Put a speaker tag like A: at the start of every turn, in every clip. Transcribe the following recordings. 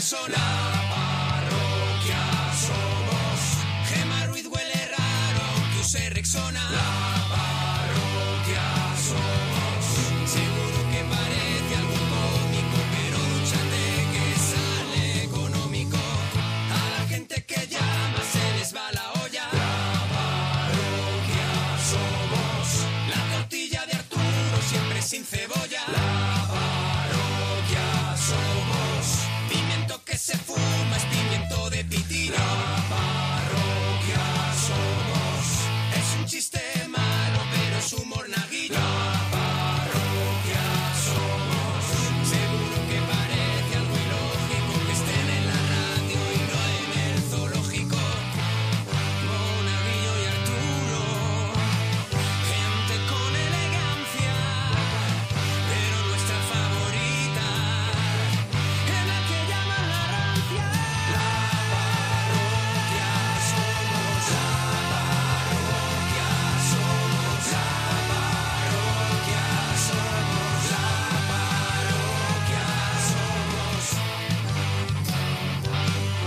A: son la parroquia somos. Gema Ruiz huele raro, que use Rexona. La parroquia somos. Seguro que parece algo cómico, pero duchate que sale económico. A la gente que llama se les va la olla. La parroquia somos. La tortilla de Arturo siempre sin cebolla. La parroquia somos. Pimiento que se fuma es pimiento de pitina. La parroquia somos. Es un chiste malo, pero es humor naguillo. La parroquia somos. Seguro que parece algo ilógico que estén en la radio y no en el zoológico. Monaguillo y Arturo, gente con elegancia, pero nuestra favorita es la que llaman la rancia. La parroquia somos, la parroquia somos, la parroquia somos, la parroquia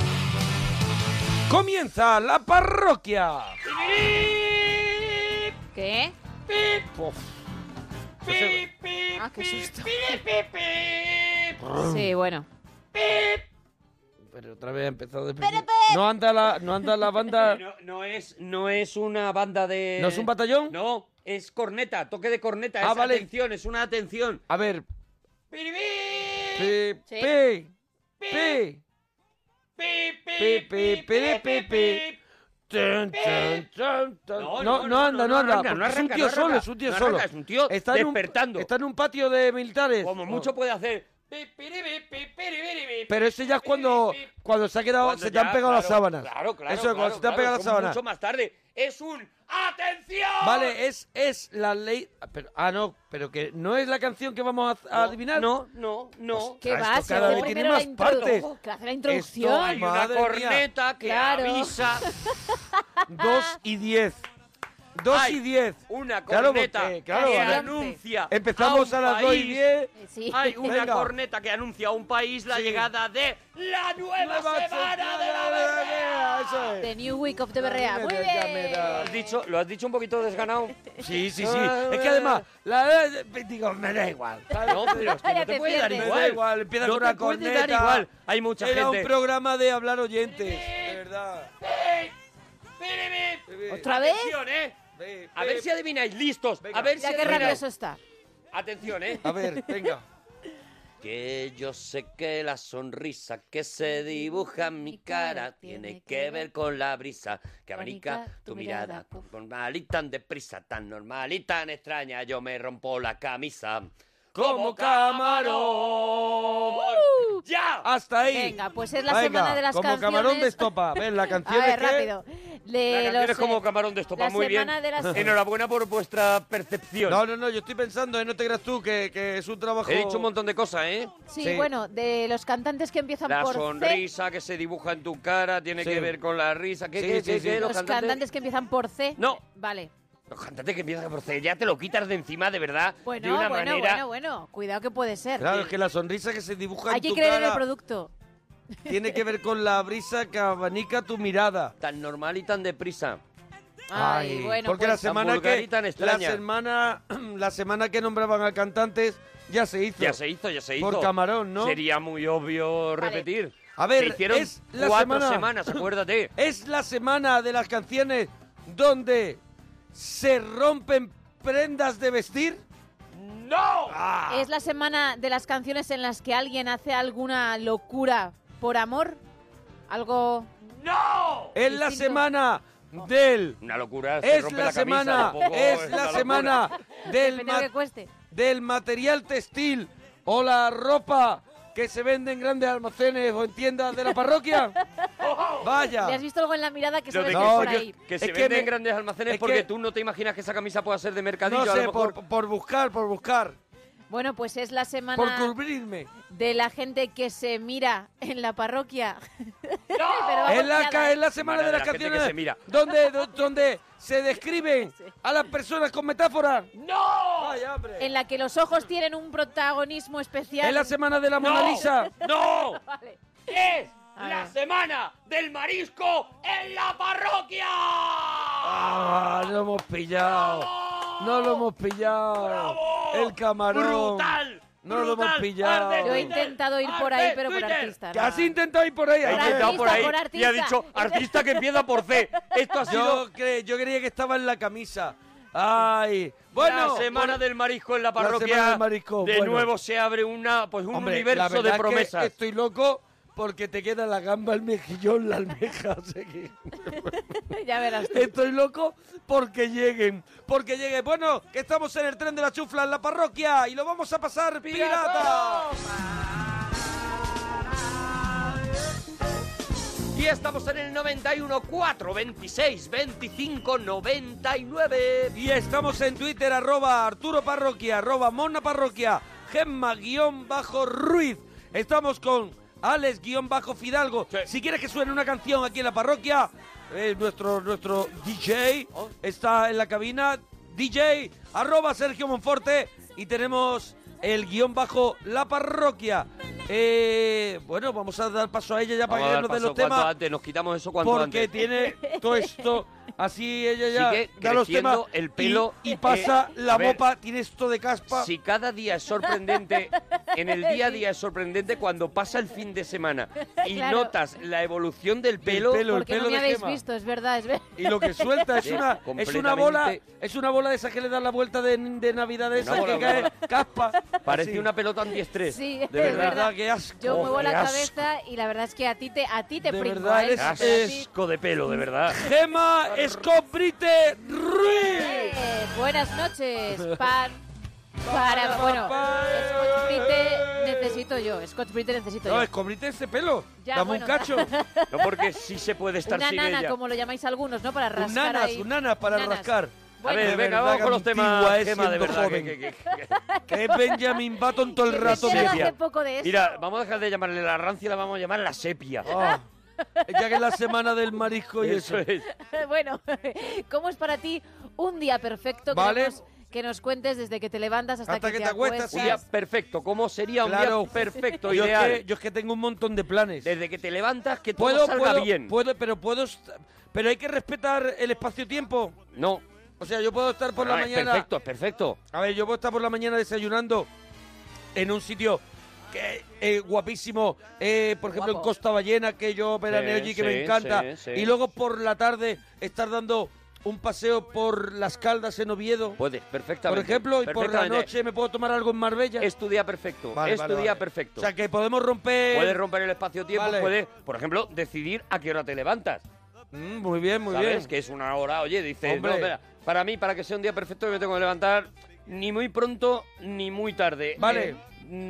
A: somos.
B: Comienza la parroquia.
C: ¿Qué?
B: Puf.
C: Ah, qué susto. Sí, bueno.
B: Pero otra vez ha empezado de principio. No anda la, no anda la banda.
D: No, no es, no es una banda de.
B: ¿No es un batallón?
D: No, es corneta, toque de corneta.
B: Ah,
D: es
B: vale.
D: atención, es una atención.
B: A ver. Pi,
D: Sí.
B: pi, pi. Pi, pi, pi, pi, pi. Tun,
E: Eh.
B: tun, tun, tun.
D: No,
B: No,
D: no,
B: no anda, no anda.
D: arranca, no
B: porque Es un
D: arranca,
B: tío
D: no arranca.
B: solo, es un tío
D: No
B: solo. Eh,
D: arranca, Es un tío
B: Está en un-
D: despertando.
B: Está en un patio de militares.
D: Como mucho puede hacer.
B: Pero eso ya es cuando, cuando se ha quedado,
D: Cuando
B: se te
D: ya,
B: han pegado las
D: claro,
B: sábanas.
D: Claro, claro.
B: Eso es cuando
D: claro,
B: se te han
D: claro,
B: pegado las
D: son
B: sábanas.
D: Mucho más tarde. Es un. ¡Atención!
B: Vale, es, es la ley. ah, pero- ah, no, pero que no es la canción que vamos a, a adivinar.
D: No, no, no.
C: ¿Qué
B: Esto
C: va? Si
B: cada
C: hace
B: vez tiene
C: primero la
B: más partes.
C: introducción. Que hace la
B: Esto
C: introducción.
B: hay
D: Hay una
B: Madre mía.
D: corneta que
C: Claro.
D: avisa.
B: 2 y 10. 2
D: Ay,
B: y 10.
D: Una
B: Claro,
D: corneta
B: porque, claro,
D: que
B: vale.
D: anuncia.
B: Empezamos a,
D: un
B: las 2 y
D: país.
B: 10.
C: Sí.
D: Hay una
B: Venga.
D: corneta que anuncia a un país la
B: Sí.
D: llegada de la nueva,
B: Nueva
D: semana de la berrea.
B: Semana, eso es.
C: The New Week of the Berrea. Muy
B: Ya me da-
C: bien.
D: ¿Lo has dicho, lo has dicho un poquito desganado. Ah.
B: Sí, sí, sí. Es que además, la, digo, me da igual.
D: No, pero es que
C: Ya
D: no
C: te
D: te puede dar
C: pierdes.
B: Me
D: igual.
B: da igual, empieza
D: no
B: con
D: te
B: una
D: puede
B: corneta.
D: dar igual. Hay mucha
B: Era
D: gente.
B: un programa de hablar oyentes, de verdad.
C: ¿Otra vez?
D: Atención, ¿eh? A ver si adivináis, listos.
B: Venga.
D: A ver si
C: Ya qué
D: adivináis.
C: rabioso está.
D: Atención, ¿eh?
B: A ver, venga.
D: Que yo sé que la sonrisa que se dibuja en mi cara tiene que ver con la brisa que abriga tu mirada. Con- Normal y tan deprisa, tan normal y tan extraña, yo me rompo la camisa. ¡Como camarón! ¡Ya!
B: Hasta ahí.
C: ¡Uh! Venga, pues es la
B: Venga,
C: semana de las
B: como
C: canciones.
B: camarón de estopa. ¿Ves? La canción
C: A ver,
B: es que-
C: rápido.
D: La
C: Le,
D: canción
C: los,
D: es como
C: eh,
D: camarón de estopa,
C: la
D: muy bien.
C: semana de las-
D: Enhorabuena por vuestra percepción.
B: No, no, no, yo estoy pensando, eh, no te creas tú, que, que es un trabajo...
D: He dicho un montón de cosas, ¿eh?
C: Sí,
B: Sí.
C: bueno, de los cantantes que empiezan
D: La
C: por C,
D: sonrisa que se dibuja en tu cara tiene
B: Sí.
D: que ver con la risa. ¿Qué,
B: Sí,
D: qué,
B: sí,
D: qué,
B: sí.
D: qué?
C: Los,
D: Los
C: cantantes... que empiezan por C.
D: No.
C: Vale.
D: Los cantantes que empiezan por C, ya te lo quitas de encima, de verdad,
C: Bueno,
D: de una
C: bueno,
D: manera...
C: bueno, bueno. Cuidado que puede ser.
B: Claro, es que la sonrisa que se dibuja
C: eh, Hay
B: en
C: que
B: tu
C: creer en el
B: cara
C: producto.
B: tiene que ver con la brisa que abanica tu mirada.
D: Tan normal y tan deprisa.
C: Ay,
B: Ay,
C: bueno,
B: porque la
C: pues,
B: semana
D: vulgar
B: que
D: y tan
B: la
D: extraña.
B: semana la semana que nombraban al cantante ya se hizo.
D: Ya se hizo, ya se hizo.
B: Por camarón, ¿no?
D: Sería muy obvio repetir.
B: A ver,
D: Se hicieron
B: es la
D: cuatro
B: semana-
D: semanas, acuérdate.
B: Es la semana de las canciones donde se rompen prendas de vestir. Ah,
D: ¡No!
C: Es la semana de las canciones en las que alguien hace alguna locura por amor. Algo.
D: ¡No!
B: Es la
C: Distinto.
B: semana del
D: Una locura, se
B: es
D: rompe
B: la,
D: la,
B: semana,
D: camisa. tampoco
B: es
D: una
B: la
D: locura.
B: semana del,
C: Depende de lo
B: ma-
C: que cueste.
B: del material textil o la ropa que se vende en grandes almacenes o en tiendas de la parroquia. Vaya.
C: ¿Le has visto algo en la mirada que
D: Lo de
C: sabes
D: que,
C: que
B: No,
C: es por
B: yo-
C: ahí?
D: que
B: Es
D: se
B: que
D: vende en
B: me-
D: grandes almacenes
B: es
D: porque
B: que-
D: tú no te imaginas que esa camisa pueda ser de mercadillo,
B: No
D: a
B: sé,
D: lo mejor...
B: por, por buscar, por buscar,
C: Bueno, pues es la
B: por
C: semana
B: cubrirme.
C: de la gente que se mira en la parroquia. Pero vamos,
B: Es la,
C: ya
B: ca-
C: da-
B: es la semana
D: Semana
B: de
D: de
B: las
D: la gente que
B: canciones
D: se mira.
B: Donde, do- donde se describen a las personas con metáforas. ¡No! Vaya, hombre.
C: En la que los ojos tienen un protagonismo especial.
B: Es la semana de la Mona Lisa.
D: ¡No!
C: Vale.
D: es
C: A
D: la
C: ver.
D: semana del marisco en la parroquia.
B: ¡Ah! ¡No lo hemos pillado! ¡No lo hemos pillado! ¡El camarón!
D: ¡Brutal!
B: ¡No lo hemos
D: ¡Brutal!
B: pillado!
D: ¡Arde
C: Yo he
D: Twitter,
C: intentado ir por
D: arte,
C: ahí, pero por
D: Twitter.
C: artista.
B: Que
C: no.
B: has intentado ir por ahí.
D: He
C: Por
B: Ángel.
D: intentado por ahí
C: artista, por
D: y ha
C: artista.
D: dicho artista que empieza por C. Esto ha sido
B: Yo, cre- yo creía que estaba en la camisa. ¡Ay! Bueno,
D: la semana
B: bueno,
D: del marisco en la
B: Semana
D: parroquia.
B: del Marisco,
D: de
B: bueno.
D: nuevo se abre una pues un
B: hombre, la
D: universo
B: verdad es
D: de
B: que
D: promesas.
B: estoy loco porque te queda la gamba, el mejillón, la almeja. así que-
C: ya verás tú.
B: Estoy loco porque lleguen. Porque lleguen. Bueno, que estamos en el tren de la chufla en la parroquia y lo vamos a pasar pirata.
D: Y estamos en el 91 4 26 25 99.
B: Y estamos en Twitter, arroba Arturo Parroquia, arroba Mona Parroquia, Gemma guión bajo Ruiz. Estamos con Alex guión bajo Fidalgo.
D: Sí.
B: Si quieres que suene una canción aquí en la parroquia, eh, nuestro, nuestro DJ
D: Oh.
B: está en la cabina. DJ arroba Sergio Monforte y tenemos el guión bajo La Parroquia. Eh, bueno, vamos a dar paso a ella ya para
D: Vamos a
B: que
D: dar
B: nos dé
D: paso
B: los
D: cuanto
B: temas.
D: antes, nos quitamos eso cuanto
B: Porque
D: antes.
B: tiene todo esto así, ella ya
D: Sigue
B: da los temas
D: creciendo el pelo.
B: y, y pasa
D: Eh,
B: la
D: a ver.
B: mopa, tiene esto de caspa.
D: Si cada día es sorprendente, en el día a día es sorprendente cuando pasa el fin de semana y
C: Claro.
D: notas la evolución del pelo,
B: pelo,
C: Porque no
B: de
C: me habéis
B: Gema.
C: visto, es verdad, es verdad.
B: Y lo que suelta es
D: Sí,
B: una es una
D: completamente.
B: bola, es una bola de esas que le dan la vuelta de, de Navidad
D: Una
B: de esas
D: bola,
B: que
D: una
B: cae
D: bola.
B: caspa.
D: parece
B: Así.
D: una pelota antiestrés.
C: Sí,
D: de
C: es
B: de verdad,
D: verdad.
C: verdad.
B: que asco.
C: Yo muevo
B: qué
C: la
B: asco.
C: cabeza y la verdad es que a ti te a ti te
B: De
C: pringo,
B: verdad,
C: ¿eh?
B: eres-
C: A ti-
D: Asco de pelo, de verdad.
B: Gema Escobrite Ruiz.
C: Eh, buenas noches, pan. Para, bueno, Scotch Brite necesito yo, Scotch Brite necesito
B: No,
C: yo.
B: Escobrite ese pelo.
C: Ya,
B: Dame
C: bueno,
B: un cacho.
D: No porque sí se puede estar
C: Una
D: sin
C: nana,
D: ella.
C: como lo llamáis algunos, ¿no? Para rascar
B: Un nanas,
C: ahí.
B: un nanas para
C: Nanas.
B: rascar.
D: A
C: Bueno.
D: ver,
B: De
D: venga,
B: verdad
D: vamos con los
B: que
D: temas,
B: antigua es
D: Gema, de
B: siendo
D: verdad. que-
B: joven.
D: que- que- que-
B: Que es Benjamin Button todo el
C: Que
B: rato.
C: me entero
B: viejo.
D: sepia.
C: hace poco de eso.
D: Mira, vamos a dejar de llamarle la rancia, la vamos a llamar la sepia.
B: Ah, ya que es la semana del marisco y eso.
D: Eso es.
C: bueno, ¿cómo es para ti un día perfecto?
B: Vale.
C: Queremos que nos cuentes desde que te levantas hasta,
B: Hasta que
C: te
B: te acuestas,
D: Un día
C: acuestas.
D: perfecto. ¿Cómo sería un
B: Claro.
D: día perfecto,
B: Yo es,
D: ideal?
B: que, yo es que tengo un montón de planes.
D: Desde que te levantas, que todo
B: Puedo,
D: salga
B: puedo,
D: bien.
B: puedo, pero puedo, est- pero hay que respetar el espacio-tiempo.
D: No.
B: O sea, yo puedo estar por
D: no,
B: la
D: es
B: mañana.
D: perfecto, es perfecto.
B: A ver, yo puedo estar por la mañana desayunando en un sitio que eh, guapísimo, eh, por ejemplo en
C: Guapo.
B: Costa Ballena, que yo veraneo allí, que
D: sí,
B: me encanta.
D: sí, sí.
B: Y luego por la tarde estar dando un paseo por las caldas en Oviedo,
D: Puedes,
B: por
D: perfectamente.
B: ejemplo, y por la
D: Perfectamente.
B: noche me puedo tomar algo en Marbella.
D: Es tu día perfecto.
B: Vale,
D: es
B: vale,
D: tu día
B: vale.
D: perfecto.
B: O sea, que podemos romper...
D: Puedes romper el espacio-tiempo,
B: Vale.
D: puedes, por ejemplo, decidir a qué hora te levantas.
B: Mm, muy bien, muy
D: ¿Sabes?
B: bien.
D: Que es una hora, oye, dices,
B: Hombre.
D: no, espera, para mí, para que sea un día perfecto, yo me tengo que levantar ni muy pronto ni muy tarde.
B: Vale.
D: Eh,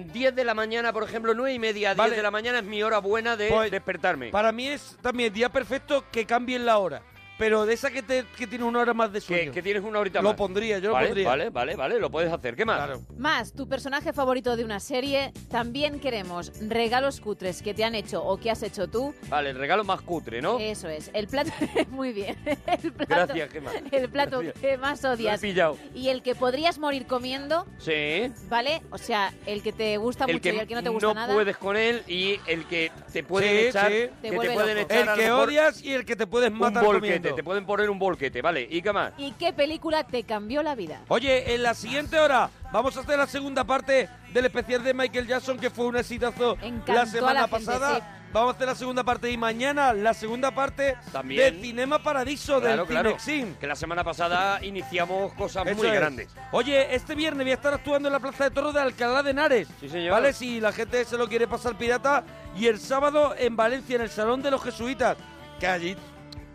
D: mm, 10 de la mañana, por ejemplo, 9 y media, 10
B: Vale.
D: de la mañana es mi hora buena de
B: Pues,
D: despertarme.
B: Para mí es también día perfecto que cambien la hora. Pero de esa que, te, que tiene una hora más de
D: que,
B: sueño.
D: que tienes una horita
B: lo
D: más.
B: pondría, yo
D: vale,
B: lo pondría.
D: Vale, vale, vale, lo puedes hacer. ¿Qué más?
B: Claro.
C: Más, tu personaje favorito de una serie. También queremos regalos cutres que te han hecho o que has hecho tú.
D: Vale, el regalo más cutre, ¿no?
C: Eso es. El plato. Muy bien. El plato,
D: Oh. Gracias, Gemma.
C: El plato que más
D: Lo he
C: odias.
D: pillado.
C: Y el que podrías morir comiendo,
D: Sí.
C: ¿vale? O sea, el que te gusta
D: el
C: mucho
D: que
C: y el que no te gusta nada.
D: puedes con él y el que te pueden
B: Sí,
D: echar,
B: sí.
C: Te
D: que te
C: vuelve
D: pueden
C: loco.
D: echar a
B: El
D: lo
B: que
D: mejor
B: odias y el que te puedes
D: un
B: matar
D: bolquete,
B: comiendo.
D: te pueden poner un bolquete, vale. ¿Y qué más?
C: ¿Y qué película te cambió la vida?
B: Oye, en la siguiente hora vamos a hacer la segunda parte del especial de Michael Jackson, que fue un exitazo
C: Encantó a
B: la
C: la
B: semana
C: gente,
B: pasada.
C: sí.
B: Vamos a hacer la segunda parte y mañana la segunda parte
D: También.
B: de Cinema Paradiso
D: claro,
B: del
D: claro.
B: Cinexin.
D: Que la semana pasada iniciamos cosas
B: Eso
D: muy
B: es.
D: grandes.
B: Oye, este viernes voy a estar actuando en la Plaza de Toros de Alcalá de Henares.
D: Sí, señor.
B: ¿Vale? Si la gente se lo quiere pasar pirata. Y el sábado en Valencia, en el Salón de los Jesuitas. Que allí,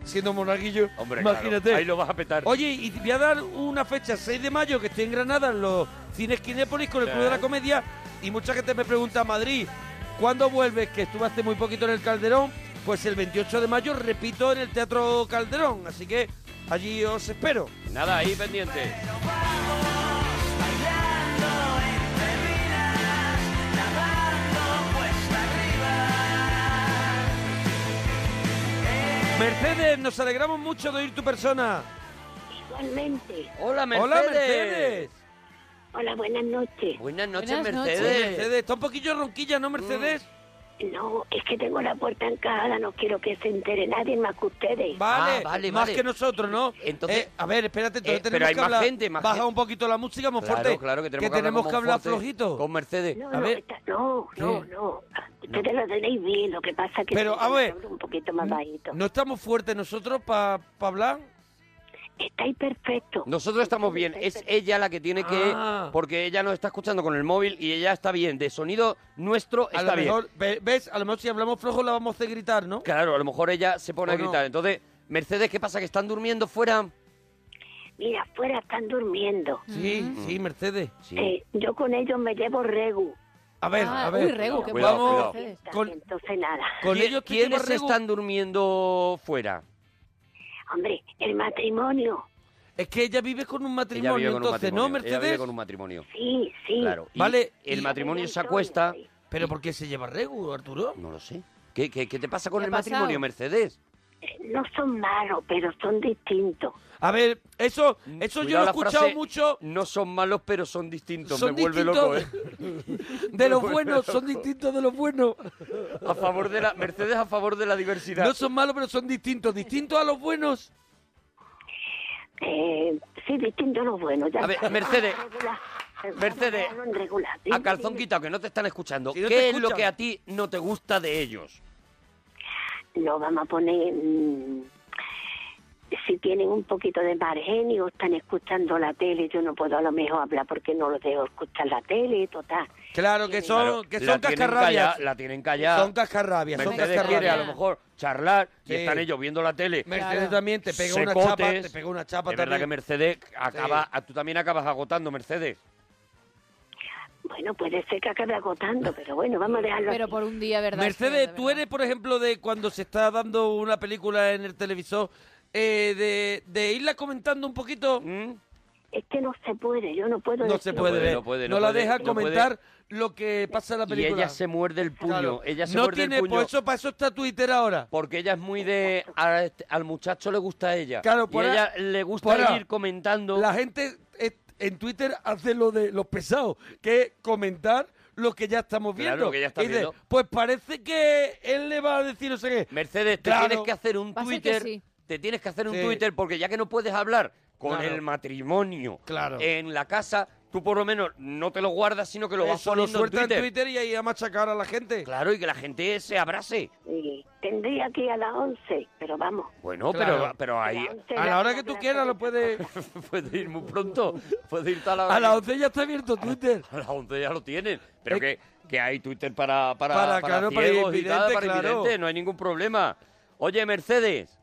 B: siendo monaguillo,
D: Hombre, claro,
B: imagínate.
D: ahí lo vas a petar.
B: Oye, y voy a dar una fecha, 6 de mayo, que estoy en Granada, en los cines Kinépolis con el
D: Sí.
B: Club de la Comedia. Y mucha gente me pregunta, Madrid, ¿cuándo vuelves? Que estuve hace muy poquito en el Calderón. Pues el 28 de mayo, repito, en el Teatro Calderón. Así que allí os espero.
D: Nada, ahí pendiente.
B: Mercedes, nos alegramos mucho de oír tu persona.
F: Igualmente.
D: Hola, Mercedes.
B: Hola, Mercedes.
F: Hola, buenas noches.
D: Buenas noches,
C: Buenas noches.
D: Mercedes. Mm.
B: Mercedes, está un poquillo ronquilla, ¿no, Mercedes?
F: No, es que tengo la puerta encajada, no quiero que se entere nadie más que ustedes.
B: Vale,
D: Ah, vale,
B: más
D: vale.
B: que nosotros, ¿no?
D: Entonces-
B: Eh, a ver, espérate, entonces
D: Eh,
B: tenemos
D: pero hay
B: que
D: más
B: hablar.
D: gente, más
B: Baja
D: gente.
B: un poquito la música, Monforte.
D: Claro, claro, que tenemos que,
B: tenemos que hablar
D: con Monforte,
B: flojito.
D: Con Mercedes.
F: No,
B: A
F: no,
B: ver.
F: está- no, no,
B: ¿Qué?
F: no. Ustedes lo tenéis bien, lo que pasa es que
B: Pero,
F: tengo
B: a
F: que
B: ver,
F: hablar un poquito más bajito.
B: ¿No estamos fuertes nosotros para hablar?
F: Estáis perfectos.
D: Nosotros estamos bien, es ella la que tiene que...
B: Ah.
D: Porque ella nos está escuchando con el móvil y ella está bien, de sonido nuestro
B: A
D: está
B: lo
D: bien.
B: mejor, ve- ¿ves? A lo mejor si hablamos flojo la vamos a hacer gritar, ¿no?
D: Claro, a lo mejor ella se pone
B: ¿O
D: a gritar.
B: no?
D: Entonces, Mercedes, ¿qué pasa? ¿Que están durmiendo fuera?
F: Mira, afuera están durmiendo.
B: Sí,
D: Mm.
B: sí, Mercedes.
F: Eh, yo con ellos me llevo regu.
B: A ver,
C: Ah,
B: a ver.
C: uy, Rego, qué
D: Cuidado,
C: bueno,
D: cuidado.
C: Mercedes.
B: Con-
F: Entonces nada.
B: Con
D: ¿Qui-
B: ellos te
D: ¿Quiénes
B: llevas regu?
D: están durmiendo fuera?
F: Hombre, el matrimonio.
B: Es que ella vive con un matrimonio,
D: vive con un
B: entonces, ¿no,
D: matrimonio, Ella
B: Mercedes?
D: vive con un matrimonio.
F: Sí, sí.
D: Claro. y
B: Vale,
D: El
B: y-
D: matrimonio se acuesta.
B: Pero ¿por qué se lleva regu, Arturo?
D: No lo sé. ¿Qué, qué, qué te pasa con
C: ¿Qué ha
D: el
C: pasado?
D: matrimonio, Mercedes?
F: Eh, No son malos, pero son distintos.
B: A ver, eso, eso
D: Mm, Cuidado
B: yo lo he
D: la
B: escuchado
D: frase,
B: mucho.
D: No son malos, pero son distintos.
B: Son
D: Me vuelve loco,
B: distintos
D: ¿eh?
B: de los
D: vuelve
B: buenos,
D: loco.
B: son distintos de los buenos.
D: A favor de la, Mercedes a favor de la diversidad.
B: No son malos, pero son distintos. Distintos a los buenos.
F: Eh, sí, distintos los buenos. ya
D: A ver,
F: está.
D: Mercedes,
F: Regular, regular,
D: Mercedes,
F: regular, regular.
D: a
F: Dime,
D: calzón
F: dime.
D: quitado, que no te están escuchando.
B: Si no te
D: ¿Qué es lo
B: escuchan.
D: que a ti no te gusta de ellos?
F: No vamos a poner. mm, si tienen un poquito de mal genio, están escuchando la tele, yo no puedo a lo mejor hablar porque no los dejo escuchar la tele, total.
B: Claro, que son,
D: Claro,
B: que
D: la
B: son
D: tienen
B: cascarrabias.
D: calla- la tienen callada.
B: Son cascarrabias, son
D: Mercedes quiere a lo
B: cascarrabias.
D: mejor charlar
B: Sí.
D: y están ellos viendo la tele.
B: Mercedes también te pega una
D: Secotes.
B: chapa, te pega una chapa
D: Es verdad que
B: también.
D: Mercedes acaba, a- tú también acabas agotando, Mercedes.
F: Bueno, puede ser que acabe agotando, pero bueno, vamos a dejarlo.
C: Pero
F: así.
C: por un día, ¿verdad?
B: Mercedes, tú eres, por ejemplo, de cuando se está dando una película en el televisor, eh, de, de irla comentando un poquito.
D: ¿Mm?
F: Es que no se puede, yo no puedo.
B: No se
F: decir-
B: puede
D: puede,
B: ver.
D: no puede,
B: no
D: no
B: la
D: puede,
B: deja
D: no
B: comentar lo que pasa en la
D: Y
B: película.
D: ella se muerde el puño.
B: Claro.
D: Ella se
B: no
D: muerde
B: tiene,
D: el puño.
B: Por eso, para eso está Twitter ahora.
D: Porque ella es muy de. a este- al muchacho le gusta a ella.
B: Claro,
D: y
B: por
D: a ella
B: a-
D: le gusta
B: por a-
D: ir comentando.
B: La gente eh, en Twitter hace lo de los pesados, que es comentar lo que ya estamos
D: Claro,
B: viendo.
D: lo que ya está
B: Y dice,
D: viendo.
B: pues parece que él le va a decir no sé qué.
D: Mercedes, te
B: Claro.
D: tienes que hacer un
C: Va a ser
D: Twitter.
C: que sí.
D: Te tienes que hacer un
B: Sí.
D: Twitter porque ya que no puedes hablar con
B: Claro.
D: el matrimonio
B: Claro.
D: en la casa, tú por lo menos no te lo guardas, sino que lo vas
B: Eso lo
D: poniendo
B: suelta en Twitter.
D: en Twitter.
B: y ahí a machacar a la gente.
D: Claro, y que la gente se abrace.
F: Sí, Tendría que ir a las 11, pero vamos.
D: Bueno,
B: Claro.
D: pero, pero ahí
F: las 11
B: A la hora
F: la
B: que tú
F: clase
B: quieras
F: de-
B: lo puedes...
D: puede ir muy pronto. Puede ir toda la
B: A las 11 ya está abierto Twitter.
D: A las 11 ya lo tienen. Pero
B: Eh,
D: que, que hay Twitter para, para,
B: para, claro, para
D: ciegos y tal,
B: invidentes,
D: para
B: claro.
D: invidentes, no hay ningún problema. Oye, Mercedes,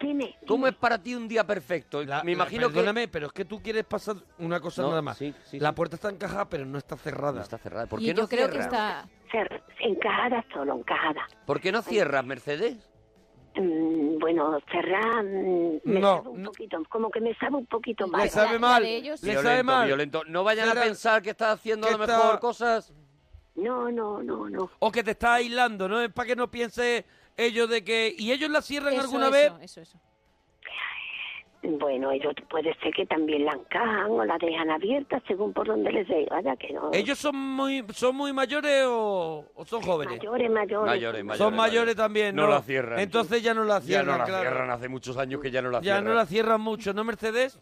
F: Dime,
D: ¿cómo
F: dime.
D: es para ti un día perfecto?
B: La-
D: Me
B: la-
D: imagino que
B: perdóname, pero es que tú quieres pasar una cosa
D: No,
B: nada más.
D: sí, sí,
B: la
D: sí.
B: puerta está encajada, pero no está cerrada.
D: No está cerrada. ¿Por
C: y
D: qué
C: yo
D: no
C: creo que
D: cierras?
C: está...
F: Cer- Encajada solo, encajada.
D: ¿Por qué no cierras, Mercedes?
F: Mm, bueno, cerrar mm, me
B: No,
F: sabe un
B: no.
F: poquito, como que me sabe un poquito
B: Le
F: mal.
B: sabe
C: la
B: mal,
C: de ellos.
B: le
D: violento,
B: sabe mal.
D: violento. No vayan
B: Cierra-
D: a pensar que estás haciendo a
B: que
D: lo
B: está-
D: mejor cosas.
F: No, no, no, no.
B: O que te está aislando, ¿no? Es para que no piense ellos de que... ¿Y ellos la cierran
C: eso,
B: alguna
C: eso,
B: vez?
C: Eso, eso.
F: Bueno, ellos puede ser que también la encajan o la dejan abierta según por donde les dé. Vaya que no.
B: ¿Ellos son muy, son muy mayores o, o son jóvenes?
F: Eh, mayores, mayores.
D: Mayores, mayores.
B: son mayores también, ¿no?
D: No la cierran.
B: Entonces ya no la
D: Ya
B: cierran,
D: no la
B: claro.
D: cierran, hace muchos años que ya no la
B: Ya
D: cierran.
B: no la cierran mucho, ¿no, Mercedes?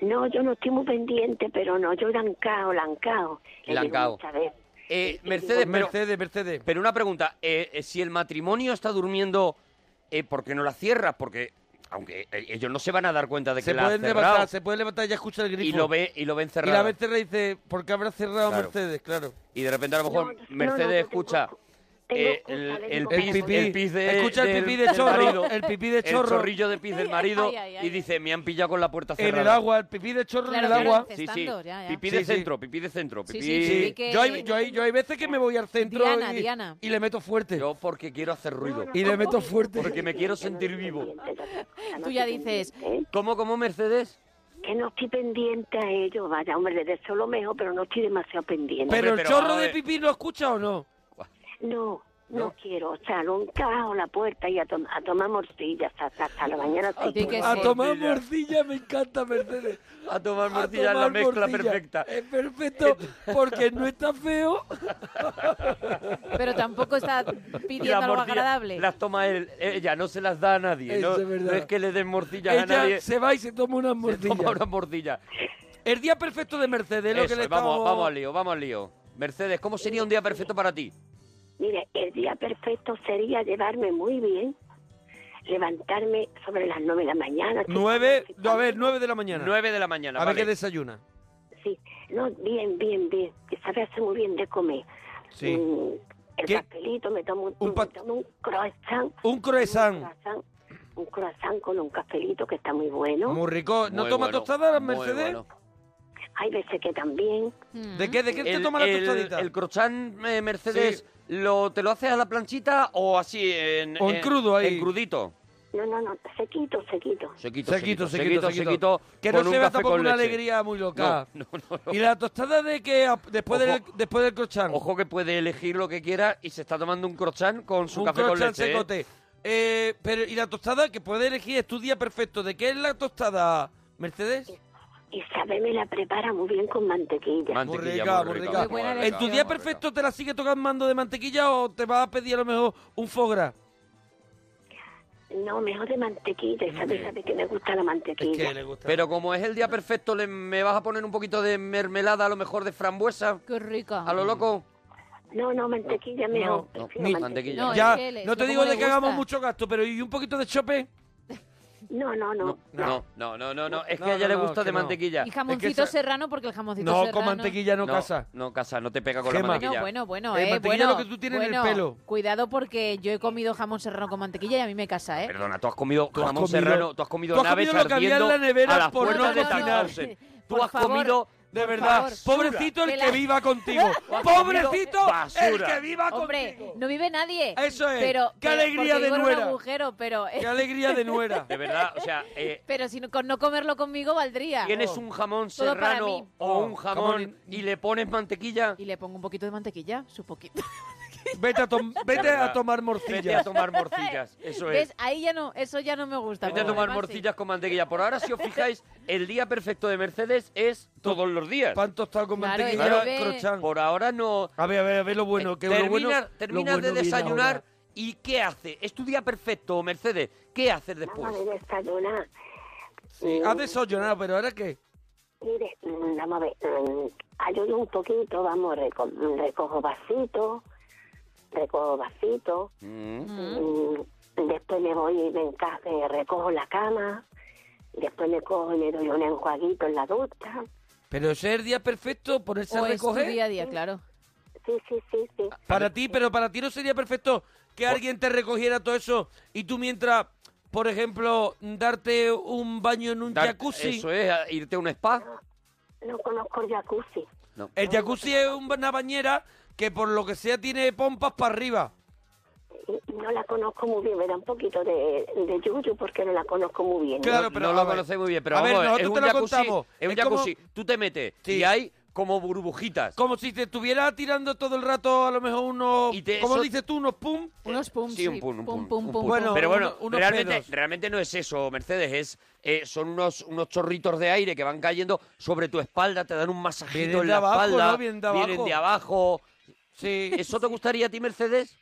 F: No, yo no estoy muy pendiente, pero no, yo la encao, la encao. Le
D: La
F: digo
D: encao.
F: muchas veces.
D: Eh, Mercedes, pero,
B: Mercedes, Mercedes.
D: Pero una pregunta, eh, eh, si el matrimonio está durmiendo, eh, ¿por qué no la cierras? Porque, aunque eh, ellos no se van a dar cuenta de que
B: se
D: la
B: pueden
D: has
B: levantar,
D: cerrado
B: se pueden levantar, ya escucha el grifo.
D: y lo, ve, y lo ven
B: Y la
D: cerrado. Y,
B: Mercedes dice, ¿por qué habrá cerrado
D: Claro.
B: Mercedes? Claro.
D: de repente a lo
F: No,
D: mejor
F: no, no,
D: Mercedes
F: no, tengo-
D: escucha
F: tengo
D: eh,
F: excusa,
D: el,
F: le
D: el
F: digo,
D: pis,
F: para no-
D: el pis de-
B: Escucha el
D: del-
B: pipí de
D: del
B: chorro,
D: marido,
B: el pipí de
D: el
B: chorro.
D: chorrillo de pis del marido
C: Ay, ay, ay,
D: y dice, me han pillado con la puerta
B: En
D: cerrada.
B: el agua, el pipí de chorro
C: Claro,
B: en el
C: claro,
B: agua.
D: Sí, sí,
C: Contestando, ya, ya.
D: pipí
B: Sí,
D: de
B: sí.
D: centro, pipí de centro.
C: Sí,
D: Pipí...
C: sí, sí, que-
B: Yo, hay, yo, hay, yo hay veces que me voy al centro
C: Diana,
B: y,
C: Diana.
B: y le meto fuerte.
D: Yo porque quiero hacer ruido.
B: Y le meto fuerte.
D: Porque me quiero sentir vivo.
C: Tú ya dices,
D: ¿Cómo, cómo, Mercedes?
F: Que no estoy pendiente a ellos, vaya, hombre, le deseo lo mejor, pero no estoy demasiado pendiente.
B: Pero
D: Hombre,
B: el
D: pero
B: chorro
D: vamos a
B: de
D: ver.
B: pipí lo escucha o no.
F: no, No, quiero, o sea, lo encajo la puerta y a, tom- a tomar morcillas hasta, hasta la mañana. siguiente.
B: a tomar morcilla me encanta, Mercedes.
D: A tomar morcilla es la
B: tomar
D: mezcla
B: morcilla.
D: perfecta.
B: Es perfecto porque no está feo.
C: Pero tampoco está pidiendo
D: Las
C: algo
D: morcillas
C: agradable.
D: Las toma él, ella, no se las da a nadie.
B: Eso
D: no,
B: es verdad.
D: no es que le den morcillas a
B: Ella
D: nadie.
B: se va y se toma unas
D: se
B: morcillas.
D: toma unas morcillas.
B: El día perfecto de Mercedes, lo
D: Eso,
B: que le
D: vamos,
B: estamos-
D: vamos al lío, vamos al lío. Mercedes, ¿cómo sería un día perfecto para ti?
F: Mire, el día perfecto sería llevarme muy bien, levantarme sobre las nueve de la mañana. que-
B: Nueve, no, a ver, nueve de la mañana.
D: 9 de la mañana.
B: a ver
D: vale.
B: qué desayuna.
F: Sí, no, bien, bien, bien, que sabe hacer muy bien de comer.
B: Sí.
F: Mm, el
B: ¿Qué?
F: papelito, me tomo un,
B: Un pa-
F: me tomo un croissant.
B: Un croissant.
F: Un croissant, un croissant con un cafelito que está muy bueno.
B: Muy rico. ¿No
D: Muy
B: toma
D: bueno,
B: tostadas,
D: muy
B: Mercedes?
D: bueno.
F: Hay veces que también.
C: Mm.
B: ¿De qué, de qué te
D: El,
B: toma la
D: el-
B: tostadita?
D: el crochán, eh, Mercedes, lo, ¿te lo haces a la planchita o así? En,
B: O en crudo ahí.
D: En crudito.
F: No, no, no, sequito, sequito.
D: Sequito,
B: Sequito,
D: sequito,
B: sequito, sequito.
D: sequito,
B: Que no
D: con un
B: se vea
D: café
B: tampoco
D: con
B: una
D: leche.
B: alegría muy loca.
D: No, no, no, no.
B: ¿Y la tostada de que después, del,
D: Ojo.
B: después del croissant?
D: Ojo que puede elegir lo que quiera y se está tomando un crochán con su
B: un
D: café con
B: croissant
D: leche. ¿eh?
B: secote. Eh, pero, ¿y la tostada? Que puede elegir, es tu día perfecto. ¿De qué es la tostada, Mercedes?
F: Isabel me la prepara muy bien con mantequilla.
D: Mantequilla, muy rica,
C: Muy buena
B: ¿En tu
C: elección.
B: día
D: muy rica.
B: perfecto te la sigue tocando mando de mantequilla o te va a pedir a lo mejor un fogra?
F: No, mejor de mantequilla. Isabel sabe que me gusta la mantequilla.
B: gusta.
D: Pero como es el día perfecto, le, ¿me vas a poner un poquito de mermelada, a lo mejor de frambuesa?
C: Qué rico.
D: ¿A lo loco?
F: No, no, mantequilla mejor.
B: no,
F: prefiero
B: ni
D: mantequilla.
C: No,
B: ya,
C: es que le-
B: no
C: es
B: te
C: que
B: digo
C: como
B: de
C: le
B: que hagamos
C: gusta.
B: mucho gasto, pero ¿y un poquito de chope?
F: No, no, no.
D: No, no, no, no, no, es que
B: No,
D: a ella
B: no,
D: le
B: no,
D: gusta
B: que
D: de
B: no.
D: mantequilla.
C: Y jamoncito
B: esa-
C: serrano, porque el jamoncito
B: No,
C: serrano...
B: con mantequilla no, casa.
D: No, casa, no te pega con
B: Gema.
D: la
C: No,
D: mantequilla.
C: bueno, bueno,
B: El
C: eh,
B: mantequilla es
C: bueno,
B: lo que tú tienes en el
C: bueno,
B: pelo.
C: Cuidado porque yo he comido jamón serrano con mantequilla y a mí me casa, ¿eh?
D: Perdona, tú has comido
B: has
D: jamón
B: comido-
D: serrano, tú has comido
B: tú has
D: naves
B: comido lo que había en
D: ardiendo
B: la nevera
D: a las
B: por
D: puertas
B: no
D: de
B: cocinar.
D: Tannhausen. Tú
C: Por
D: has
C: favor.
D: comido...
B: De
C: Por
B: verdad,
C: favor.
B: pobrecito el
C: Que
B: que
C: la-
B: viva contigo.
D: comido
B: Pobrecito el
D: basura.
B: que viva
C: Hombre,
B: contigo.
C: no vive nadie.
B: Eso es.
C: Pero,
B: Qué alegría
C: porque
B: de
C: vivo en
B: nuera.
C: un agujero, pero,
B: Qué alegría de nuera.
D: De verdad, o sea, eh,
C: pero si no, con no comerlo conmigo valdría.
D: tienes un jamón
C: Todo para mí.
D: serrano o un
B: Oh,
D: jamón
B: jamón
D: y le pones mantequilla,
C: Y le pongo un poquito de mantequilla, su poquito.
B: Vete a, tom- vete
D: De verdad.
B: a tomar
D: vete a
B: morcillas.
D: tomar morcillas. Eso es.
C: ¿Ves? Ahí ya no, eso ya no me gusta.
D: Vete a
C: pero
D: tomar
C: además sí.
D: morcillas con mantequilla. Por ahora, si os fijáis, el día perfecto de Mercedes es todos los días.
B: Pan tostado con
C: Claro,
B: mantequilla,
D: ella
C: ve-
B: crochán.
D: Por ahora no.
B: A ver, a ver, a ver lo bueno. Que lo
D: terminas
B: bueno- lo
D: terminas
B: bueno
D: de
B: viene
D: desayunar
B: ahora.
D: y ¿qué hace? Es tu día perfecto, Mercedes. ¿Qué haces después?
F: Vamos a ver, desayunar.
B: Sí, has desayunado, pero ¿ahora qué?
F: Mire, mm, vamos a ver, mm, ayudo un poquito, vamos, reco- mm, recojo vasitos, recojo vasitos,
D: Mm.
F: mm, después me voy y me enca- eh, recojo la cama, después me cojo y me doy un enjuaguito en la ducha.
B: Pero ese es el día perfecto, ponerse
C: O
B: a
C: es tu
B: recoger.
C: día a día, claro.
F: Sí, sí, sí, sí.
B: Para ti, pero para ti no sería perfecto que alguien te recogiera todo eso y tú mientras, por ejemplo, darte un baño en un
D: Dar-
B: jacuzzi.
D: Eso es, a- irte a un spa.
F: No conozco el jacuzzi.
D: No.
B: El jacuzzi es una bañera que por lo que sea tiene pompas para arriba.
F: Y- y No la conozco muy bien, me da un poquito de, de yuyu porque no la conozco muy bien. ¿no?
B: Claro,
D: No-
B: pero,
D: no
B: a
D: lo
B: ver.
D: conoces muy bien, pero
B: A ver,
D: vamos, a ver, es
B: nosotros
D: un
B: te lo
D: jacuzzi,
B: contamos.
D: es un
B: Es como-
D: jacuzzi. Tú te metes
B: Sí.
D: y hay como burbujitas.
B: Como si te estuviera tirando todo el rato a lo mejor unos...
D: Y te-
B: ¿Cómo
D: eso-
B: dices tú? Unos pum.
C: Unos pum,
D: Sí, un pum, un pum, un pum.
B: Bueno,
D: pero bueno,
B: uno- unos
D: realmente,
B: pedos.
D: realmente no es eso, Mercedes, es eh, son unos, unos chorritos de aire que van cayendo sobre tu espalda, te dan un masajito
B: Vienen
D: en
B: de
D: la
B: abajo,
D: espalda,
B: ¿no? Vienen de
D: vienen
B: abajo.
D: de abajo.
B: Sí.
D: ¿Eso te gustaría a ti, Mercedes?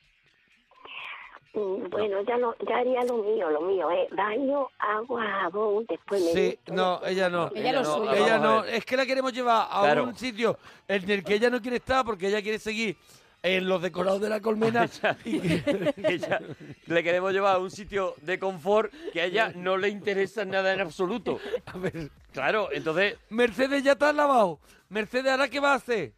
F: Mm, Bueno, ya, lo, ya haría lo mío, lo mío, ¿eh? Baño, agua, jabón, después me
B: Sí,
F: visto.
B: no, ella no.
C: Ella lo suyo.
B: Ella
D: Vamos a
B: no,
D: ver.
B: es que la queremos llevar a
D: Claro.
B: un sitio en el que ella no quiere estar porque ella quiere seguir en los decorados de la colmena. y que-
D: Ella- le queremos llevar a un sitio de confort que a ella no le interesa nada en absoluto.
B: a ver,
D: Claro, entonces,
B: Mercedes ya está lavado. Mercedes, ¿ahora qué va a hacer?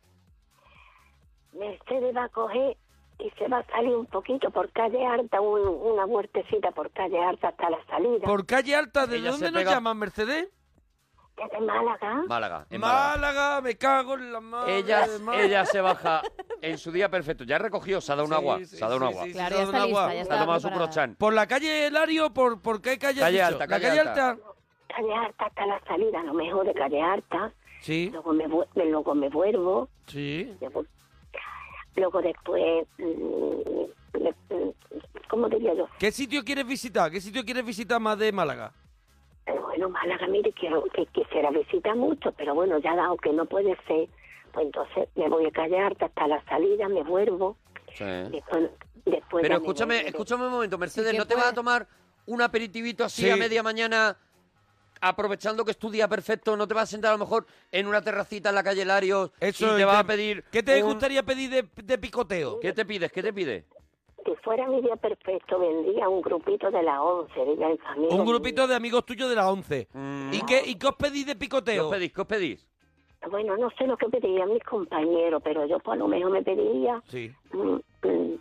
F: Mercedes va a coger y se va a salir un poquito por calle harta, un- una vueltecita por calle harta hasta la salida.
B: Por calle alta, ¿de
D: Ella
B: dónde
D: se
B: nos
D: pega-
B: llaman, Mercedes?
F: Desde Málaga,
D: Málaga, en Málaga.
B: Málaga, me cago en la madre.
D: Ella,
B: de Málaga.
D: ella se baja en su día perfecto. Ya recogió, se ha dado un
B: Sí,
D: agua,
B: sí,
D: se ha dado un
B: sí,
D: agua.
B: sí, sí,
C: Claro,
B: se
C: ya
B: ha dado
C: está
B: un agua.
C: lista, ya
D: Se ha
C: está
D: tomado su
C: preparada.
D: crochán.
B: ¿Por la calle Elario por, por qué calle has
D: Calle
B: dicho?
D: alta,
B: ¿La
D: calle
B: calle alta?
D: alta.
F: calle harta hasta la salida, a lo mejor de calle harta.
B: Sí,
F: Luego me, vu- me- luego me vuelvo,
B: sí.
F: me vu- Luego después, mm, le- mm, ¿cómo diría yo?
B: ¿Qué sitio quieres visitar? ¿Qué sitio quieres visitar más de Málaga?
F: Eh, Bueno, Málaga, mire, quiero, que quisiera visitar mucho, pero bueno, ya dado que no puede ser, pues entonces me voy a callar hasta la salida, me vuelvo. Después,
D: Pero
F: después ya me
D: escúchame,
F: volveré.
D: escúchame un momento, Mercedes,
F: que
D: ¿no te vas a
F: puede.
D: tomar un aperitivito así
B: Sí.
D: a media mañana, aprovechando que es tu día perfecto? ¿No te vas a sentar a lo mejor en una terracita en la calle Larios
B: Eso,
D: y
B: y
D: te vas
B: te-
D: a pedir
B: ¿Qué te
D: un-
B: gustaría pedir de, de picoteo?
D: ¿Qué te pides? ¿Qué te pides?
F: Si fuera mi día perfecto, vendría un grupito de las 11, diría el amigo.
B: Un grupito de amigos tuyos de las 11. ¿Y, qué, ¿Y qué os pedís de
D: Mm. ¿Qué
B: picoteo?
D: os pedís? ¿Qué os pedís?
F: Bueno, no sé lo que pedirían mis compañeros, pero yo por lo menos me pediría
B: Sí.
F: mm, mm,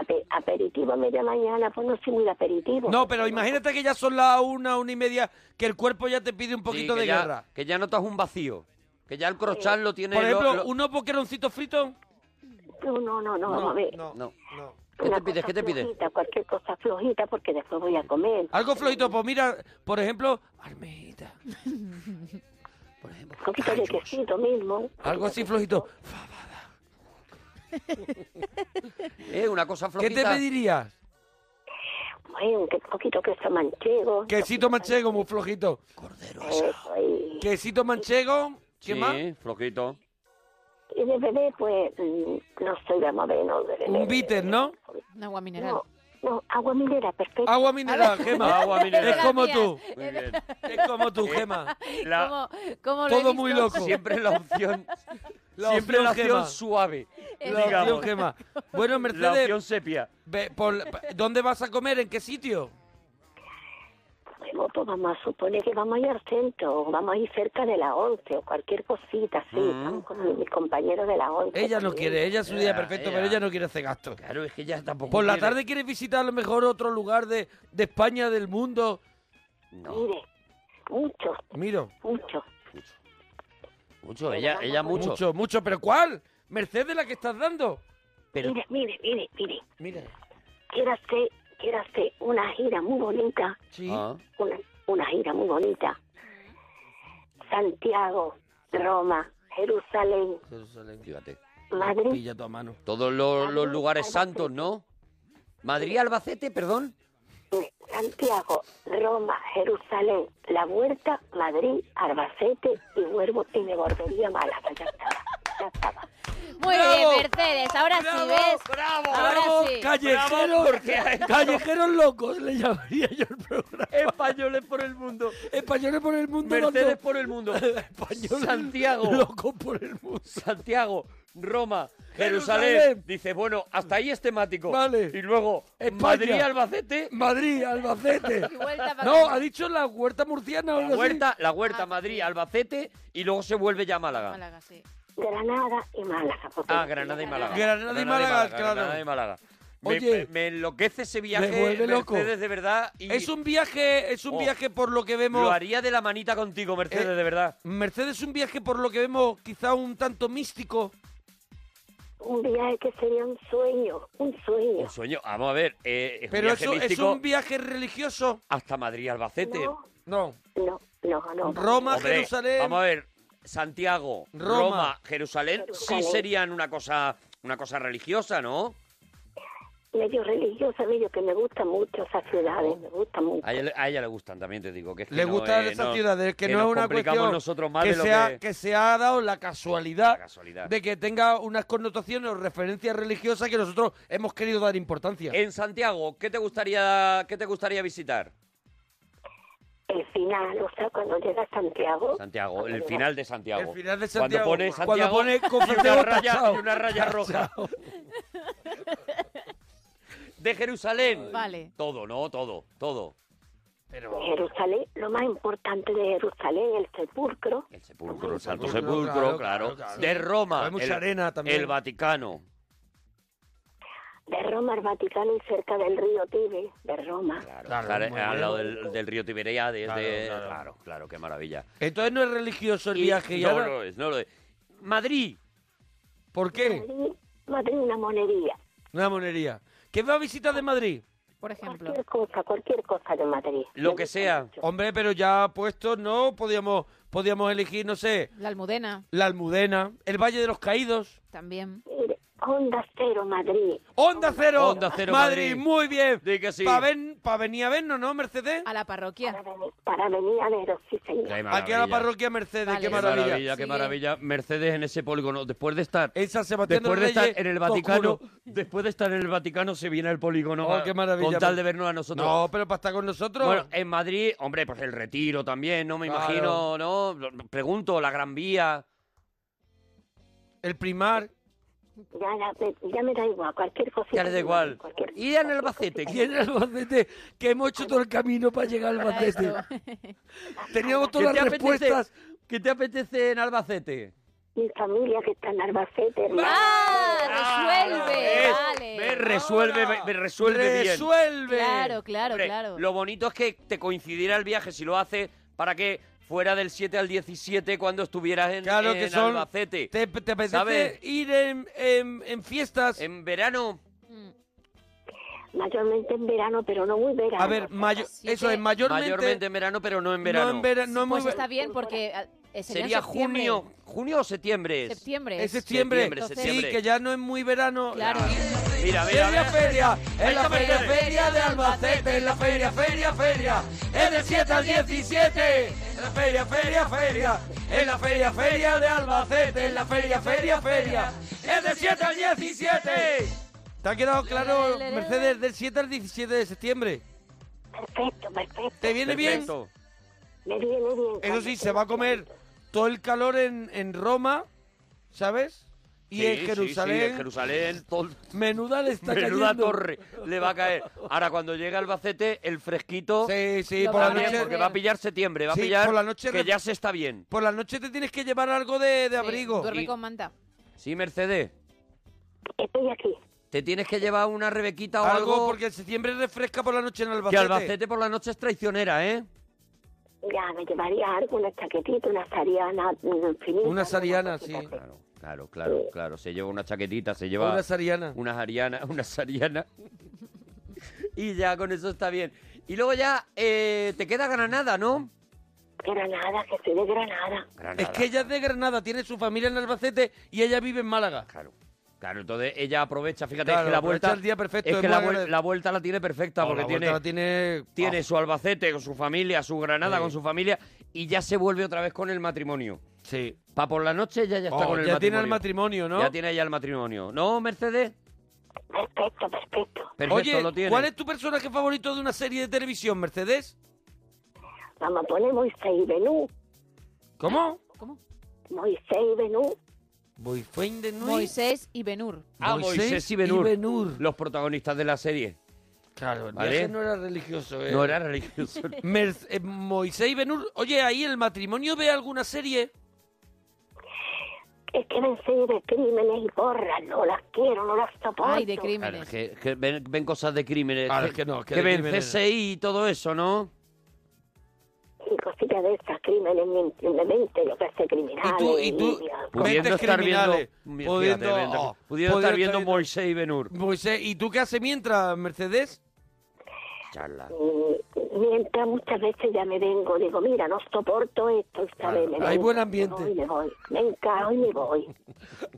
F: ape- aperitivo a media mañana, pues no soy muy de aperitivo.
B: No, pero imagínate que ya son las una, una y media, que el cuerpo ya te pide un poquito
D: que
B: de
D: ya,
B: guerra.
D: Que ya notas un vacío. Que ya el crochán lo tiene...
B: Por
D: lo-
B: ejemplo,
D: lo-
B: unos boqueroncitos fritos.
F: No, no, no, no, vamos a ver.
B: no,
D: No.
B: no.
D: ¿Qué
F: Una
D: te pides?
F: cosa
D: ¿Qué te pides?
F: flojita, cualquier cosa flojita, porque después voy a comer.
B: Algo flojito, pues mira, por ejemplo, almejita. Por ejemplo,
F: Un poquito de
B: callos.
F: quesito mismo.
B: Algo así flojito.
D: Eh, una cosa
B: ¿Qué
D: flojita.
B: te pedirías?
F: Bueno, un que- poquito queso manchego.
B: Quesito manchego, muy flojito. Cordero asado.
F: Eso, y,
B: Quesito manchego.
D: Sí,
B: ¿Qué más?
D: flojito.
F: y de bebé, pues, mm, no soy, vamos a ver, no, de bebé.
B: Un bitter, ¿no?
C: Un Ah, agua mineral.
F: No, no, agua minera, perfecto.
B: Agua mineral, Gema.
D: Agua mineral.
B: Es como tú.
D: Muy bien.
B: Es como tú, Gema.
D: La-
C: ¿Cómo, cómo lo he
B: Todo muy
C: visto?
B: loco.
D: siempre la opción...
B: La
D: siempre
B: opción
D: la opción
B: Gema.
D: suave.
B: La opción
D: digamos.
B: Gema. Bueno,
D: La opción
B: Mercedes,
D: sepia.
B: ve por- pa- ¿dónde vas a comer? ¿En qué sitio?
F: Bueno, pues vamos a suponer que vamos a ir al centro, o vamos a ir cerca de la 11 o cualquier cosita, sí, estamos con mi- mis compañeros de la 11.
B: Mm. Ella no
F: también.
B: quiere, ella es su día
D: Ella,
B: perfecto,
D: ella.
B: pero ella no quiere hacer gasto.
D: Claro, es que ya tampoco.
B: Por la
D: quiere.
B: tarde quieres visitar a lo mejor otro lugar de, de España, del mundo.
D: No,
F: Mire, mucho,
B: Miro,
F: mucho.
D: mucho, ella, ella mucho.
B: mucho, mucho, pero ¿cuál? Mercedes la que estás dando.
D: Pero
F: Mire, mire, mire, mire.
B: Mira,
F: Quiero hacer, quiero hacer una gira muy bonita,
B: sí.
D: Ah,
F: una, una gira muy bonita. Santiago, Roma, Jerusalén,
B: Jerusalén.
D: fíjate.
F: Madrid.
B: Pilla tu mano.
D: Todos los, los lugares santos, ¿no? Madrid, Albacete, perdón.
F: Santiago, Roma, Jerusalén, La Huerta, Madrid, Arbacete y vuelvo y me volvería a Málaga. Ya estaba, ya estaba.
C: Muy
B: ¡Bravo!
C: bien, Mercedes. Ahora
B: ¡Bravo!
C: sí ves.
D: ¡Bravo!
C: Ahora
B: Bravo,
C: sí.
B: callejeros, callejeros locos le llamaría yo el programa.
D: Españoles por el mundo.
B: Españoles por el mundo.
D: Mercedes
B: dando-
D: por el mundo.
B: Españoles
D: Santiago.
B: Locos por el mundo.
D: Santiago, Roma,
B: Jerusalén.
D: Jerusalén. Dice, bueno, hasta ahí es temático.
B: Vale.
D: Y luego,
B: España.
D: Madrid, Albacete.
B: Madrid, Albacete.
C: Y vuelta pa'
B: No,
C: acá.
B: ha dicho la huerta murciana. o
D: La
B: algo así.
D: huerta, la huerta,
C: Ah, sí.
D: Madrid, Albacete. Y luego se vuelve ya a Málaga.
C: Málaga, sí.
F: Granada y Málaga. porque-
D: Ah, Granada y Málaga.
B: Granada y Málaga, claro.
D: Granada y Málaga. Me,
B: Oye.
D: me- me enloquece ese
B: Me
D: viaje,
B: vuelve
D: Mercedes,
B: loco.
D: de verdad. Y
B: Es un viaje, es un
D: Oh.
B: viaje por lo que vemos.
D: Lo haría de la manita contigo, Mercedes,
B: Eh,
D: de verdad.
B: Mercedes es un viaje por lo que vemos quizá un tanto místico.
F: Un viaje que sería un sueño, un sueño.
D: Un sueño. Vamos a ver, eh, es
B: Pero
D: un viaje
B: eso es
D: místico
B: un viaje religioso.
D: hasta Madrid, Albacete.
F: No,
B: No.
F: no, no, no.
B: Roma,
D: Hombre,
B: Jerusalén.
D: Vamos a ver, Santiago,
B: Roma.
D: Roma, Jerusalén, sí
F: Jerusalén.
D: serían una cosa, una cosa religiosa, ¿no?
F: Medio religiosa, medio que me gusta mucho esas ciudades, me gusta mucho.
D: A ella, le- a ella le gustan también, te digo. Que es que
B: Le
D: no,
B: gusta
D: eh,
B: esa
D: no-
B: ciudad, es que, no es
D: nos
B: una
D: complicamos
B: cuestión
D: nosotros más
B: que,
D: de lo
B: se ha-
D: que...
B: que se ha dado la casualidad,
D: La casualidad.
B: de que tenga unas connotaciones o referencias religiosas que nosotros hemos querido dar importancia.
D: En Santiago, ¿qué te gustaría, qué te gustaría visitar?
F: El final, o sea, cuando llega a Santiago,
D: Santiago, el final de Santiago.
B: El final de
D: Cuando
B: Santiago.
D: pone Santiago
B: Cuando pone
D: y
B: Cofeteo
D: una raya,
B: tachado.
D: y una raya roja.
B: Chao.
D: De Jerusalén.
C: Vale.
D: Todo, no, todo, todo.
F: Jerusalén, lo más importante de Jerusalén, el sepulcro.
D: El sepulcro, el Santo
B: sepulcro,
D: Sepulcro,
B: claro,
D: claro.
B: claro, claro.
D: De Roma.
B: Hay mucha
D: el-
B: arena también.
D: El Vaticano.
F: De Roma al Vaticano y cerca del río Tibe, de Roma.
D: Claro,
B: Claro,
D: claro,
B: muy
D: al
B: bien.
D: lado del, del río Tiberíades.
B: Claro,
D: de-
B: claro.
D: claro. claro, qué maravilla.
B: Entonces no es religioso el
D: Y-
B: viaje. y
D: no
B: ahora-
D: lo es, no lo es. Madrid.
B: ¿Por qué?
F: Madrid, Madrid, una monería.
B: Una monería. ¿Qué va a visitar de Madrid?
C: Por ejemplo.
F: Cualquier cosa, cualquier cosa de Madrid.
D: Lo
F: Me
D: que
F: gusta
D: sea.
F: mucho.
B: Hombre, pero ya puestos, ¿no? Podíamos, podíamos elegir, no sé,
C: La almudena
B: la Almudena, el Valle de los Caídos.
C: también.
F: Mire, Onda Cero Madrid.
B: Onda Cero,
D: Onda Cero
B: Madrid.
D: Madrid.
B: muy bien.
D: Di que sí.
B: Para venir a vernos, ¿no, Mercedes?
C: A la parroquia.
F: Para venir- Para venir a veros, sí, señor.
D: Qué
B: Aquí a la
D: maravilla.
B: parroquia Mercedes,
C: Vale.
B: qué
D: Qué
B: maravilla.
D: maravilla, qué
C: Sigue.
D: maravilla. Mercedes en ese polígono, después de estar,
B: En San Sebastián
D: después de
B: de los
D: estar
B: Reyes,
D: en el Vaticano,
B: Toscuno.
D: después de estar en el Vaticano se viene al polígono
B: Oh,
D: a-
B: qué maravilla.
D: con tal de vernos a nosotros.
B: No, pero para estar con nosotros.
D: Bueno, en Madrid, hombre, pues el retiro también, no me
B: Claro.
D: imagino, ¿no? Pregunto, la Gran Vía.
B: el primar.
F: Ya, ya, me- ya me da igual, cualquier cosa.
D: Ya les da igual. Y en Albacete,
B: Y en Albacete, que hemos hecho todo el camino para llegar al
C: Para
B: Albacete.
C: esto.
B: Teníamos
D: ¿Qué
B: todas
D: te
B: las
D: apetece?
B: respuestas.
D: ¿Qué te apetece en Albacete?
F: Mi familia que está en Albacete. hermano.
C: ¡Ah! Resuelve,
D: ¿Ves? ¿Ves?
C: vale.
D: Resuelve,
B: Ahora.
D: ve- resuelve bien.
B: Resuelve.
C: Claro, claro,
D: Hombre,
C: claro.
D: Lo bonito es que te coincidiera el viaje si lo haces para que fuera del 7 al 17 cuando estuvieras en,
B: Claro
D: en
B: que son.
D: Albacete.
B: ¿Te, te apetece
D: ¿Sabes?
B: ir en, en- en fiestas?
D: En verano,
C: Mm.
F: Mayormente en verano, pero no muy verano.
B: a ver, mayo-
C: Así
B: eso
C: que-
B: es mayormente.
D: mayormente en verano, pero no en
B: No
D: verano.
B: en verano. no en
C: Pues
B: muy-
C: está bien porque ah, eh, sería, en
D: Sería
C: septiembre.
D: junio, junio o septiembre. es.
C: Septiembre.
B: Es
C: es.
B: septiembre.
D: Septiembre,
B: sí,
D: septiembre.
B: que ya no es muy verano.
C: Claro.
D: Mira, mira,
B: Es la
D: mira.
B: feria, es la
D: Venga,
B: feria,
D: Mercedes.
B: feria de Albacete, es la feria, feria, feria, es del 7 al 17, es la feria, feria, feria, es la feria, feria de Albacete, es la feria, feria, feria, es del 7 al 17. ¿Te ha quedado claro, Mercedes, del 7 al 17 de septiembre?
F: Perfecto, perfecto.
B: ¿Te viene bien?
D: Perfecto.
F: Me viene bien.
B: Eso sí, se va a comer todo el calor en, en Roma, ¿sabes? Y
D: Sí,
B: en
D: sí,
B: Jerusalén,
D: sí, en Jerusalén, todo-
B: menuda le está
D: menuda
B: cayendo.
D: torre le va a caer. Ahora, cuando llegue Albacete, el fresquito.
B: Sí, sí,
C: Lo
B: por la
C: van a
D: también,
B: noche...
D: porque va a pillar septiembre, va
B: Sí,
D: a pillar
B: por la noche
D: que
B: re-
D: ya se está bien.
B: Por la noche te tienes que llevar algo de, de
C: Sí,
B: abrigo.
C: Duerme
D: Y-
C: con manta.
D: Sí, Mercedes,
F: Estoy aquí.
D: te tienes que llevar una rebequita o algo,
B: Algo porque en septiembre refresca por la noche en Albacete.
D: que Albacete por la noche es traicionera, ¿eh?
F: Ya, me llevaría algo, una chaquetita, una sariana. mm, finita,
B: Una sariana,
F: cosita
B: sí.
F: así.
D: Claro, claro, claro, claro. Se lleva una chaquetita, se lleva
B: Una sariana.
D: unas arianas, una sariana. y ya con eso está bien. Y luego ya eh, te queda Granada, ¿no?
F: Granada, que soy de Granada.
D: Granada.
B: Es que ella es de Granada, tiene su familia en Albacete y ella vive en Málaga.
D: Claro. Claro, entonces ella aprovecha, fíjate,
B: Claro,
D: es que la
B: aprovecha
D: vuelta.
B: el día perfecto,
D: es
B: es
D: que
B: muy
D: la, vuel-
B: agradable.
D: la vuelta la tiene perfecta,
B: No,
D: porque
B: la
D: tiene,
B: vuelta la tiene...
D: tiene
B: Ah,
D: su Albacete con su familia, su Granada
B: Sí.
D: con su familia, y ya se vuelve otra vez con el matrimonio.
B: sí.
D: Pa' por la noche ya, ya está
B: Oh,
D: con el
B: ya
D: matrimonio.
B: tiene el matrimonio, ¿no?
D: Ya tiene ya el matrimonio. ¿No, Mercedes?
F: Perfecto, perfecto.
D: Perfecto,
B: Oye,
D: lo tiene.
B: ¿cuál es tu personaje favorito de una serie de televisión, Mercedes?
F: Vamos a poner Moisés y Benú.
B: ¿Cómo?
C: ¿Cómo?
F: Moisés y Benú.
B: Boyfriend de Nui.
C: Moisés y Benur.
D: Ah, Moisés y Benur.
B: Benhur.
D: Los protagonistas de la serie.
B: Claro, el
D: Vale.
B: viaje no era religioso, ¿eh?
D: No era religioso.
B: Mer- eh, Moisés y Benur. Oye, ahí el matrimonio ve alguna serie.
F: Es que me enseñe de crímenes y porras. No las quiero, no las soporto.
C: Ay, de
D: Claro,
C: crímenes.
D: que- que ven, ven cosas de crímenes.
B: Claro, es que no, es que
D: Que
B: de
D: ven
B: crímenes.
D: CSI y todo eso, ¿no?
F: Y cositas de esas, crímenes, mi- mi mente, yo que sé, criminales.
B: Y tú- y tú-
F: niñas,
B: Pu-
D: Pudiendo
B: Mentes
D: estar viendo,
B: criminales,
D: Fíjate,
B: pudiendo-
D: ven-
B: oh,
D: pudiendo estar
B: pudiendo
D: viendo
B: estar-
D: Moisés y Benur.
B: Moisés, ¿y tú qué haces mientras, Mercedes?
D: Charla.
F: Y Mm, mientras muchas veces ya me vengo, digo, mira, no soporto esto, esta vez me
B: hay
F: vengo,
B: buen
F: me
B: ambiente.
F: voy, me voy, me encajo y me voy.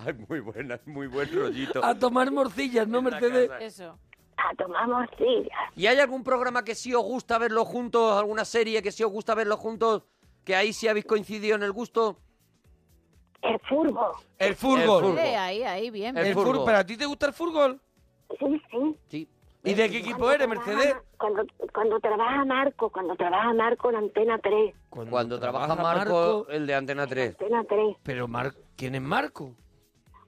D: Ay, muy buena, muy buen rollito.
B: A tomar morcillas, Ah, ¿no,
D: En la
B: Mercedes?
D: casa.
C: Eso.
F: A tomar morcillas.
D: ¿Y hay algún programa que sí os gusta verlo juntos? ¿Alguna serie que sí os gusta verlo juntos? Que ahí sí habéis coincidido en el gusto.
F: El furbo.
B: El
D: El
B: fútbol.
D: furgo.
C: Eh, Ahí, ahí, bien.
D: El
B: El
D: furgo.
B: fútbol. ¿Pero a ti te gusta el fútbol?
F: Sí, sí.
D: Sí.
B: ¿Y de qué equipo eres,
F: trabaja-
B: Mercedes?
F: Ah, Cuando, cuando trabaja Marco, cuando trabaja Marco en Antena 3.
D: Cuando, trabaja, Marco, el de Antena 3.
F: Antena 3.
B: Pero Mar... ¿quién es Marco?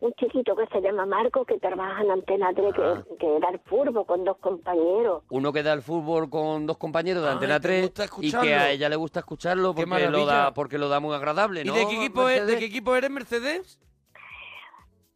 F: Un chiquito que se llama Marco que trabaja en Antena 3,
B: Ah.
F: que, que da el furbo con dos compañeros.
D: Uno que da el fútbol con dos compañeros de
B: Ay,
D: Antena
B: te
D: 3
B: Ah, gusta
D: y
B: escucharlo.
D: que a ella le gusta escucharlo
B: Qué
D: porque lo,
B: maravilla.
D: da, porque lo da muy agradable,
B: ¿Y
D: ¿no?
B: de qué equipo, eres, de
D: Mercedes?
B: qué equipo eres, Mercedes?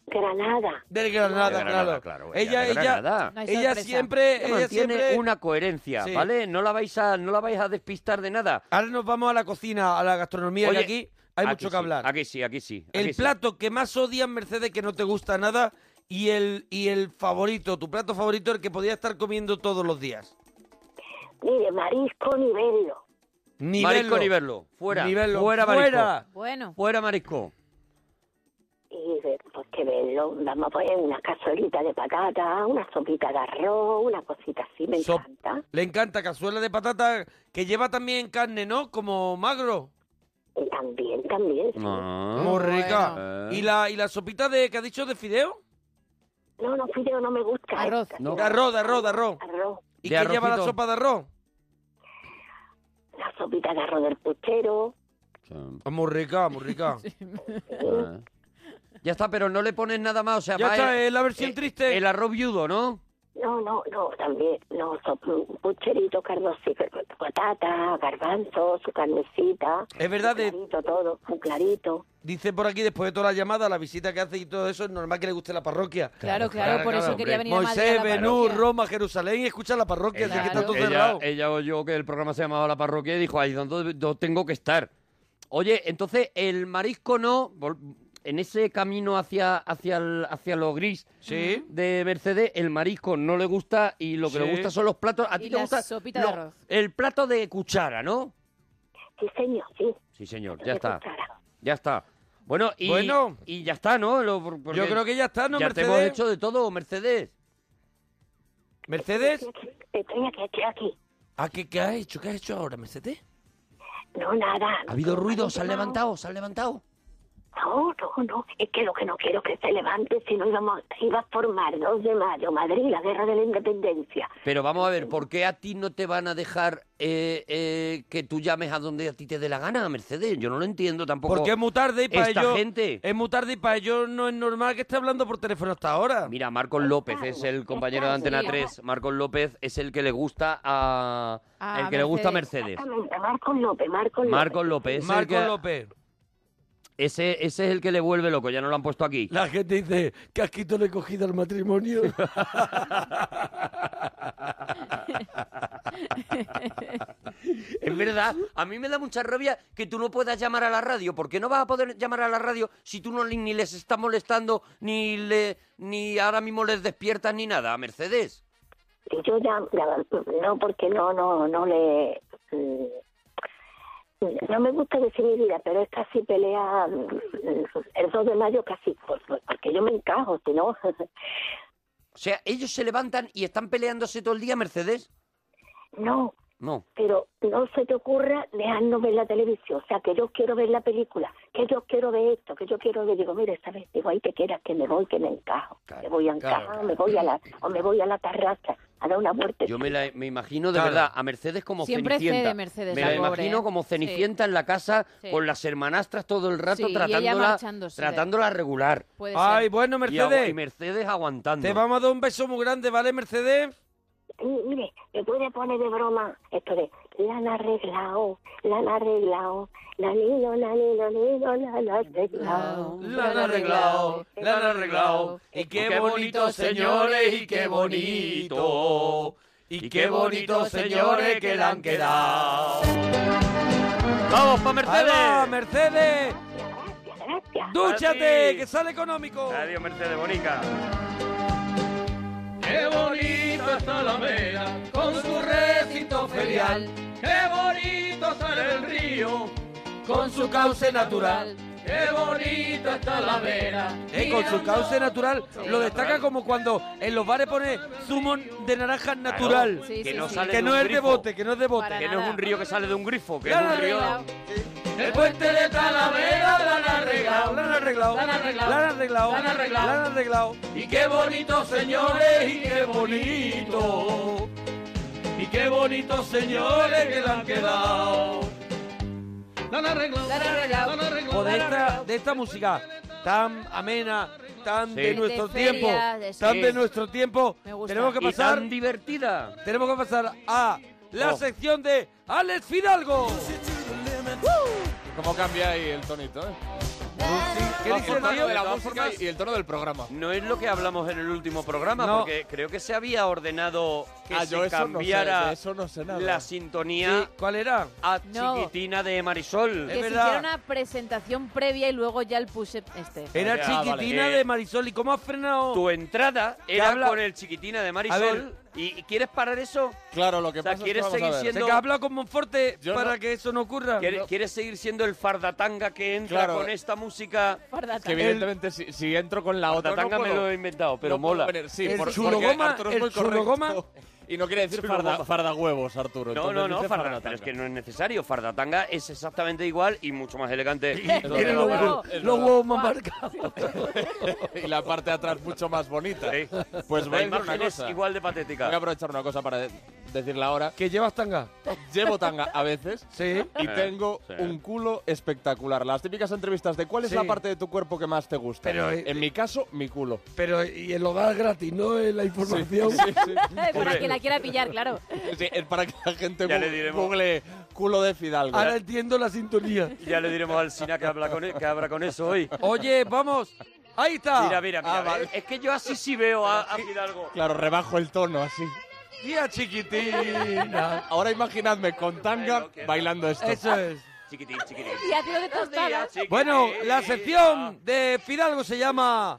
F: Granada.
B: Del Granada,
D: De Granada,
B: claro.
D: claro, ella
B: Ella,
D: de
B: ella,
D: Granada.
C: No hay
B: ella
C: sorpresa.
B: siempre,
D: Ella
B: ella
D: mantiene
B: siempre.
D: una coherencia,
B: Sí.
D: ¿vale? No la vais a no la vais a despistar de nada.
B: Ahora nos vamos a la cocina, a la gastronomía, que
D: Oye,
B: aquí hay
D: aquí
B: mucho
D: sí,
B: que hablar.
D: Aquí sí, aquí sí.
B: El
D: aquí sí.
B: plato que más odias, Mercedes, que no te gusta nada, y el, y el favorito, tu plato favorito, el que podías estar comiendo todos los días.
F: Mire, marisco ni verlo.
B: Ni
D: marisco
B: verlo.
D: ni verlo. Fuera.
B: Ni verlo.
D: Fuera marisco.
B: Fuera.
C: Bueno.
D: Fuera marisco.
F: Y y de- pues que verlo, vamos a poner una cazuelita de patata, una sopita de arroz, una cosita así, me
B: Sop-
F: encanta.
B: Le encanta cazuela de patata que lleva también carne, ¿no? Como magro.
F: Y También, también. sí.
B: Muy rica.
D: Ah, bueno.
B: ¿Y, la, ¿Y la sopita de que ha dicho de fideo?
F: No, no, fideo no me gusta.
C: Arroz.
F: esta,
D: No.
B: De arroz, de arroz, de arroz.
F: Arroz,
B: ¿Y
D: De
B: qué lleva la
D: arrocito.
B: sopa de arroz?
F: la sopita de arroz del puchero.
B: Ah, Muy rica, muy rica.
D: Ah. Ya está, pero no le pones nada más, o sea,
B: Ya
D: va
B: está,
D: el,
B: es la versión triste.
D: Eh, el arroz viudo, ¿no?
F: No, no, no, también, no, so- un pucherito, cardocito, patata, garbanzo, su carnecita.
B: Es verdad, de-
F: Su clarito todo, su clarito.
B: Dice por aquí, después de toda la llamada, la visita que hace y todo eso, es normal que le guste la parroquia.
C: Claro, claro, por eso
D: claro,
C: quería
D: hombre.
C: venir a Madrid.
B: Moisés,
C: a la
B: Benú,
C: parroquia.
B: Roma, Jerusalén, y escucha la parroquia, así que está
C: Claro.
B: todo
D: ella,
B: cerrado.
D: ella oyó que el programa se llamaba La Parroquia y dijo, ahí donde tengo que estar. Oye, entonces, el marisco no, vol- en ese camino hacia, hacia, el- hacia lo gris
B: Sí.
D: de Mercedes, el marisco no le gusta y lo que
B: Sí.
D: le gusta son los platos. ¿A ti
C: Y
D: te
C: la
D: gusta?
C: sopita de
D: lo-
C: arroz.
D: El plato de cuchara, ¿no?
F: Sí, señor, sí.
D: Sí, señor,
F: de
D: ya está.
F: cuchara.
D: Ya está. Bueno, y,
B: Bueno.
D: y ya está, ¿no? Lo- por- porque
B: Yo creo que ya está, ¿no,
D: ya
B: Mercedes?
D: te hemos hecho de todo, Mercedes.
B: ¿Mercedes?
F: Estoy aquí, estoy aquí, estoy aquí.
B: ¿A qué, qué has hecho? ¿Qué has hecho ahora, Mercedes?
F: No, nada.
D: ¿Ha habido ruido?
F: ruidos
D: ¿Se han levantado? ¿Se han levantado?
F: No, no, no. Es que lo que no quiero es que se levante, si no íbamos, iba a formar 2 de mayo, Madrid, la guerra de la independencia.
D: Pero vamos a ver, ¿por qué a ti no te van a dejar eh, eh, que tú llames a donde a ti te dé la gana, Mercedes? Yo no lo entiendo tampoco.
B: Porque es muy tarde y para
D: esta
B: ellos.
D: gente.
B: Es muy tarde y para ellos no es normal que esté hablando por teléfono hasta ahora.
D: Mira, Marcos López es el compañero de Antena
C: Sí.
D: 3. Marcos López es el que le gusta a...
C: A
D: el que le gusta a
C: Mercedes. Ah,
D: Mercedes.
F: Exactamente, Marcos López,
D: Marcos
F: Marcos López.
D: López. es el
B: Marco
D: que-
B: López.
D: Ese, ese es el que le vuelve loco, ya no lo han puesto aquí.
B: La gente dice, casquito le he cogido al matrimonio.
D: Es verdad, a mí me da mucha rabia que tú no puedas llamar a la radio, porque no vas a poder llamar a la radio si tú no li- ni les estás molestando, ni le, ni ahora mismo les despiertas ni nada, a Mercedes.
F: Y yo ya, ya- no, porque no, no, no le... mm, No me gusta decir mi vida, pero es casi pelea mm, el 2 de mayo casi, pues, pues, porque yo me encajo, si no...
D: O sea, ellos se levantan y están peleándose todo el día, Mercedes.
F: No,
D: No.
F: pero no se te ocurra dejarnos ver la televisión, o sea, que yo quiero ver la película, que yo quiero ver esto, que yo quiero ver... Digo, mire, ¿sabes? Digo, ahí te quieras, que me voy, que me encajo,
D: Claro,
F: me voy a
B: claro,
F: encajar,
B: claro.
F: me voy a la... o me voy a la terraza a dar una vuelta.
D: Yo me, la, me imagino de
B: Claro.
D: verdad a Mercedes como
C: Siempre
D: Cenicienta.
C: cede Mercedes,
D: me
C: la
D: la
C: pobre,
D: imagino
C: ¿eh?
D: como Cenicienta en la casa
C: Sí.
D: con las hermanastras todo el rato
C: Sí, y ella
D: tratándola,
C: marchándose.
D: tratándola regular.
C: Puede ser.
B: Ay, bueno,
D: Y agu-
B: Mercedes.
D: Y, Mercedes aguantando.
B: Te vamos a dar un beso muy grande, ¿vale, Mercedes?
F: M- Mire, me puede poner de broma esto de la han arreglado, la han arreglado, la niño, la niño, la niño, la han arreglado.
B: La han arreglado, la han arreglado. Y qué bonito, señores, y qué bonito. Y qué bonito, señores, que la han quedado.
D: ¡Vamos pa' Mercedes!
B: ¡Hala, Mercedes!
F: Gracias,
D: Para
F: gracias.
B: ¡Dúchate,
D: ti.
B: que sale económico!
D: Adiós, Mercedes Bonica.
A: Qué bonita está la mera con su recito ferial. Qué bonito está el río
B: Con su cauce natural.
A: Qué bonita está la vera.
B: Eh, con su cauce natural lo destaca como cuando en los bares pone zumo de naranja natural.
C: Sí,
D: que
C: sí,
D: no
C: sí.
D: sale
B: Que
D: de
B: no
D: un
B: es de
D: grifo.
B: bote, que no es de bote.
C: Para
D: Que no es
C: nada.
D: un río que sale de un grifo, que es
B: La han
D: un río...
B: arreglado. El puente de Talavera la han arreglado, la han arreglado, la han arreglado, la han arreglado, la han arreglado,
A: Y qué bonito, señores, y qué bonito. Y qué bonito, señores, que le han quedado. La han arreglado,
C: La han arreglado.
A: la han arreglado,
B: O de
A: la han
B: esta,
A: arreglado.
B: de esta música tan amena, tan
D: Sí.
B: de nuestro
C: De
B: tiempo,
C: feria, de
B: tan
C: sí.
B: de nuestro tiempo,
C: Me gusta.
B: tenemos que
D: Y
B: pasar,
D: tan divertida.
B: tenemos que pasar a la
D: Oh.
B: sección de Alex Fidalgo.
G: ¿Cómo cambiáis el tonito? eh?
B: ¿Qué dice el
G: el tono
B: tío?
G: de la música y el tono del programa.
D: No es lo que hablamos en el último programa,
B: No.
D: porque creo que se había ordenado que
G: Ah,
D: se
G: yo eso no sé,
D: cambiara
G: de eso no sé nada.
D: la
B: Sí,
D: sintonía
B: ¿Cuál era?
D: a
C: No.
D: Chiquitina de Marisol.
B: Es
C: Que se
B: verdad.
C: hiciera una presentación previa y luego ya el push este.
B: Era
G: Ah, vale.
B: chiquitina
D: Eh,
B: de Marisol. ¿Y cómo has frenado?
D: Tu entrada era
B: habla-
D: con el Chiquitina de
B: A
D: Marisol
B: ver,
D: ¿Y, y quieres parar eso?
G: Claro, lo que
D: O sea,
G: pasa
D: ¿quieres
G: es que
D: seguir
G: vamos a ver.
D: siendo-
B: Que ha hablado con Monforte
D: Yo
B: para
D: no-
B: que eso no ocurra.
D: ¿Quieres, quieres seguir siendo el fardatanga que entra
G: Claro.
D: con esta música?
G: Es que evidentemente si, si entro con la otra no
D: Fardatanga me
G: puedo.
D: lo he inventado, pero
G: No puedo
D: mola.
G: venir, sí,
B: El
G: por-
B: chulo
G: porque
B: goma,
G: Arturo es
B: el
G: muy
B: chulo
G: correcto.
B: goma.
G: Y no quiere decir
D: Chulo
G: farda,
D: goma.
G: fardahuevos, Arturo.
D: No,
G: entonces
D: no, no,
G: dice
D: fardatanga. Pero es que no es necesario. Fardatanga es exactamente igual y mucho más elegante.
B: Tiene los,
C: Huevo.
B: huevos- los huevos más marcados.
G: y la parte de atrás mucho más bonita.
D: Sí.
G: Pues voy
D: La
G: a decir una
D: imagen es
G: cosa.
D: igual de
G: Voy a
D: patética.
G: aprovechar una cosa para de- decirla ahora.
B: ¿Que llevas tanga?
G: Llevo tanga a veces
B: Sí.
G: y
D: Eh,
G: tengo
D: sí.
G: un culo espectacular. Las típicas entrevistas de cuál es
B: Sí.
G: la parte de tu cuerpo que más te gusta.
B: Pero, eh,
G: en mi caso, mi culo.
B: Pero y lo das gratis, ¿no? Eh, La información.
G: Sí, sí.
C: Para quien la quiera pillar, claro.
G: Sí, es para que la gente
D: Ya
G: gu-
D: le diremos.
G: google culo de Fidalgo.
B: Ahora entiendo la sintonía.
D: Ya le diremos al Sina que habla con, e- que habrá con eso hoy.
B: Oye, vamos. Ahí está.
D: Mira, mira, mira. eh.
G: Ah, vale.
D: Es que yo así sí veo a, a Fidalgo.
G: Claro, rebajo el tono así.
B: Tía chiquitina.
G: Ahora imaginadme con tanga
D: Bueno, que-
G: bailando esto.
B: Eso es.
D: Chiquitín, chiquitín.
C: Y a tiro de tostadas.
D: Chiquitín.
B: Bueno, la sección de Fidalgo se llama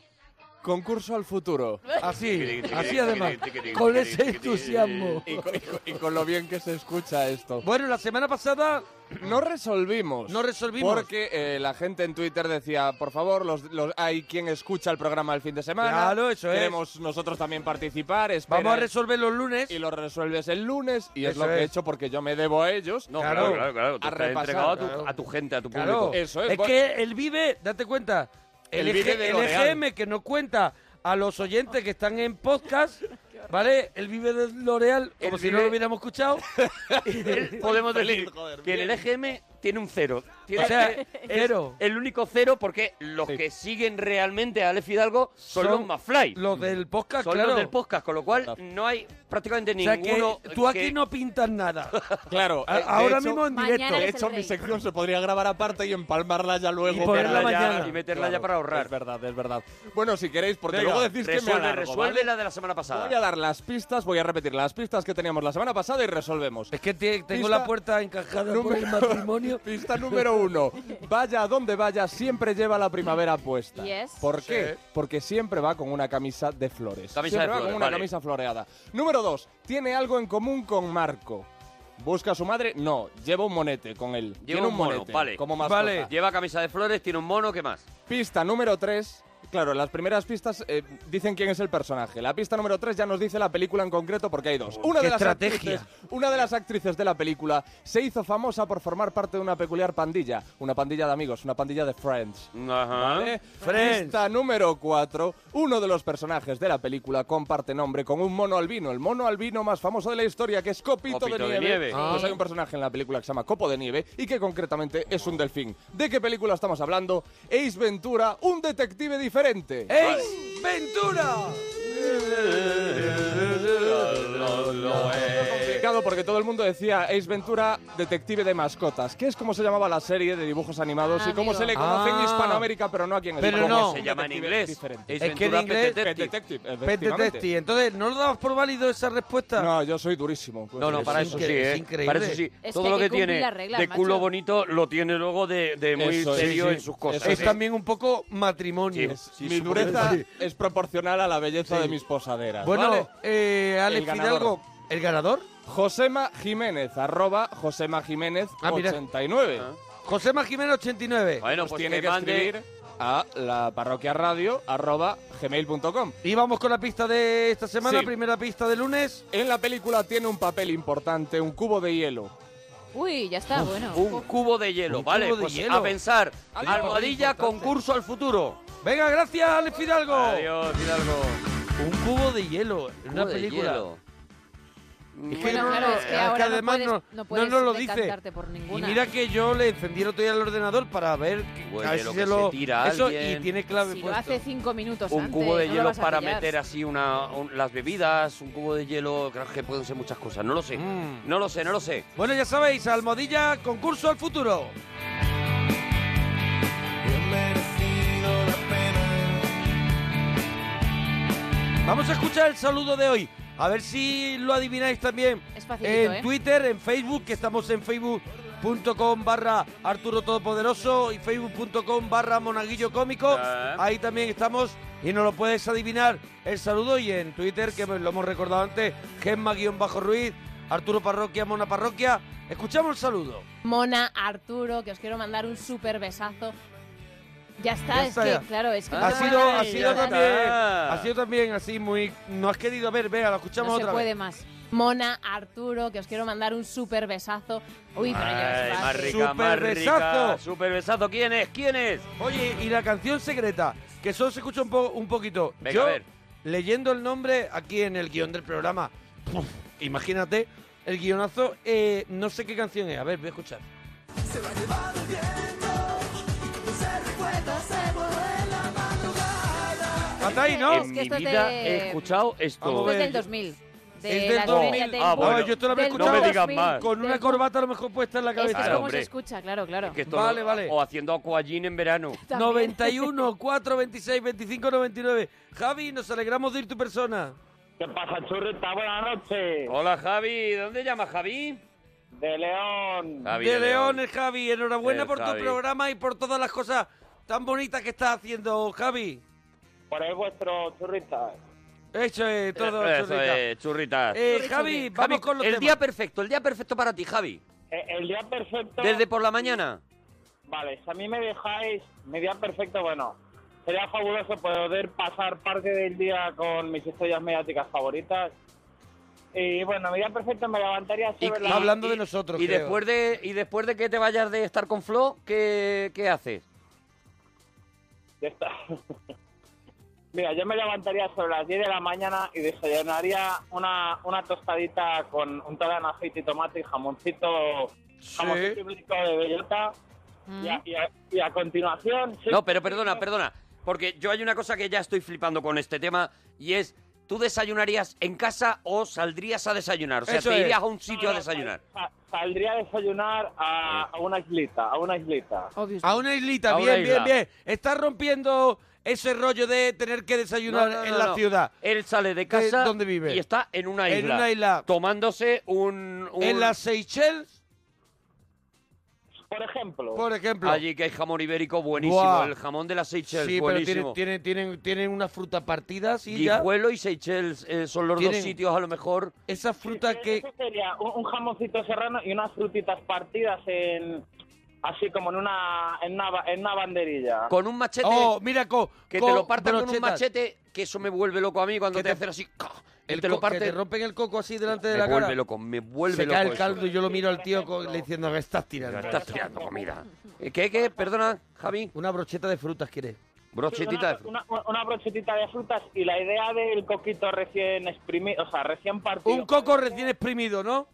G: Concurso al futuro.
B: así, así además, con ese entusiasmo.
G: Y con, y con- y con lo bien que se escucha esto.
B: Bueno, la semana pasada
G: No resolvimos.
B: No resolvimos.
G: Porque eh, la gente en Twitter decía, por favor, los, los- hay quien escucha el programa el fin de semana.
B: Claro, eso es.
G: Queremos nosotros también participar. espera".
B: vamos a resolver los lunes.
G: Y lo resuelves el lunes y es
B: Eso
G: lo que he
B: es.
G: hecho porque yo me debo a ellos.
D: No,
B: Claro.
D: claro, claro, claro. Tú
G: A
D: estás
G: repasar,
D: entregado a tu,
B: claro.
D: a tu gente, a tu
B: Claro,
D: público.
G: Eso es, bueno.
B: que el Vive, date cuenta, el,
G: El Vive
B: EG
G: de
B: el
G: L'Oreal.
B: EGM que no cuenta a los oyentes que están en podcast, ¿vale? El Vive de L'Oreal, como
D: El
B: si no
D: Vive-
B: lo hubiéramos escuchado.
D: Podemos decir
G: joder,
D: que en el EGM tiene un cero. Tiene
B: O sea,
D: es
B: cero.
D: El único cero porque los
G: Sí.
D: que siguen realmente a Ale Fidalgo son,
B: Son
D: los más fly.
B: Los del podcast,
D: son
B: claro.
D: los del podcast, con lo cual no hay prácticamente
B: o sea
D: ninguno.
B: que tú aquí
D: que-
B: no pintas nada.
G: Claro.
B: A-
G: eh, de
B: Ahora
G: hecho-
B: mismo en
C: Mañana
B: directo.
G: De
C: Eres
G: hecho,
C: el
G: mi
C: rey.
G: sección se podría grabar aparte y empalmarla ya luego.
B: Y ponerla
G: para-
B: mañana.
D: ya- y meterla ya para
G: Es
D: ahorrar.
G: verdad, es verdad. Bueno, si queréis, porque
B: Venga,
G: luego decís que me
D: Resuelve,
G: alargo,
D: resuelve
G: ¿vale?
D: la de la semana pasada.
G: Voy a dar las pistas, voy a repetir las pistas que teníamos la semana pasada y resolvemos.
B: Es que te- tengo
G: Pista
B: la puerta encajada por el
G: número-
B: matrimonio.
G: Pista número uno. Vaya a donde vaya, siempre lleva la primavera puesta.
C: Yes.
G: ¿Por qué? Porque siempre va con una camisa de flores.
D: Camisa
G: siempre
D: de
G: va con
D: flores,
G: una
D: vale.
G: camisa floreada. Número dos. Tiene algo en común con Marco. ¿Busca a su madre? No. Lleva un monete con él. Tiene
D: un mono,
G: monete.
D: vale.
G: Como mascota.
B: Vale.
D: Lleva camisa de flores, tiene un mono, ¿qué más?
G: Pista número 3. Claro, las primeras pistas eh, dicen quién es el personaje. La pista número 3 ya nos dice la película en concreto porque hay dos. Una
B: ¡Qué
G: de, las
B: estrategia!
G: actrices, una de las actrices de la película se hizo famosa por formar parte de una peculiar pandilla. Una pandilla de amigos, una pandilla de friends.
D: Ajá.
G: ¿Eh?
B: Friends.
G: Pista número 4. Uno de los personajes de la película comparte nombre con un mono albino. El mono albino más famoso de la historia que es Copito,
D: Copito
G: de,
D: de
G: Nieve.
D: Nieve. Ah.
G: Pues hay un personaje en la película que se llama Copo de Nieve y que concretamente es un delfín. ¿De qué película estamos hablando? Ace Ventura, un detective diferente.
D: ¡Eh!
B: ¡Ace Ventura!
A: Eh,
G: Complicado porque todo el mundo decía Ace Ventura, detective de mascotas, que es como se llamaba la serie de dibujos animados y cómo
C: Amigo.
G: se le conoce
B: Ah.
G: en Hispanoamérica, pero no aquí en
B: Pero
G: España.
B: no.
G: Un
D: Se llama en
G: detective
D: inglés.
G: diferente.
D: Ace
B: Es que en
D: Ventura,
B: inglés-
D: Pet
G: Pet
D: Detective.
G: Detective,
B: Pet
G: efectivamente.
B: Detective. Entonces, ¿no lo dabas por válido esa respuesta?
G: No, yo soy durísimo. pues.
D: No, no,
B: Es
D: para eso sí,
B: incre-
D: ¿eh?
B: es increíble.
D: Para eso sí.
C: que
D: Todo
C: hay
D: lo
C: que
D: que
C: cumplir
D: tiene
C: las reglas,
D: de culo
C: macho.
D: bonito lo tiene luego de, de muy
G: Eso es,
D: serio
G: sí, sí.
D: en sus cosas.
G: Eso
B: Es
D: ¿eh?
B: también un poco matrimonio.
D: Sí.
G: Mi
D: supongo que
G: dureza es proporcional a la belleza de mis posaderas.
B: Bueno,
G: ¿vale?
B: eh, Alex
G: El ganador.
B: Fidalgo, ¿el ganador?
G: Josema Jiménez, arroba Josema Jiménez
B: Ah, mira.
G: 89.
B: José Jiménez 89.
D: Bueno,
G: Nos
D: pues
G: tiene
D: que
G: que
D: mande-
G: escribir a la parroquia radio arroba gmail.com.
B: Y vamos con la pista de esta semana,
G: Sí.
B: primera pista de lunes.
G: En la película tiene un papel importante, un cubo de hielo.
C: Uy, ya está, bueno.
D: Un cubo de hielo,
B: Un
D: ¿vale?
B: cubo de
D: Pues
B: hielo.
D: a pensar.
G: Algo
D: Almohadilla, concurso al futuro.
B: Venga, gracias, Alex Fidalgo.
D: Adiós, Hidalgo.
B: Un cubo de hielo, en una
D: Cubo de
B: película.
D: hielo.
B: Es que
C: Bueno,
B: no,
C: claro,
B: no,
C: es que
B: es
C: ahora
B: que
C: no
B: además
C: puedes-
B: no,
C: no puedes
B: nos lo dice.
C: decantarte por
B: Y
C: ninguna.
B: mira que yo le encendí el otro día el ordenador para ver
D: Huele
B: a ver si
D: lo
B: se
D: que
B: lo
D: se tira a
B: eso y
D: alguien.
B: tiene clave
C: si lo
B: puesto.
C: hace cinco minutos
D: Un
C: antes,
D: cubo de
C: no lo
D: hielo
C: vas a
D: para
C: pillar.
D: meter así una, un- las bebidas, un cubo de hielo, creo que pueden ser muchas cosas, no lo sé.
B: Mm.
D: No lo sé, no lo sé.
B: Bueno, ya sabéis, Almodilla, concurso al futuro. Vamos a escuchar el saludo de hoy. A ver si lo adivináis también
C: Es
B: en
C: facilito, ¿eh?
B: Twitter, en Facebook, que estamos en Facebook facebook.com barra Arturo Todopoderoso y facebook.com barra Monaguillo Cómico. Ahí también estamos y nos lo puedes adivinar el saludo y en Twitter, que lo hemos recordado antes, Gemma-Ruiz, Arturo Parroquia, Mona Parroquia. Escuchamos el saludo.
C: Mona, Arturo, que os quiero mandar un súper besazo. Ya está,
B: Ya
C: es
B: está,
C: que,
B: ya. Ah,
C: claro, es que...
B: ha
C: no se
B: sido,
C: puede
B: ha
C: más.
B: sido
C: Ya
B: también,
C: está.
B: ha sido también así muy, no has querido ver, venga, lo escuchamos
C: No se
B: otra
C: puede
B: vez.
C: más. Mona, Arturo, que os quiero mandar un súper besazo. Uy,
D: Ah,
C: pero ya
D: Ay,
C: es
D: más
C: fácil.
D: rica, más rica.
B: Superbesazo.
D: Super besazo. ¿Quién es? ¿Quién es?
B: Oye, y la canción secreta, que solo se escucha un, po- un poquito.
D: Venga,
B: Yo,
D: a ver.
B: leyendo el nombre aquí en el guión del programa, puf, imagínate, el guionazo, eh, no sé qué canción es. A ver, voy a escuchar.
A: Se va llevando el viento y todo se recuerda, se vuelve en la madrugada.
B: Hasta ahí, ¿no?
C: Es
D: en mi
C: que esto es
D: vida
C: de-
D: he escuchado esto.
C: Esto es del
B: yo-
C: 2000. De
B: es del
C: la
B: 2000.
C: feria del
D: Ah,
C: mundo.
D: bueno.
B: yo esto lo había
C: Del
B: escuchado.
D: No me digas
C: 2000.
D: más.
B: Con una
C: Del-
B: corbata a lo mejor puesta en la
C: Es que es
B: cabeza.
D: Claro,
C: como se
D: hombre.
C: escucha, claro, claro.
D: Que esto
B: Vale,
D: no-
B: vale.
D: O haciendo aquagym en verano.
C: También.
B: 91 4 26 25 99. Javi, nos alegramos de ir tu persona.
E: ¿Qué pasa, churrita? Buenas noches.
D: Hola, Javi. ¿Dónde llamas, Javi?
E: De León.
D: Javi
B: de León, el Javi. Enhorabuena
D: El
B: por
D: Javi.
B: tu programa y por todas las cosas tan bonitas que estás haciendo, Javi.
E: Por ahí vuestro churrita.
B: Eso es todo,
D: Eso
B: churrita.
D: es, churrita.
B: Eh, Javi, vamos
D: Javi,
B: con los
D: el
B: temas.
D: día perfecto, el día perfecto para ti, Javi.
E: Eh, El día perfecto.
D: Desde por la mañana.
E: Vale, si a mí me dejáis, mi día perfecto, bueno, sería fabuloso poder pasar parte del día con mis estrellas mediáticas favoritas. Y bueno, mi día perfecto me levantaría sobre
B: Está
E: la...
B: hablando de nosotros,
D: Y
B: creo.
D: después de y después de que te vayas de estar con Flo, ¿qué, qué haces?
E: Ya está. Mira, yo me levantaría sobre las 10 de la mañana y desayunaría una, una tostadita con un en aceite y tomate y jamoncito, jamoncito y brinco de bellota. Y, a, y a- y a continuación... sí,
D: No, pero perdona, perdona. Porque yo hay una cosa que ya estoy flipando con este tema y es, ¿tú desayunarías en casa o saldrías a desayunar? O sea,
B: Eso
D: te
B: es.
D: irías a un sitio a
E: no, sal-
D: desayunar.
E: sa- saldría a desayunar a, a una islita, a una islita.
C: Obvio.
B: A una islita,
D: A
B: bien,
D: una
B: bien,
D: isla.
B: bien. Estás rompiendo ese rollo de tener que desayunar
D: No, no, no,
B: en la
D: no.
B: ciudad.
D: Él sale de casa
B: dónde vive?
D: y está en una
B: En
D: isla.
B: una isla.
D: Tomándose un... un-
B: En las Seychelles,
E: Por ejemplo,
B: por ejemplo.
D: Allí que hay jamón ibérico buenísimo.
B: Buah.
D: El jamón de las Seychelles,
B: sí, pero
D: buenísimo.
B: tienen, tienen, tienen, tienen una fruta partida, sí, ya.
D: Guijuelo y Seychelles eh, son los
B: Tienen-
D: dos sitios a lo mejor.
B: Esa fruta que...
E: eso Este sería un, un jamoncito serrano y unas frutitas partidas en así como en una en una, ba- en una banderilla.
D: Con un machete...
B: Oh, mira, co-
D: Que
B: co-
D: te lo partan con un
B: brochetas.
D: machete, que eso me vuelve loco a mí cuando
B: Que
D: te,
B: te-
D: hacen así. ¡ca! Que
B: El
D: te
B: co-
D: lo
B: que te
D: parten.
B: rompen el coco así delante de
D: me
B: la cara.
D: vuelve loco, me vuelve
B: Se
D: loco.
B: cae el
D: eso.
B: caldo y yo lo miro al tío co- le diciendo que estás tirando.
D: Me estás tirando comida. Eh, ¿Qué, qué? Perdona, Javi.
B: Una brocheta de frutas quieres.
D: Brochetita de
E: Sí,
D: fruta.
E: una, una- una brochetita de frutas y la idea del coquito recién exprimido, o sea, recién partido.
B: Un coco recién exprimido, ¿no?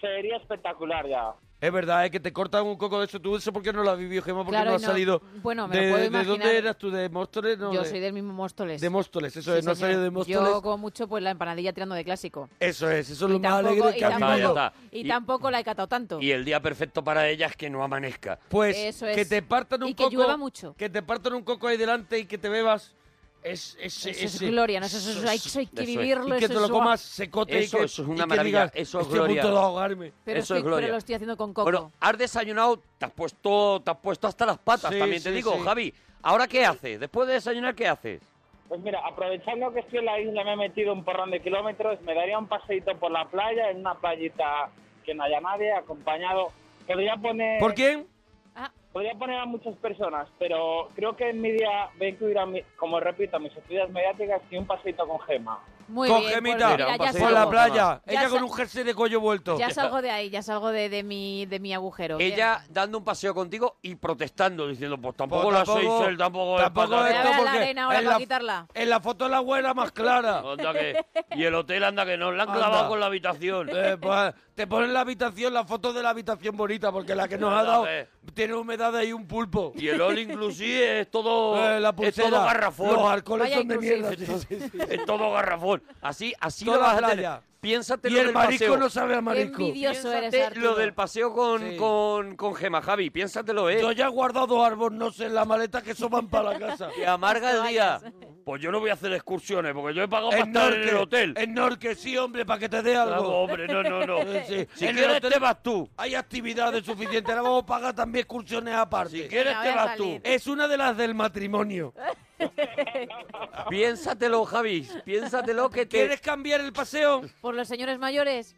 E: sería espectacular ya.
B: Es verdad, es que te cortan un coco de eso. Tú eso porque no lo has vivido, Gemma, porque
C: Claro,
B: no has
C: no.
B: salido.
C: Bueno, me lo
B: de,
C: puedo
B: de
C: imaginar.
B: dónde eras tú? ¿De Móstoles? No,
C: Yo
B: de,
C: soy del mismo Móstoles.
B: de Móstoles, eso
C: Sí,
B: es. No has
C: señor.
B: salido de Móstoles.
C: Yo como mucho pues la empanadilla tirando de clásico.
B: Eso es, eso es
C: Y
B: lo más
C: tampoco-
B: alegre
C: y
B: que ha
D: tampoco-
B: habido.
D: Ya está.
C: Y,
D: Y-
C: tampoco la he catado tanto.
D: Y el día perfecto para ella es que no amanezca.
B: Pues
C: Eso
B: que
C: es.
B: te partan un
C: Y que
B: coco.
C: llueva mucho.
B: Que te partan un coco ahí delante y que te bebas. Es, es,
C: eso es
B: ese-
C: gloria, ¿no? eso, eso- eso-
B: es-
C: eso hay que
D: eso es.
B: Y
C: vivirlo.
B: que
C: eso
B: te lo
C: es-
B: comas secote. y
D: Eso-
B: que-
D: eso es
B: y
D: una
B: que
D: maravilla,
B: digas,
D: eso es
B: Estoy
D: gloria".
B: a punto de ahogarme.
C: Pero,
D: Eso
C: estoy-
D: es gloria.
C: pero lo estoy haciendo con coco.
D: Bueno, has desayunado, te has puesto, te has puesto hasta las patas,
B: Sí,
D: también te
B: sí,
D: digo,
B: sí.
D: Javi. ¿Ahora qué haces? Después de desayunar, ¿qué haces?
E: Pues mira, aprovechando que estoy en la isla, me he metido un porrón de kilómetros, me daría un paseíto por la playa, en una playita que no haya nadie, acompañado. Podría poner,
B: ¿Por quién?
C: Ah,
E: podría poner a muchas personas, pero creo que en mi día voy a incluir, a mi- como repito, a mis estudios mediáticas y un paseíto con Gema.
C: muy
B: con
C: bien.
B: Gemita
C: pues mira,
D: Mira, un
C: ya
D: paseo
B: por la
C: salgo,
D: como-
B: playa. Eh,
C: Ya
B: Ella
C: sa-
B: con un jersey de cuello vuelto.
C: ya salgo de ahí, ya salgo de, de mi, de mi agujero. Bien.
D: Ella dando un paseo contigo y protestando, diciendo, pues
B: Pues
D: tampoco, la sois, él tampoco, es
B: tampoco
D: para-
B: esto
C: Voy a ver a la
B: porque
C: arena ahora
B: en
C: para quitarla.
B: En la foto la abuela más clara.
D: Anda que- y el hotel anda que no, la han
B: Anda.
D: clavado con la habitación.
B: Eh, pues, te ponen la habitación, la foto de la habitación bonita, porque la que nos ha
D: Nada,
B: dado
D: eh.
B: tiene humedad y un pulpo.
D: Y el all inclusive es todo,
B: Eh, la
D: es
B: pulsera,
D: todo garrafón.
B: Los alcoholes
C: Vaya
B: son de
C: inclusive.
B: mierda. sí, sí, sí.
D: Es todo garrafón. Así, así
B: Toda
D: lo vas a
B: playa.
D: tener. Piénsate
B: Y
D: lo
B: el
D: del
B: marisco
D: paseo.
B: no sabe a
C: Qué
B: marisco.
C: envidioso eres,
D: Piénsate
C: Arturo.
D: lo del paseo con,
B: Sí.
D: con, con Gema, Javi. Piénsatelo, ¿eh?
B: Yo ya he guardado árboles, no sé, en la maleta que eso van para la casa.
D: Te amarga el
C: Las
D: día.
C: toallas.
D: Pues yo no voy a hacer excursiones, porque yo he pagado para
B: En
D: estar en el
B: Norte,
D: hotel.
B: En Norte, sí, hombre, para que te dé algo.
D: No, hombre, no, no, no.
B: Sí, sí.
D: Si
B: En el
D: quieres,
B: hotel
D: te vas tú.
B: Hay actividades suficientes, ahora vamos a pagar también excursiones aparte.
D: Si quieres,
C: Me
D: te
C: voy a
D: vas
C: salir.
D: tú.
B: Es una de las del matrimonio.
D: Piénsatelo, Javi. Piénsatelo que te...
B: ¿Quieres cambiar el paseo?
C: Por los señores mayores,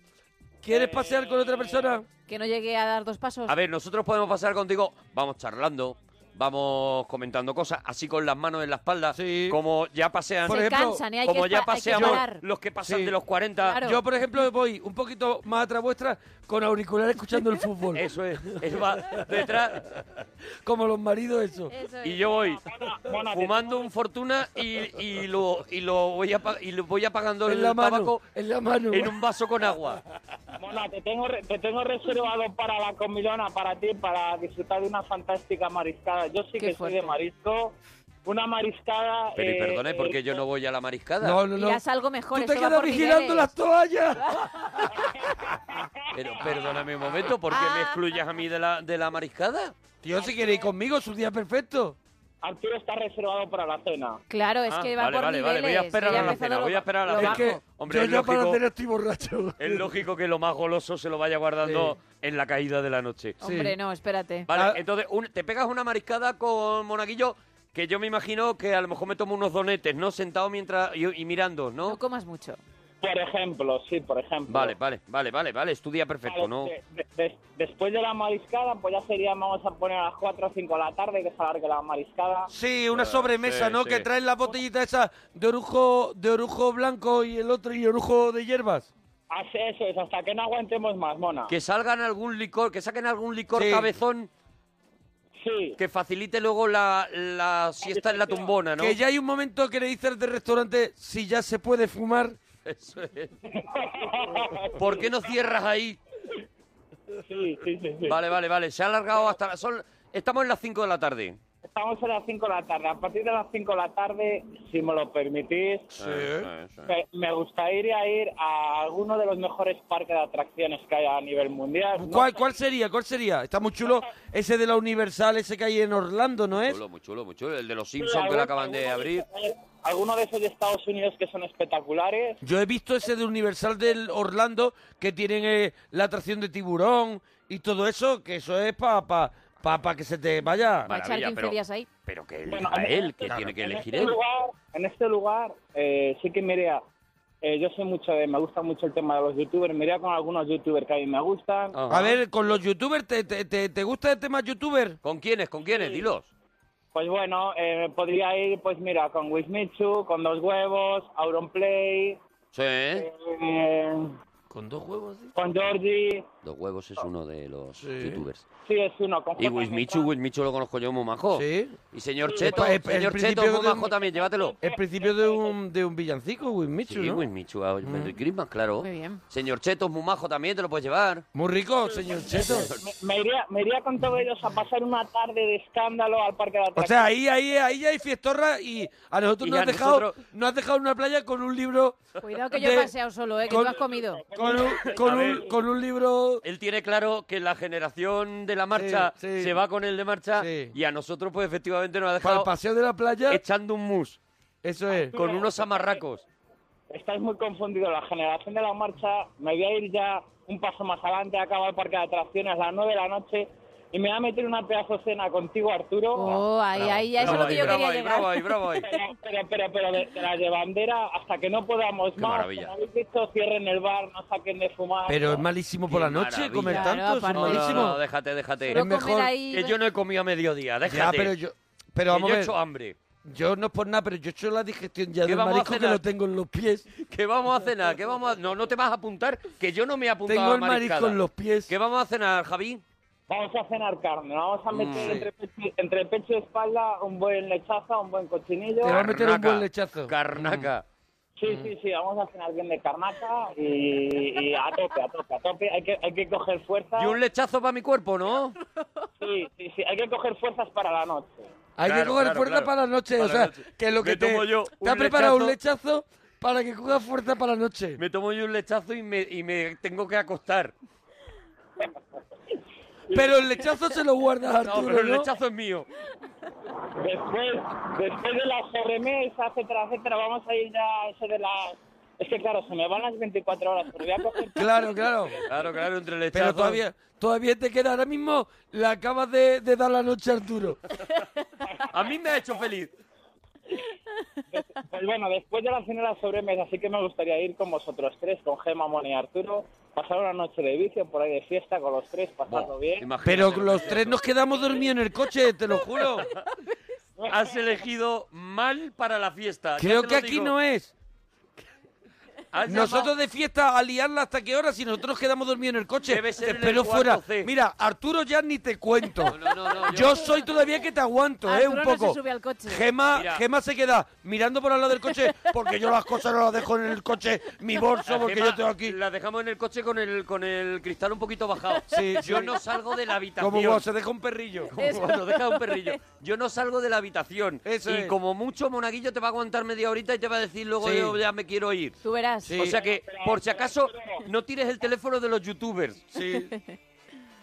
B: ¿Quieres
D: Eh,
B: pasear con otra persona?
C: que no llegué a dar dos pasos.
D: A ver, nosotros podemos pasar contigo, vamos charlando, vamos comentando cosas, así con las manos en la espalda,
B: Sí.
D: como ya pasean,
B: Por
C: se
B: ejemplo,
C: cansan y hay
D: como
C: que,
D: ya
C: espa- hay que
D: paseamos
C: parar.
D: los que pasan
B: Sí.
D: de los 40.
C: Claro.
B: Yo, por ejemplo, voy un poquito más atrás vuestra con auricular escuchando el fútbol.
D: Eso es, él va detrás
B: Como los maridos, eso.
C: Eso es.
D: y yo voy
E: Mona,
D: fumando un fortuna y, y lo, y lo voy, apa- y lo voy apagando
B: En
D: el
B: la mano.
D: tabaco
B: En la mano.
D: en un vaso con agua.
E: Mona, te tengo, re- te tengo reservado para la comilona, para ti, para disfrutar de una fantástica mariscada. Yo sí
C: Qué
E: que
C: fuerte.
E: soy de marisco. Una mariscada.
D: Pero y
E: eh,
D: perdone,
E: eh,
D: porque yo no voy a la mariscada.
B: No, no, no.
C: Irás algo mejor,
B: Tú te
C: eso va
B: quedas
C: por
B: vigilando
C: niveles.
B: las toallas.
D: Pero perdóname un momento, ¿por qué
C: Ah,
D: me excluyes a mí de la, de la mariscada?
B: Tío, si queréis conmigo, su día perfecto.
E: Arturo está reservado para la cena.
C: Claro, es
D: Ah,
C: que va
D: vale,
C: por
D: vale, vale,
C: niveles.
D: voy a esperar
C: que ya
D: a la
C: empezando
D: cena,
C: lo-
D: voy a esperar a la
C: lo
B: es
D: cena.
C: bajo.
B: que
D: Hombre,
B: yo
D: es
B: ya para
D: lógico.
B: hacer estoy borracho.
D: Es lógico que lo más goloso se lo vaya guardando en la caída de la noche.
B: Sí.
C: Hombre, no, espérate.
D: Vale,
B: Ah.
D: entonces un- te pegas una mariscada con monaguillo que yo me imagino que a lo mejor me tomo unos donetes, ¿no? Sentado mientras y, y mirando,
C: No
D: ¿no?
C: comas mucho.
E: Por ejemplo, sí, por ejemplo.
D: Vale, vale, vale, vale, vale, estudia
E: Claro,
D: perfecto, ¿no?
E: de- de- des- después de la mariscada, pues ya sería, vamos a poner a las 4 o 5 de la tarde, que se alargue la mariscada.
B: Sí, una
D: Sí,
B: sobremesa, ¿no?
D: Ah, sí.
B: Que traen la botellita esa de orujo, de orujo blanco y el otro y orujo de hierbas.
E: Hace eso, es hasta que no aguantemos más, mona.
D: Que salgan algún licor, que saquen algún licor
B: Sí.
D: cabezón
E: Sí,
D: que facilite luego la, la siesta en la tumbona, ¿no?
B: Que ya hay un momento que le dices del restaurante si ya se puede fumar.
D: Eso es. ¿Por qué no cierras ahí?
E: sí, sí, sí. sí.
D: Vale, vale, vale, se ha alargado hasta... la- Son... Estamos en las 5 de la tarde.
E: Estamos a las 5 de la tarde. A partir de las 5 de la tarde, si me lo permitís,
D: Eh, eh, eh.
E: me- me gustaría ir a alguno de los mejores parques de atracciones que hay a nivel mundial.
B: ¿Cuál, cuál sería? ¿Cuál sería? Está muy chulo ese de la Universal, ese que hay en Orlando, ¿no es?
D: Chulo, muy chulo, muy chulo. El de los
E: Sí,
D: Simpsons que
E: algún-
D: lo acaban de
E: alguno
D: abrir.
E: esos- Alguno de esos de Estados Unidos que son espectaculares.
B: Yo he visto ese de Universal del Orlando que tienen eh, la atracción de tiburón y todo eso, que eso es para pa, pa- pa que se te vaya.
C: Va a echar
D: Maravilla,
C: 15
D: pero-
C: días ahí.
D: Pero que
E: Bueno,
D: elija
E: a mí-
D: él, que
E: claro.
D: tiene que
E: en
D: elegir
E: este
D: él.
E: lugar, en este lugar eh, sí que me iría. eh, yo soy mucho de, me gusta mucho el tema de los youtubers, me iría con algunos youtubers que a mí me gustan.
D: Ajá.
B: A ver, con los youtubers, ¿te, te, te- te gusta el tema youtuber?
D: ¿Con quiénes? ¿Con quiénes? Dilos.
E: Pues bueno, eh, podría ir, pues mira, con Wismichu, con Dos Huevos, Auronplay,
D: Sí.
E: eh,
B: Con dos huevos.
E: con Georgie,
D: Los huevos es uno de los youtubers.
E: sí es uno, con
D: Y
E: J.
D: Wismichu, Wismichu lo conozco yo muy majo.
B: Sí.
D: Y señor Cheto,
B: pues, el- el
D: señor Cheto
B: principio
D: muy
B: de un-
D: majo también, llévatelo.
B: El principio de un, de un villancico,
D: Sí,
B: Wismichu, ¿no? Mm.
D: Wismichu, a Merry Christmas, claro.
C: Muy bien.
D: Señor Cheto es muy majo también, te lo puedes llevar.
B: Muy rico, señor Cheto.
E: Me, me iría, me iría con todos ellos a pasar una tarde de escándalo al parque de
B: O
E: atracciones.
B: sea, ahí, ahí, ahí ya hay fiestorra y a nosotros
D: Y
B: nos
D: a
B: has, dejado,
D: nosotros-
B: nos has dejado en una playa con un libro...
C: Cuidado que yo he
B: de-
C: paseado solo, ¿eh? Que
B: con-
C: tú has comido.
B: Con un, con
D: A
B: un-
D: ver.
B: con un libro...
D: Él tiene claro que la generación de la marcha
B: Sí, sí.
D: se va con el de marcha
B: Sí.
D: y a nosotros pues efectivamente nos ha
B: Para
D: dejado
B: el paseo de la playa,
D: echando un mus
B: eso es.
D: con unos amarracos.
E: Estás muy confundido. La generación de la marcha, me voy a ir ya un paso más adelante, acaba el parque de atracciones a las 9 de la noche y me voy a meter una pedazo de cena contigo, Arturo.
C: Oh, ahí, ahí, ya eso es
D: Bravo
C: lo que
D: ahí,
C: yo
D: bravo
C: quería
D: ahí,
C: llegar.
D: bravo ahí, bravo ahí.
E: Pero, pero, pero, pero de, de la bandera hasta que no podamos
D: Qué
E: más.
D: maravilla.
E: Como habéis visto, cierren el bar, no saquen de fumar.
B: Pero es malísimo por
D: Qué
B: la noche
D: maravilla.
B: comer
C: Claro,
B: tanto, eso es
C: aparte-
D: No, no,
B: malísimo.
D: no, déjate, déjate.
C: Solo
B: Es mejor
C: comer ahí...
D: Que yo no he comido a mediodía, déjate.
B: Ya, pero yo... Pero
D: Que yo
B: vamos a
D: he
B: ver,
D: hecho hambre.
B: yo no es por nada, pero yo he hecho la digestión ya
D: ¿Qué
B: del
D: vamos a
B: marisco que
D: cenar?
B: lo tengo en los pies.
D: Que vamos a cenar, que vamos a... No, no te vas a apuntar, que yo no me he apuntado
B: Tengo
D: a
B: el marisco
D: mariscada.
B: en los pies.
D: ¿Qué vamos a cenar, Javi?
E: Vamos a cenar carne, vamos
D: Mm,
E: a meter
B: sí.
E: entre, pecho, entre pecho y espalda un buen lechazo, un buen cochinillo.
B: Te va a meter un
D: Carnaca.
B: buen lechazo.
D: Carnaca.
E: Sí, sí, sí, vamos a cenar bien de carnaca y, y a tope, a tope, a tope. Hay que, hay que coger fuerza.
D: Y un lechazo para mi cuerpo, ¿no?
E: Sí, sí, sí, hay que coger fuerzas para la noche.
B: Hay que
D: Claro,
B: coger
D: claro,
B: fuerza
D: claro.
B: para la noche.
D: Para
B: o
D: la
B: sea,
D: noche.
B: que lo
D: Me
B: que te,
D: tomo yo
B: te ha
D: un
B: preparado un lechazo para que cojas fuerza para la noche.
D: Me tomo yo un lechazo y me, y me tengo que acostar.
B: Pero el lechazo se lo guarda Arturo,
D: No, pero el
B: ¿no?
D: lechazo es mío.
E: Después, después de la sobremesa, etcétera, etcétera, vamos a ir ya a eso de las... Es que claro, se me van las 24 horas, pero voy a coger...
B: Claro, claro.
D: Claro, claro, entre el lechazo.
B: Pero todavía, todavía te queda. Ahora mismo le acabas de, de dar la noche a Arturo.
D: A mí me ha hecho feliz.
E: Pues bueno, después de la cena de la sobremesa, así que me gustaría ir con vosotros tres, con Gemma, Moni y Arturo, pasar una noche de vicio por ahí de fiesta con los tres, pasarlo bien.
D: Imagínate
B: Pero
D: lo que
B: los
D: es
B: tres
D: eso.
B: nos quedamos dormidos en el coche, te lo juro.
D: Has elegido mal para la fiesta. ya
B: Creo
D: te
B: que
D: lo
B: aquí
D: digo.
B: no es.
D: Has
B: Nosotros
D: llamado-
B: de fiesta a liarla hasta qué hora si nosotros nos quedamos dormidos en el coche.
D: Debe ser
B: te
D: en el
B: espero
D: cuarto
B: fuera.
D: C.
B: Mira, Arturo ya ni te cuento.
D: No, no, no,
B: Yo soy todavía que te aguanto, eh, un
C: Arturo
B: poco.
C: no se sube al coche.
B: Gema,
D: Mira.
B: Gema se queda mirando por al lado del coche porque yo las cosas no las dejo en el coche, mi bolso, porque
D: Gemma,
B: yo tengo aquí.
D: La dejamos en el coche con el, con el cristal un poquito bajado.
B: Sí,
D: Yo
B: sí.
D: no salgo de la habitación.
B: Como vos, se deja un perrillo.
C: Eso.
D: Bueno, deja un perrillo. Yo no salgo de la habitación.
B: Eso
D: y
B: es.
D: como mucho, Monaguillo te va a aguantar media horita y te va a decir luego
B: Sí.
D: yo ya me quiero ir.
C: Tú verás.
B: Sí.
D: O sea que, por si acaso, no tires el teléfono de los youtubers.
B: Sí.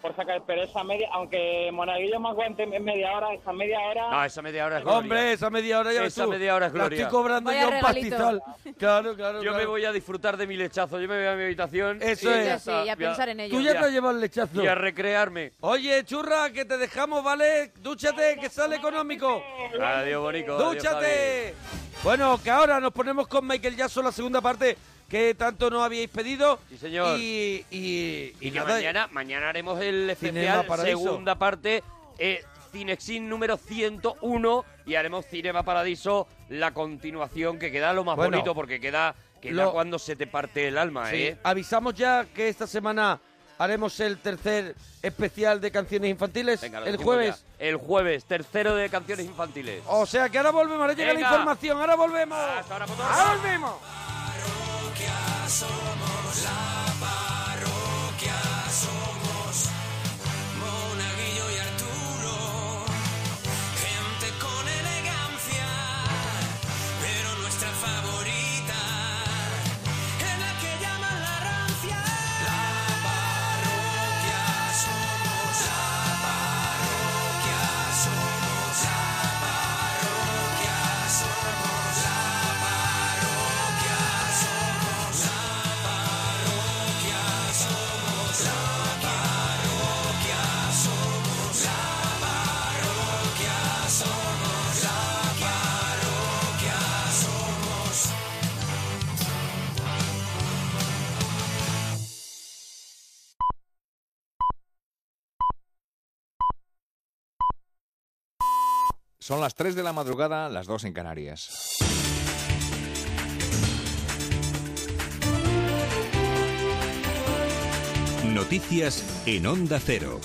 E: Por sacar, pero esa media, aunque Monaguillo me aguante me- media hora, esa media hora...
D: No, esa media hora es
B: Hombre,
D: gloria.
B: esa media hora ya ves
D: Esa
B: tú,
D: media hora es
B: la
D: gloria.
B: estoy cobrando
C: Vaya
B: ya un
C: regalito.
B: pastizal. Claro, claro.
D: Yo me
B: claro.
D: voy a disfrutar de mi lechazo. Yo me voy a mi habitación.
B: Eso
D: y
B: es.
D: ya
C: Sí, sí,
D: está.
C: y a
D: Voy a-
C: pensar en ello.
B: Tú ya
D: Ya.
B: te has llevado el lechazo.
D: Y a recrearme.
B: Oye, churra, que te dejamos, ¿vale? Dúchate, que sale económico.
D: Adiós, bonito. adiós, Javi.
B: ¡Dúchate! Bueno, que ahora nos ponemos con Michael Jackson la segunda parte que tanto nos habíais pedido.
D: Sí, señor.
B: Y, y,
D: Y que
B: nada,
D: mañana, mañana haremos el
B: Cinema
D: especial,
B: Paradiso.
D: segunda parte, eh, Cinexin número 101 y haremos Cinema Paradiso, la continuación, que queda lo más
B: Bueno.
D: bonito porque queda, queda
B: Lo-
D: cuando se te parte el alma,
B: sí,
D: ¿eh?
B: avisamos ya que esta semana haremos el tercer especial de canciones infantiles
D: Venga, lo
B: el
D: decimos
B: jueves.
D: ya. El jueves, tercero de canciones infantiles.
B: O sea que ahora volvemos, ahora llega la
D: Venga.
B: información, ahora volvemos.
D: Hasta ahora, motor.
B: ahora volvemos.
A: Monaguillo y Arturo, gente con elegancia, pero nuestra favorita es la que llaman la rancia. La parroquia somos, la parroquia somos, la parroquia somos, la parroquia somos, la parroquia somos, la parroquia somos, la parroquia somos, la parroquia somos.
H: Son las 3 de la madrugada, las 2 en Canarias.
I: Noticias en Onda Cero.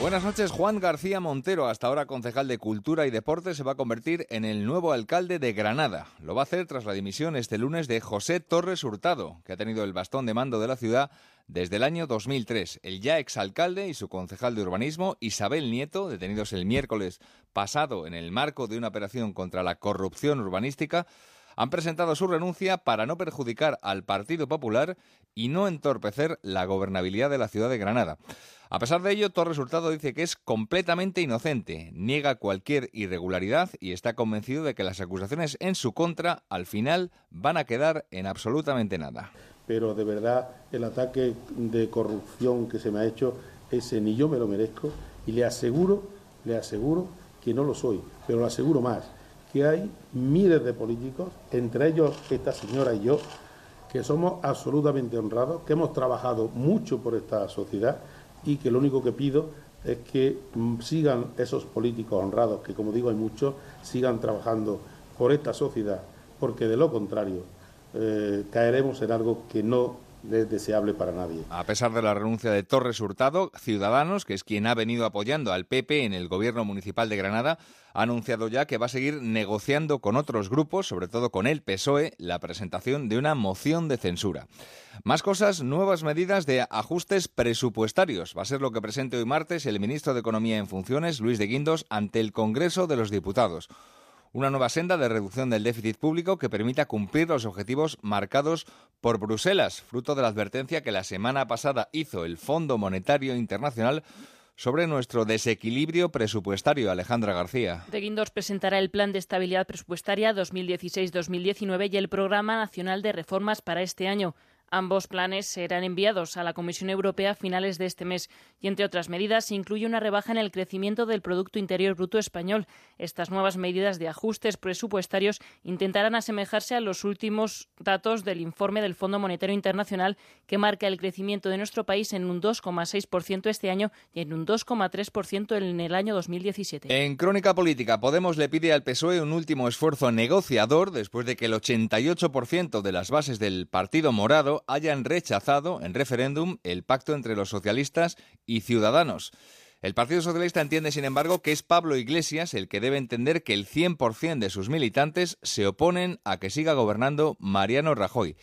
H: Buenas noches, Juan García Montero, hasta ahora concejal de Cultura y Deporte, se va a convertir en el nuevo alcalde de Granada. Lo va a hacer tras la dimisión este lunes de José Torres Hurtado, que ha tenido el bastón de mando de la ciudad desde el año 2003. El ya exalcalde y su concejal de urbanismo, Isabel Nieto, detenidos el miércoles pasado en el marco de una operación contra la corrupción urbanística, han presentado su renuncia para no perjudicar al Partido Popular y no entorpecer la gobernabilidad de la ciudad de Granada. A pesar de ello, Torres Hurtado dice que es completamente inocente, niega cualquier irregularidad y está convencido de que las acusaciones en su contra al final van a quedar en absolutamente nada.
J: pero de verdad el ataque de corrupción que se me ha hecho, ese ni yo me lo merezco y le aseguro, le aseguro que no lo soy, pero lo aseguro más, que hay miles de políticos, entre ellos esta señora y yo, que somos absolutamente honrados, que hemos trabajado mucho por esta sociedad y que lo único que pido es que mm, sigan esos políticos honrados, que como digo hay muchos, sigan trabajando por esta sociedad, porque de lo contrario eh, caeremos en algo que no es deseable para nadie.
H: A pesar de la renuncia de Torres Hurtado, Ciudadanos, que es quien ha venido apoyando al PP en el gobierno municipal de Granada, ha anunciado ya que va a seguir negociando con otros grupos, sobre todo con el PSOE, E, la presentación de una moción de censura. Más cosas, nuevas medidas de ajustes presupuestarios. Va a ser lo que presente hoy martes el ministro de Economía en funciones, Luis de Guindos, ante el Congreso de los Diputados una nueva senda de reducción del déficit público que permita cumplir los objetivos marcados por Bruselas, fruto de la advertencia que la semana pasada hizo el Fondo Monetario Internacional sobre nuestro desequilibrio presupuestario, Alejandra García.
K: De Guindos presentará el Plan de Estabilidad Presupuestaria 2016-2019 y el Programa Nacional de Reformas para este año. Ambos planes serán enviados a la Comisión Europea a finales de este mes y, entre otras medidas, se incluye una rebaja en el crecimiento del Producto Interior Bruto español. Estas nuevas medidas de ajustes presupuestarios intentarán asemejarse a los últimos datos del informe del Fondo Monetario Internacional que marca el crecimiento de nuestro país en un 2,6% este año y en un 2,3% en el año 2017.
H: En Crónica Política, Podemos le pide al PSOE E un último esfuerzo negociador después de que el 88% de las bases del Partido Morado hayan rechazado en referéndum el pacto entre los socialistas y ciudadanos. El Partido Socialista entiende, sin embargo, que es Pablo Iglesias el que debe entender que el 100% de sus militantes se oponen a que siga gobernando Mariano Rajoy.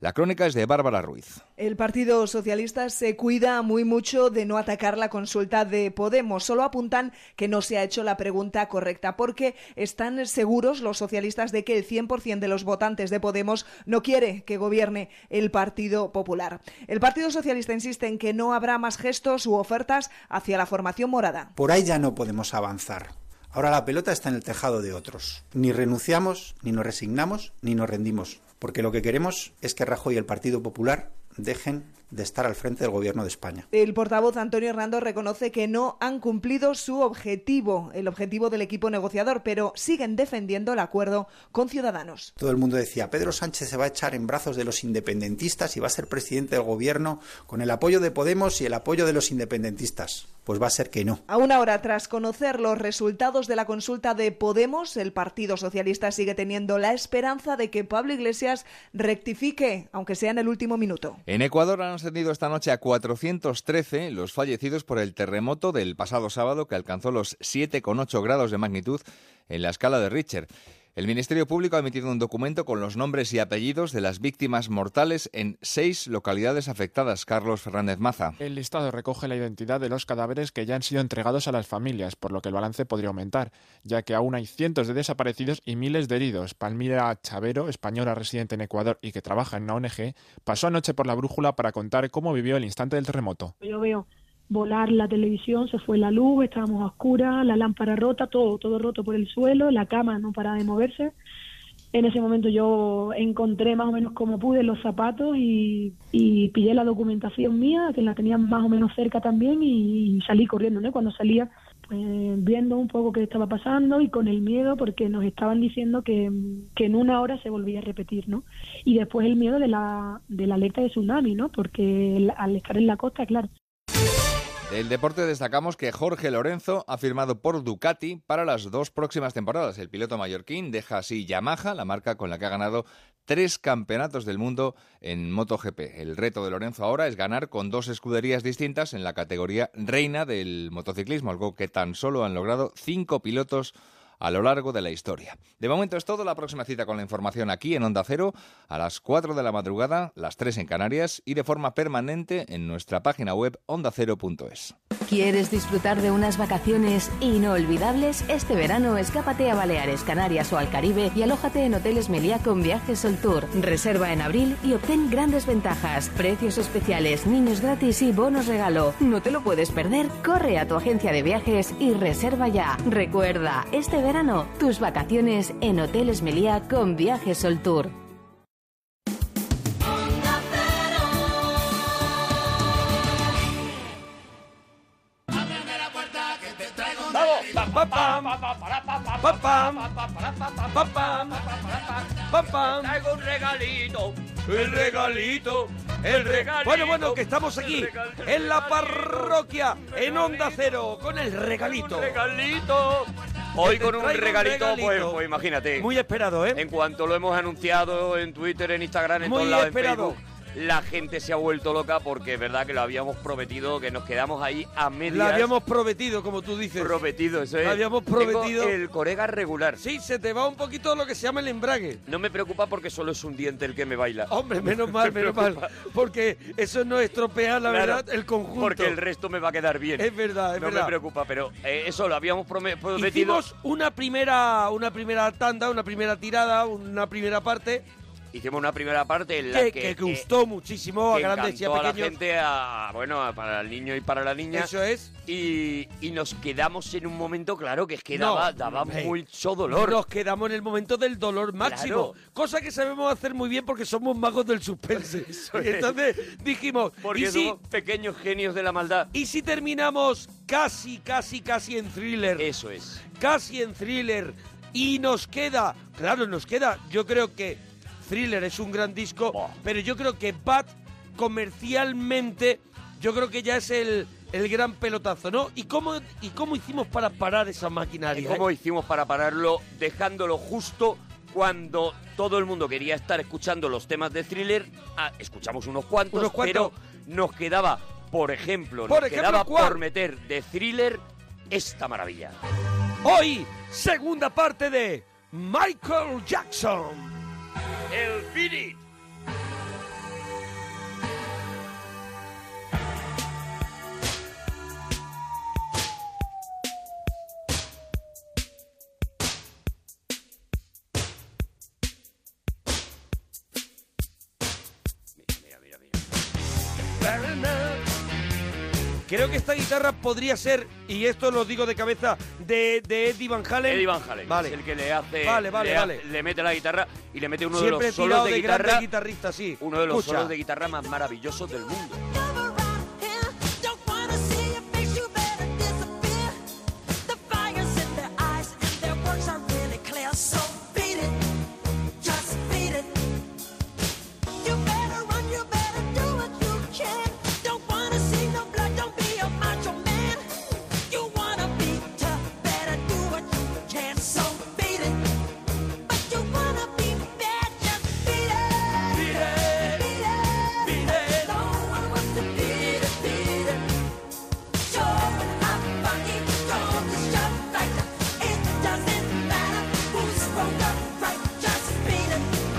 H: La crónica es de Bárbara Ruiz.
L: El Partido Socialista se cuida muy mucho de no atacar la consulta de Podemos. Solo apuntan que no se ha hecho la pregunta correcta, porque están seguros los socialistas de que el 100% de los votantes de Podemos no quiere que gobierne el Partido Popular. El Partido Socialista insiste en que no habrá más gestos u ofertas hacia la formación morada.
M: Por ahí ya no podemos avanzar. Ahora la pelota está en el tejado de otros. Ni renunciamos, ni nos resignamos, ni nos rendimos. Porque lo que queremos es que Rajoy y el Partido Popular dejen de estar al frente del gobierno de España.
L: El portavoz Antonio Hernando reconoce que no han cumplido su objetivo, el objetivo del equipo negociador, pero siguen defendiendo el acuerdo con Ciudadanos.
M: Todo el mundo decía, Pedro Sánchez se va a echar en brazos de los independentistas y va a ser presidente del gobierno con el apoyo de Podemos y el apoyo de los independentistas. Pues va a ser que no.
L: Aún ahora, tras conocer los resultados de la consulta de Podemos, el Partido Socialista sigue teniendo la esperanza de que Pablo Iglesias rectifique, aunque sea en el último minuto.
H: En Ecuador han ascendido esta noche a 413 los fallecidos por el terremoto del pasado sábado que alcanzó los 7,8 grados de magnitud en la escala de Richter. El Ministerio Público ha emitido un documento con los nombres y apellidos de las víctimas mortales en seis localidades afectadas. Carlos Fernández Maza.
N: El listado recoge la identidad de los cadáveres que ya han sido entregados a las familias, por lo que el balance podría aumentar, ya que aún hay cientos de desaparecidos y miles de heridos. Palmira Chavero, española residente en Ecuador y que trabaja en una ONG, pasó anoche por la brújula para contar cómo vivió el instante del terremoto.
O: Yo veo volar la televisión, se fue la luz, estábamos a oscuras, la lámpara rota, todo, todo roto por el suelo, la cama no paraba de moverse. En ese momento yo encontré más o menos como pude los zapatos y, y pillé la documentación mía, que la tenían más o menos cerca también, y, y salí corriendo, ¿no? Cuando salía, pues viendo un poco qué estaba pasando y con el miedo porque nos estaban diciendo que, que en una hora se volvía a repetir, ¿no? Y después el miedo de la, de la alerta de tsunami, ¿no? Porque el, al estar en la costa, claro,
H: del deporte destacamos que Jorge Lorenzo ha firmado por Ducati para las dos próximas temporadas. El piloto mallorquín deja así Yamaha, la marca con la que ha ganado tres campeonatos del mundo en MotoGP. El reto de Lorenzo ahora es ganar con dos escuderías distintas en la categoría reina del motociclismo, algo que tan solo han logrado cinco pilotos a lo largo de la historia. De momento es todo. La próxima cita con la información aquí en Onda Cero a las 4 de la madrugada, las 3 en Canarias y de forma permanente en nuestra página web ondacero.es.
P: ¿Quieres disfrutar de unas vacaciones inolvidables? Este verano escápate a Baleares, Canarias o al Caribe y alójate en Hoteles Meliá con Viajes Sol Tour. Reserva en abril y obtén grandes ventajas, precios especiales, niños gratis y bonos regalo. No te lo puedes perder. Corre a tu agencia de viajes y reserva ya. Recuerda, este verano tus vacaciones en Hoteles Meliá con Viajes Sol Tour.
B: Traigo un regalito, el regalito, el regalito. Bueno, bueno, que estamos aquí en la parroquia, en Onda Cero, con el regalito.
D: regalito. Hoy con un
B: Traigo un
D: regalito, pues,
B: regalito.
D: pues imagínate.
B: Muy esperado, ¿eh?
D: En cuanto lo hemos anunciado en Twitter, en Instagram, en
B: Muy
D: todos lados,
B: esperado.
D: en Facebook, la gente se ha vuelto loca porque es verdad que lo habíamos prometido, que nos quedamos ahí a medias.
B: La habíamos prometido, como tú dices.
D: prometido, eso es.
B: La habíamos
D: Tengo
B: prometido.
D: el corega regular.
B: Sí, se te va un poquito lo que se llama el embrague.
D: No me preocupa porque solo es un diente el que me baila.
B: Hombre, menos mal,
D: Me
B: menos mal. Porque eso no estropea, la
D: Claro,
B: verdad, el conjunto.
D: Porque el resto me va a quedar bien.
B: Es verdad, es
D: no
B: verdad.
D: me preocupa, pero eh, eso lo habíamos prome- prometido.
B: Hicimos una primera, una primera tanda, una primera tirada, una primera parte
D: Hicimos una primera parte en la
B: Que,
D: que, eh,
B: que
D: que
B: gustó muchísimo a
D: que
B: grandes y a
D: encantó la
B: pequeños.
D: gente, a- bueno, a- para el niño y para la niña.
B: Eso es.
D: Y, y nos quedamos en un momento, claro, que es que
B: No,
D: daba, daba
B: hombre.
D: mucho dolor.
B: Nos quedamos en el momento del dolor máximo. Cosa que sabemos hacer muy bien porque somos magos del suspense. y
D: es.
B: entonces dijimos,
D: Porque
B: ¿y si,
D: somos pequeños genios de la maldad.
B: ¿y si terminamos casi, casi, casi en thriller?
D: Eso es.
B: Casi en thriller. Y nos queda, claro, nos queda, yo creo que Thriller es un gran disco, pero yo creo que Bad comercialmente, yo creo que ya es el, el gran pelotazo, ¿no? ¿Y cómo, ¿Y cómo hicimos para parar esa maquinaria?
D: ¿Cómo
B: eh?
D: hicimos para pararlo? Dejándolo justo cuando todo el mundo quería estar escuchando los temas de thriller. Ah, escuchamos unos cuantos,
B: Unos cuantos.
D: pero nos quedaba, por ejemplo,
B: Por
D: nos
B: ejemplo,
D: quedaba
B: ¿cuál?
D: por meter de thriller esta maravilla.
B: Hoy, segunda parte de Michael Jackson.
D: El Beat It.
B: Creo que esta guitarra podría ser, y esto lo digo de cabeza, de, de Eddie Van Halen.
D: Eddie Van Halen,
B: Vale.
D: es el que le hace,
B: Vale, vale,
D: le, hace-
B: vale.
D: le mete la guitarra y le mete uno
B: Siempre
D: de
B: he
D: los solos
B: tirado
D: de,
B: de grandes
D: guitarra,
B: guitarristas, sí.
D: uno de los
B: Escucha.
D: solos de guitarra más maravillosos del mundo.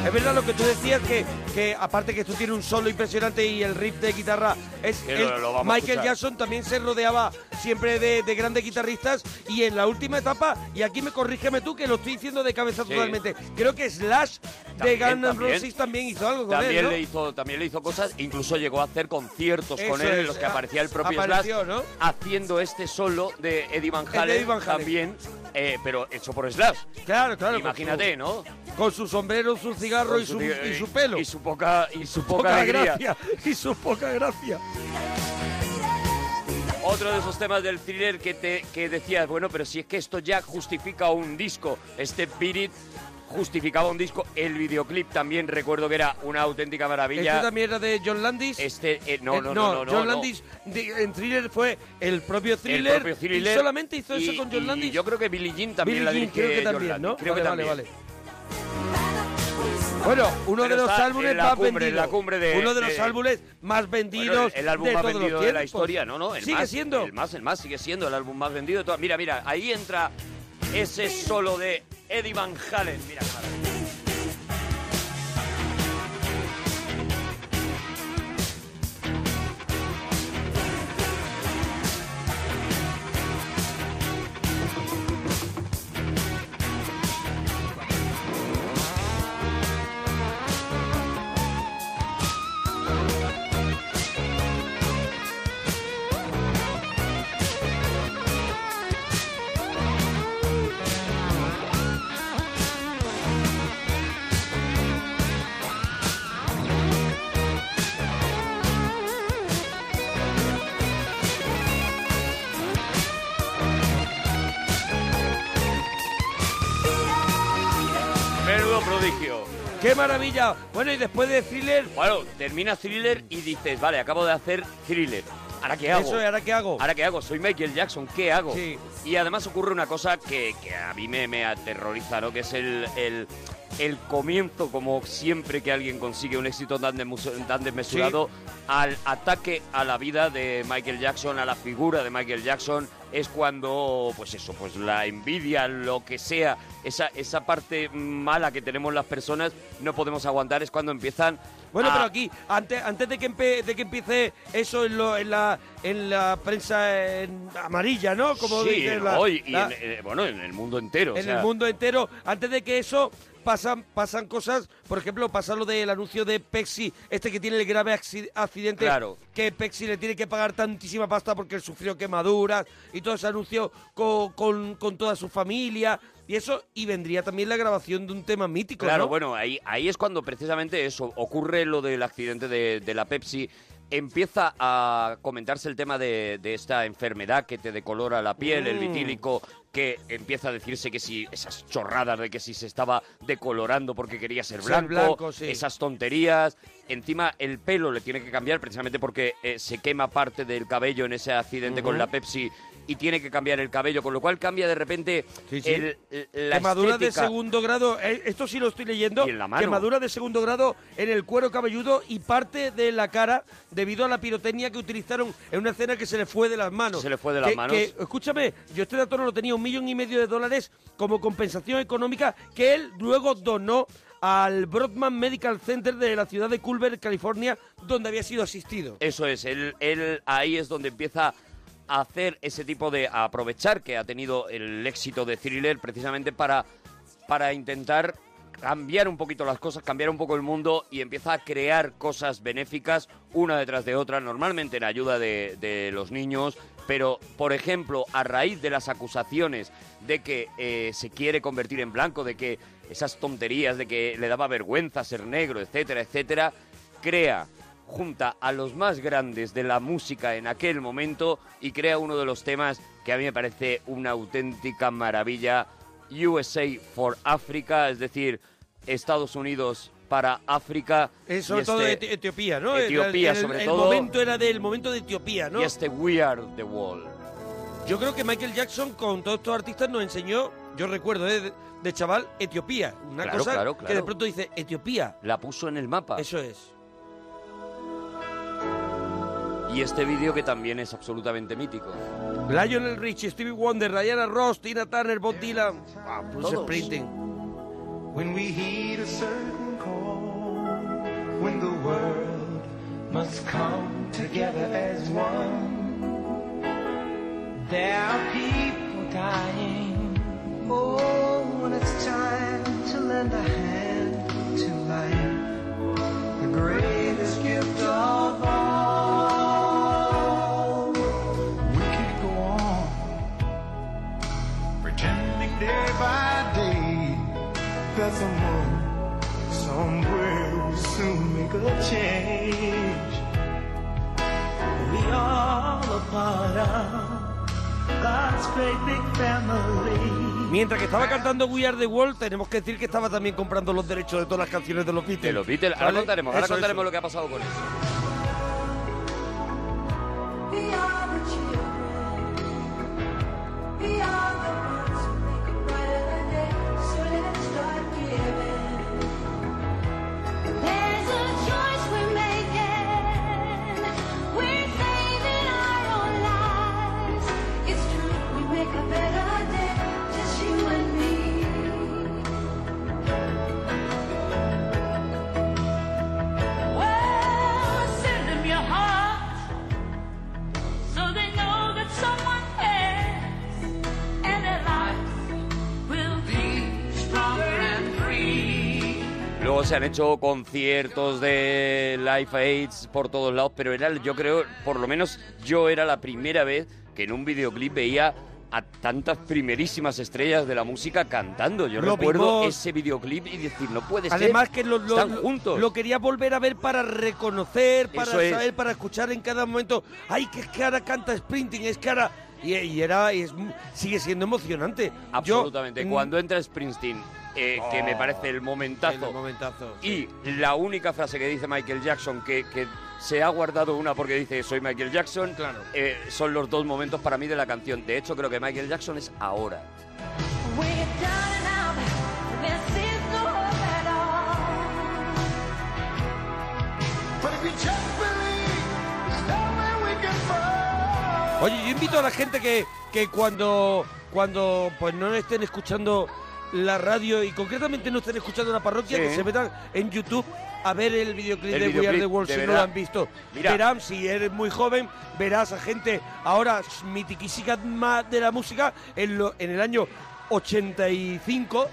B: Es verdad lo que tú decías que, que aparte que esto tiene un solo impresionante y el riff de guitarra es
D: Que lo-
B: el-
D: lo vamos a
B: Michael
D: escuchar.
B: Jackson también se rodeaba siempre de, de grandes guitarristas y en la última etapa y aquí me corrígeme tú que lo estoy diciendo de cabeza
D: Sí.
B: totalmente creo que Slash de
D: También,
B: Guns N'
D: también.
B: Roses también hizo algo con
D: También,
B: él, ¿no?
D: le hizo, también le hizo cosas, incluso llegó a hacer conciertos con
B: Eso
D: él
B: es,
D: en los que
B: a-
D: aparecía el propio
B: apareció,
D: Slash haciendo este solo de Eddie Van
B: de
D: Halen,
B: Eddie Van Halen.
D: también, eh, pero hecho por Slash.
B: Claro, claro.
D: Imagínate, ¿no?
B: Con su sombrero, su cigarro
D: Con
B: y,
D: su
B: su,
D: cigarro
B: y
D: y-
B: su pelo. Y
D: su poca, y su
B: poca,
D: poca alegría.
B: gracia. Y su poca gracia.
D: Otro de esos temas del thriller que, te, que decías, bueno, pero si es que esto ya justifica un disco, este Beat It justificaba un disco, el videoclip también recuerdo que era una auténtica maravilla.
B: Este también era de John Landis.
D: Este, eh, no,
B: Eh,
D: no, no, no, no,
B: John
D: no.
B: Landis de- en Thriller fue el propio Thriller.
D: el propio thriller.
B: Y solamente hizo
D: Y-
B: eso con John
D: y
B: Landis.
D: Yo creo que Billie Jean también
B: Billie
D: la
B: Jean,
D: dirige
B: creo que
D: John
B: también,
D: Landis.
B: ¿no?
D: Creo
B: Vale,
D: que
B: vale,
D: también.
B: Bueno, uno
D: Pero
B: de los
D: está
B: álbumes
D: en la
B: más
D: cumbre, en
B: vendidos.
D: la cumbre de-
B: uno de los
D: de-
B: álbumes más
D: Bueno,
B: vendidos.
D: el, el álbum
B: de
D: más
B: todos los
D: vendido de la
B: tiempos.
D: historia, ¿no? no el
B: Sigue
D: más,
B: siendo.
D: El más, el más sigue siendo el álbum más vendido de todas. Mira, mira, ahí entra ese solo de Eddie Van Halen. Mira, menudo prodigio.
B: ¡Qué maravilla! Bueno, y después de Thriller...
D: Bueno, termina Thriller y dices, vale, acabo de hacer Thriller. ¿Ahora qué hago?
B: Eso, ¿y ahora qué hago?
D: ¿Ahora qué hago? Soy Michael Jackson, ¿qué hago?
B: Sí.
D: Y además ocurre una cosa que, que a mí me, me aterroriza, ¿no? Que es el, el, el comienzo, como siempre que alguien consigue un éxito tan, desmesu- tan desmesurado, al ataque a la vida de Michael Jackson, a la figura de Michael Jackson, es cuando, pues eso, pues la envidia, lo que sea, esa, esa parte mala que tenemos las personas, no podemos aguantar, es cuando empiezan...
B: Bueno,
D: a-
B: pero aquí, antes, antes de, que empe- de que empiece eso en, lo- en la, en la prensa en amarilla, ¿no? Como
D: sí,
B: dice la-
D: hoy, y
B: la-
D: en- eh, bueno, en el mundo entero. o
B: en
D: sea,
B: el mundo entero antes de que eso pasan, pasan cosas, por ejemplo, pasa lo del anuncio de Pepsi, este que tiene el grave acci- accidente,
D: Claro.
B: que Pepsi le tiene que pagar tantísima pasta porque él sufrió quemaduras y todo ese anuncio co- con, con toda su familia y eso, y vendría también la grabación de un tema mítico,
D: Claro,
B: ¿no?
D: bueno, ahí, ahí es cuando precisamente eso ocurre lo del accidente de, de la Pepsi. Empieza a comentarse el tema de, de esta enfermedad que te decolora la piel, el
B: Mm.
D: vitílico, que empieza a decirse que si esas chorradas de que si se estaba decolorando porque quería ser
B: Ser
D: blanco,
B: blanco, sí.
D: esas tonterías. Encima el pelo le tiene que cambiar precisamente porque eh, se quema parte del cabello en ese accidente con
B: Ujú.
D: la Pepsi y tiene que cambiar el cabello, con lo cual cambia de repente
B: sí.
D: el- la
B: quemadura
D: estética.
B: de segundo grado, eh, esto sí lo estoy leyendo,
D: mano.
B: quemadura de segundo grado en el cuero cabelludo y parte de la cara debido a la pirotecnia que utilizaron en una escena que se le fue de las manos.
D: Se le fue de las
B: Que-
D: manos.
B: que, escúchame, yo este dato no lo tenía, un millón y medio de dólares como compensación económica que él luego donó al Broadman Medical Center de la ciudad de Culver, California, donde había sido asistido.
D: Eso es, él, él ahí es donde empieza a hacer ese tipo de a aprovechar que ha tenido el éxito de Thriller precisamente para, para intentar cambiar un poquito las cosas, cambiar un poco el mundo y empieza a crear cosas benéficas una detrás de otra, normalmente en ayuda de, de los niños, pero por ejemplo, a raíz de las acusaciones de que eh, se quiere convertir en blanco, de que esas tonterías, de que le daba vergüenza ser negro, etcétera, etcétera, crea, junta a los más grandes de la música en aquel momento y crea uno de los temas que a mí me parece una auténtica maravilla, USA for Africa, es decir, Estados Unidos para África.
B: Eh,
D: Y
B: sobre
D: este-
B: todo Eti- Etiopía, ¿no?
D: Etiopía,
B: El- el-
D: sobre
B: el
D: todo.
B: momento era del momento de Etiopía, ¿no?
D: Y este We Are the Wall.
B: Yo creo que Michael Jackson con todos estos artistas nos enseñó, yo recuerdo eh, de, de chaval, Etiopía. Una
D: Claro,
B: cosa
D: claro,
B: que de
D: claro.
B: pronto dice Etiopía.
D: La puso en el mapa.
B: Eso es.
D: Y este vídeo que también es absolutamente mítico.
B: Lionel Richie, Stevie Wonder, Diana Ross, Tina Turner, Bob Dylan, ah, Bruce
A: Todos.
B: Springsteen.
A: When we heed a certain call, when the world must come together as one, there are people dying. Oh, when it's time to lend a hand to life, the greatest gift of all. We could go on pretending day by day that someone somewhere will soon make a change. We all a part of God's great big family.
B: Mientras que estaba cantando We Are the World, tenemos que decir que estaba también comprando los derechos de todas las canciones de los Beatles.
D: De los Beatles. Ahora
B: ¿vale?
D: contaremos, ahora
B: Eso,
D: contaremos
B: eso.
D: lo que ha pasado con eso.
A: We are the children. We are the ones who make a brighter day. So let's start giving. There's a choice we're making. We're saving our own lives. It's true, we make a better day. Just you and me. Well, send them your heart so they know that someone cares and their lives will be stronger and free.
D: Luego se han hecho conciertos de Life Aids por todos lados, pero era, yo creo, por lo menos yo era la primera vez que en un videoclip veía a tantas primerísimas estrellas de la música cantando. Yo
B: Lo
D: recuerdo
B: vimos.
D: ese videoclip y decir, no puede ser.
B: Además que lo, lo-
D: están
B: lo-
D: juntos.
B: lo quería volver a ver para reconocer, para
D: Eso es.
B: saber, para escuchar en cada momento. Ay, que es que ahora canta sprinting, es que ahora y, y era y es- sigue siendo emocionante.
D: Absolutamente.
B: Yo, mm,
D: Cuando entra Springsteen, eh, que me
B: Oh,
D: parece el momentazo.
B: el momentazo,
D: Y la única frase que dice Michael Jackson, que, que se ha guardado una porque dice soy Michael Jackson, eh, son los dos momentos para mí de la canción. De hecho, creo que Michael Jackson es ahora.
A: We're down and out. There seems no hope at all. But if we just believe, there's nowhere we can fall.
B: Oye, yo invito a la gente que, que cuando, cuando pues no estén escuchando la radio y concretamente no estén escuchando la parroquia,
D: Sí.
B: que se metan en YouTube a ver el videoclip
D: El
B: de We Are
D: videoclip,
B: the World
D: de
B: si no
D: verdad.
B: lo han visto.
D: Mira.
B: Verán, si eres muy joven, verás a gente ahora mitiquísima de la música en, lo, en el año 85,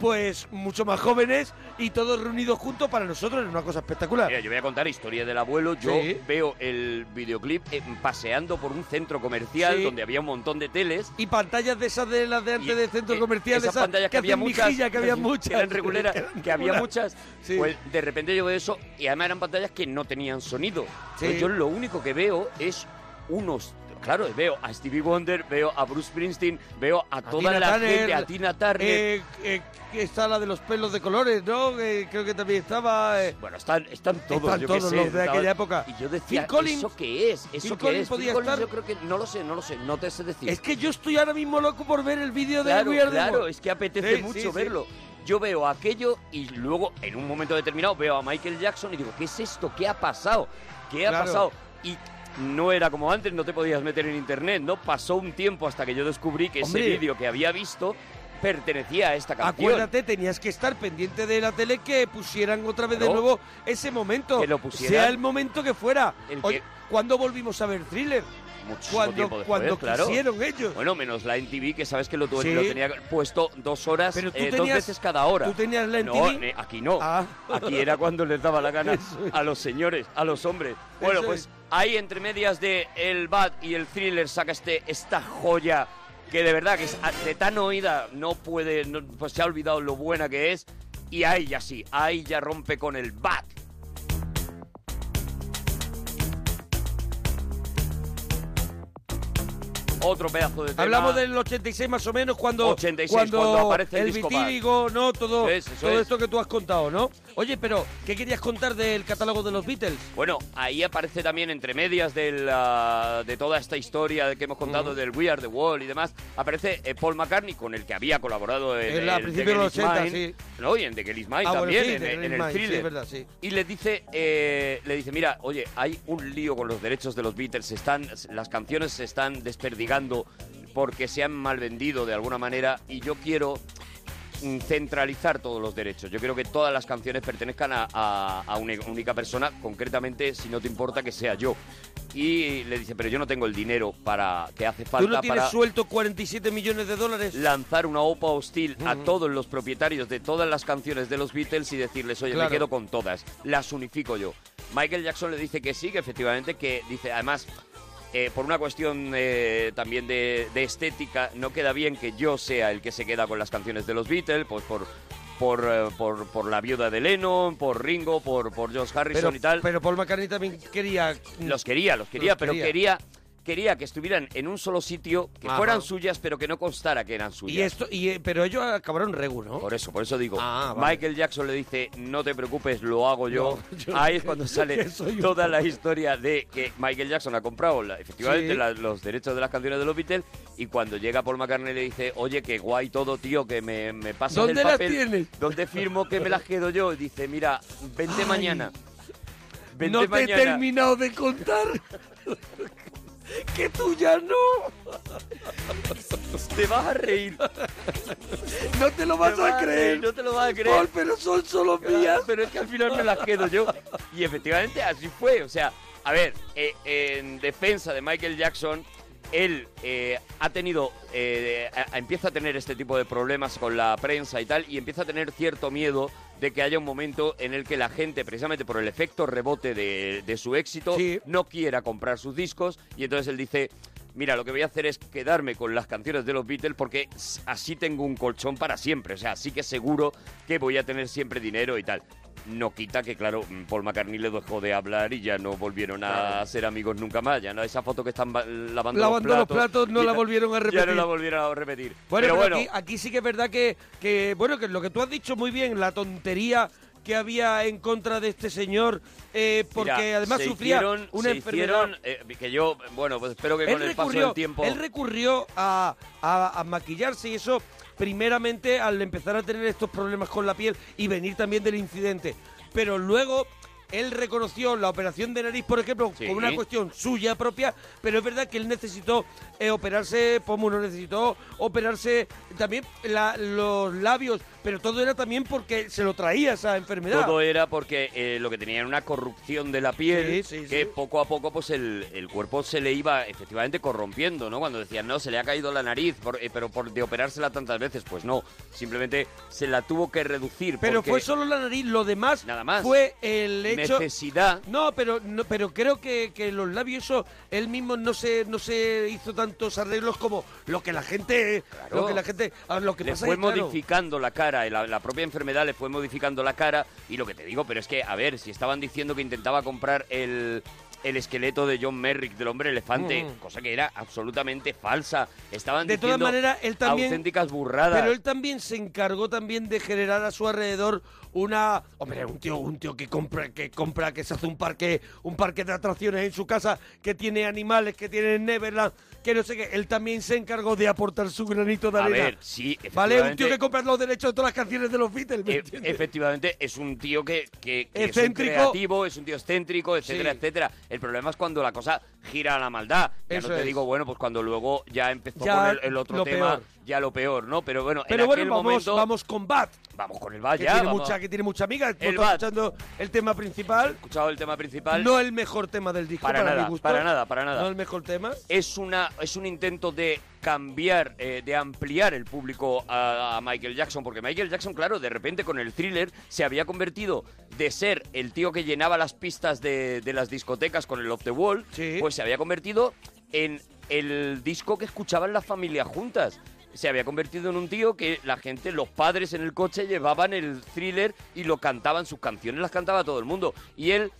B: pues mucho más jóvenes y todos reunidos juntos para nosotros es una cosa espectacular.
D: Mira, yo voy a contar historia del abuelo. Yo
B: Ah. Sí.
D: veo el videoclip eh, paseando por un centro comercial
B: Sí.
D: donde había un montón de teles.
B: Y pantallas de esas de las de antes de centros comerciales,
D: e Esas
B: esas
D: pantallas que,
B: hacen
D: había muchas.
B: mejilla, que había muchas.
D: que eran reguleras, que había
B: regular.
D: muchas.
B: Sí.
D: Pues de repente yo veo eso y además eran pantallas que no tenían sonido.
B: Sí.
D: Entonces yo lo único que veo es unos. Claro, veo a Stevie Wonder, veo a Bruce Springsteen, veo a toda
B: Tina
D: la
B: Turner,
D: gente, a Tina Turner.
B: eh, eh, que está la de los pelos de colores, ¿no? Eh, creo que también estaba. eh,
D: bueno, están, están todos, yo qué sé,
B: los de
D: estaban-
B: aquella época.
D: Y yo decía,
B: Phil Collins-
D: ¿eso qué es? ¿Eso
B: Phil
D: qué
B: Collins
D: es?
B: podía
D: Phil Collins,
B: estar-
D: yo creo que no lo sé, no lo sé, no te sé decir.
B: Es que yo estoy ahora mismo loco por ver el vídeo de
D: claro,
B: We Are the
D: claro,
B: World.
D: es que apetece
B: Sí,
D: mucho
B: sí, sí.
D: verlo. Yo veo aquello y luego en un momento determinado veo a Michael Jackson y digo, ¿qué es esto? ¿Qué ha pasado? ¿Qué ha
B: Claro.
D: pasado? Y no era como antes, no te podías meter en internet, ¿no? Pasó un tiempo hasta que yo descubrí que
B: Hombre.
D: ese vídeo que había visto pertenecía a esta canción.
B: Acuérdate, tenías que estar pendiente de la tele que pusieran otra vez de
D: Claro.
B: nuevo ese momento.
D: Que lo pusieran.
B: Sea el momento que fuera.
D: El
B: Oye,
D: que-
B: ¿Cuándo volvimos a ver thriller?
D: Muchísimo
B: Cuando,
D: tiempo después,
B: cuando
D: claro.
B: quisieron ellos.
D: Bueno, menos la MTV, que sabes que lo, tuve-
B: Sí.
D: lo tenía puesto dos horas,
B: Pero tú
D: eh, dos
B: tenías-
D: veces cada hora.
B: ¿tú tenías la
D: No,
B: MTV?
D: eh, aquí no.
B: Ah.
D: Aquí era cuando les daba la gana a los señores, a los hombres. Bueno,
B: Eso
D: pues
B: es.
D: ahí entre medias de el Bad y el Thriller saca este esta joya que de verdad que es a- de tan oída no puede, no- pues se ha olvidado lo buena que es. Y ahí ya sí, ahí ya rompe con el Bad. Otro pedazo de tema.
B: Hablamos del 86 más o menos cuando,
D: 86, cuando aparece el disco Bad.
B: vitíligo, ¿no? Todo,
D: Eso es, eso
B: todo
D: es.
B: esto que tú has contado, ¿no? Oye, pero, ¿qué querías contar del catálogo de los Beatles?
D: Bueno, ahí aparece también entre medias del, ah, de toda esta historia que hemos contado del We Are the Wall y demás, aparece eh, Paul McCartney con el que había colaborado en,
B: En la- a
D: el The
B: principios de los
D: Girl Is
B: 80,
D: Mine, ¿no? Y en The Girl Is Mine
B: Ah, bueno,
D: también,
B: sí,
D: en,
B: The
D: en
B: Girl Is Mine,
D: el
B: sí,
D: thriller.
B: es verdad, sí.
D: Y le dice, eh, le dice, mira, oye, hay un lío con los derechos de los Beatles, se están, las canciones se están desperdigando porque se han mal vendido de alguna manera y yo quiero mm, centralizar todos los derechos. Yo quiero que todas las canciones pertenezcan a, a- a una única persona, concretamente, si no te importa, que sea yo. Y le dice, pero yo no tengo el dinero para que hace falta
B: ¿Tú no tienes
D: para
B: suelto 47 millones de dólares? Mm.
D: lanzar una OPA hostil a todos los propietarios de todas las canciones de los Beatles y decirles, oye,
B: Claro.
D: me quedo con todas, las unifico yo. Michael Jackson le dice que sí, que efectivamente, que dice, además, eh, por una cuestión eh, también de, de estética, no queda bien que yo sea el que se queda con las canciones de los Beatles, pues por... Por, eh, por, por la viuda de Lennon, por Ringo, por, por George Harrison
B: Pero, mm,
D: y tal
B: pero Paul McCartney también quería...
D: los quería, los quería, pero quería quería que estuvieran en un solo sitio, que
B: Ajá.
D: fueran suyas, pero que no constara que eran suyas.
B: Y esto, y, eh, pero ellos acabaron regu, ¿no?
D: Por eso, por eso digo.
B: Ah, vale.
D: Michael Jackson le dice, no te preocupes, lo hago yo.
B: No, yo-
D: Ahí es cuando sale
B: que soy un
D: toda la
B: poco-
D: historia de que Michael Jackson ha comprado la- efectivamente
B: Sí.
D: la- los derechos de las canciones de los Beatles y cuando llega Paul McCartney le dice, oye, qué guay todo, tío, que me, me pasas
B: ¿Dónde
D: el
B: las
D: papel.
B: tienes?
D: ¿Dónde firmo que me las quedo yo? Y dice, mira, vente
B: Ay.
D: mañana. Vente
B: no te
D: mañana.
B: he terminado de contar que tú ya no.
D: Te vas a reír.
B: No te lo vas
D: Te
B: a
D: vas a
B: creer.
D: reír, no te lo vas a creer.
B: Paul, pero son solo
D: Claro,
B: mías.
D: Pero es que al final me las quedo yo. Y efectivamente así fue. O sea, a ver, eh, en defensa de Michael Jackson, él eh, ha tenido, eh, a- a- empieza a tener este tipo de problemas con la prensa y tal, y empieza a tener cierto miedo de que haya un momento en el que la gente, precisamente por el efecto rebote de, de su éxito, no quiera comprar sus discos. Y entonces él dice, mira, lo que voy a hacer es quedarme con las canciones de los Beatles porque s- así tengo un colchón para siempre. O sea, así que seguro que voy a tener siempre dinero y tal. No quita que, claro, mm, Paul McCartney le dejó de hablar y ya no volvieron a
B: Claro.
D: ser amigos nunca más. Ya no, esa foto que están ba- lavando,
B: Lavando
D: los
B: los
D: platos.
B: platos, no
D: y
B: la
D: ta-
B: volvieron a
D: Ya no
B: repetir.
D: la volvieron a repetir.
B: Bueno,
D: pero,
B: pero
D: bueno,
B: Aquí, aquí sí que es verdad que, que, bueno, que lo que tú has dicho muy bien, la tontería que había en contra de este señor, eh, porque
D: mira,
B: además
D: se
B: sufría
D: hicieron-
B: una
D: se
B: enfermedad.
D: hicieron, eh, que yo, bueno, pues espero que
B: él
D: con el paso
B: recurrió,
D: del tiempo.
B: él recurrió a, a- a maquillarse y eso primeramente al empezar a tener estos problemas con la piel y venir también del incidente. Pero luego él reconoció la operación de nariz, por ejemplo,
D: Sí.
B: como una cuestión suya propia, pero es verdad que él necesitó pues, eh, operarse pómulo, necesitó operarse también la- los labios, pero todo era también porque se lo traía esa enfermedad.
D: Todo era porque eh, lo que tenía era una corrupción de la piel,
B: Sí, sí,
D: que poco a poco pues el, el cuerpo se le iba efectivamente corrompiendo, ¿no? Cuando decían, no, se le ha caído la nariz, por- eh, pero por de operársela tantas veces, pues no, simplemente se la tuvo que reducir.
B: Pero
D: porque
B: fue solo la nariz, lo demás, fue el hecho...
D: Necesidad.
B: No, pero no, pero creo que, que los labios, eso, él mismo no se, no se hizo tantos arreglos como lo que la gente... Lo que la gente... a Lo que
D: le
B: pasa
D: fue
B: es que, claro,
D: modificando la cara, eh, la, la propia enfermedad le fue modificando la cara. Y lo que te digo, pero es que, a ver, si estaban diciendo que intentaba comprar el, el esqueleto de John Merrick, del hombre elefante,
B: Mm.
D: cosa que era absolutamente falsa. Estaban
B: De todas
D: diciendo
B: maneras, él también-
D: auténticas burradas.
B: Pero él también se encargó también de generar a su alrededor una hombre, un tío, un tío que compra, que compra, que se hace un parque, un parque de atracciones en su casa, que tiene animales, que tiene Neverland, que no sé qué. Él también se encargó de aportar su granito de
D: A
B: arena.
D: ver, sí,
B: vale, un
D: efectivamente-
B: tío que compra los derechos de todas las canciones de los Beatles, ¿me
D: E-
B: entiendes?
D: efectivamente, es un tío que, que- que
B: Excéntrico.
D: es un creativo, es un tío excéntrico, etcétera,
B: Sí.
D: etcétera. El problema es cuando la cosa gira a la maldad. Ya
B: Eso
D: no te
B: es.
D: digo, bueno, pues cuando luego ya empezó
B: Ya
D: con el, el otro
B: lo
D: tema,
B: peor.
D: ya lo peor, ¿no? Pero bueno,
B: Pero
D: en
B: bueno,
D: aquel
B: vamos,
D: momento...
B: vamos con Bat.
D: Vamos con el Bat
B: que
D: ya,
B: Tiene
D: vamos.
B: mucha, que tiene mucha amiga.
D: El
B: Hemos
D: Bat.
B: escuchando el tema principal.
D: escuchado el tema principal.
B: No el mejor tema del disco, para,
D: Para nada,
B: mi gusto.
D: para nada, para nada.
B: No el mejor tema.
D: es una es un intento de cambiar, eh, de ampliar el público a, a Michael Jackson, porque Michael Jackson, claro, de repente con el thriller se había convertido de ser el tío que llenaba las pistas de, de las discotecas con el Off the Wall, pues se había convertido en el disco que escuchaban las familias juntas. Se había convertido en un tío que la gente, los padres en el coche llevaban el thriller y lo cantaban, sus canciones las cantaba todo el mundo. Y él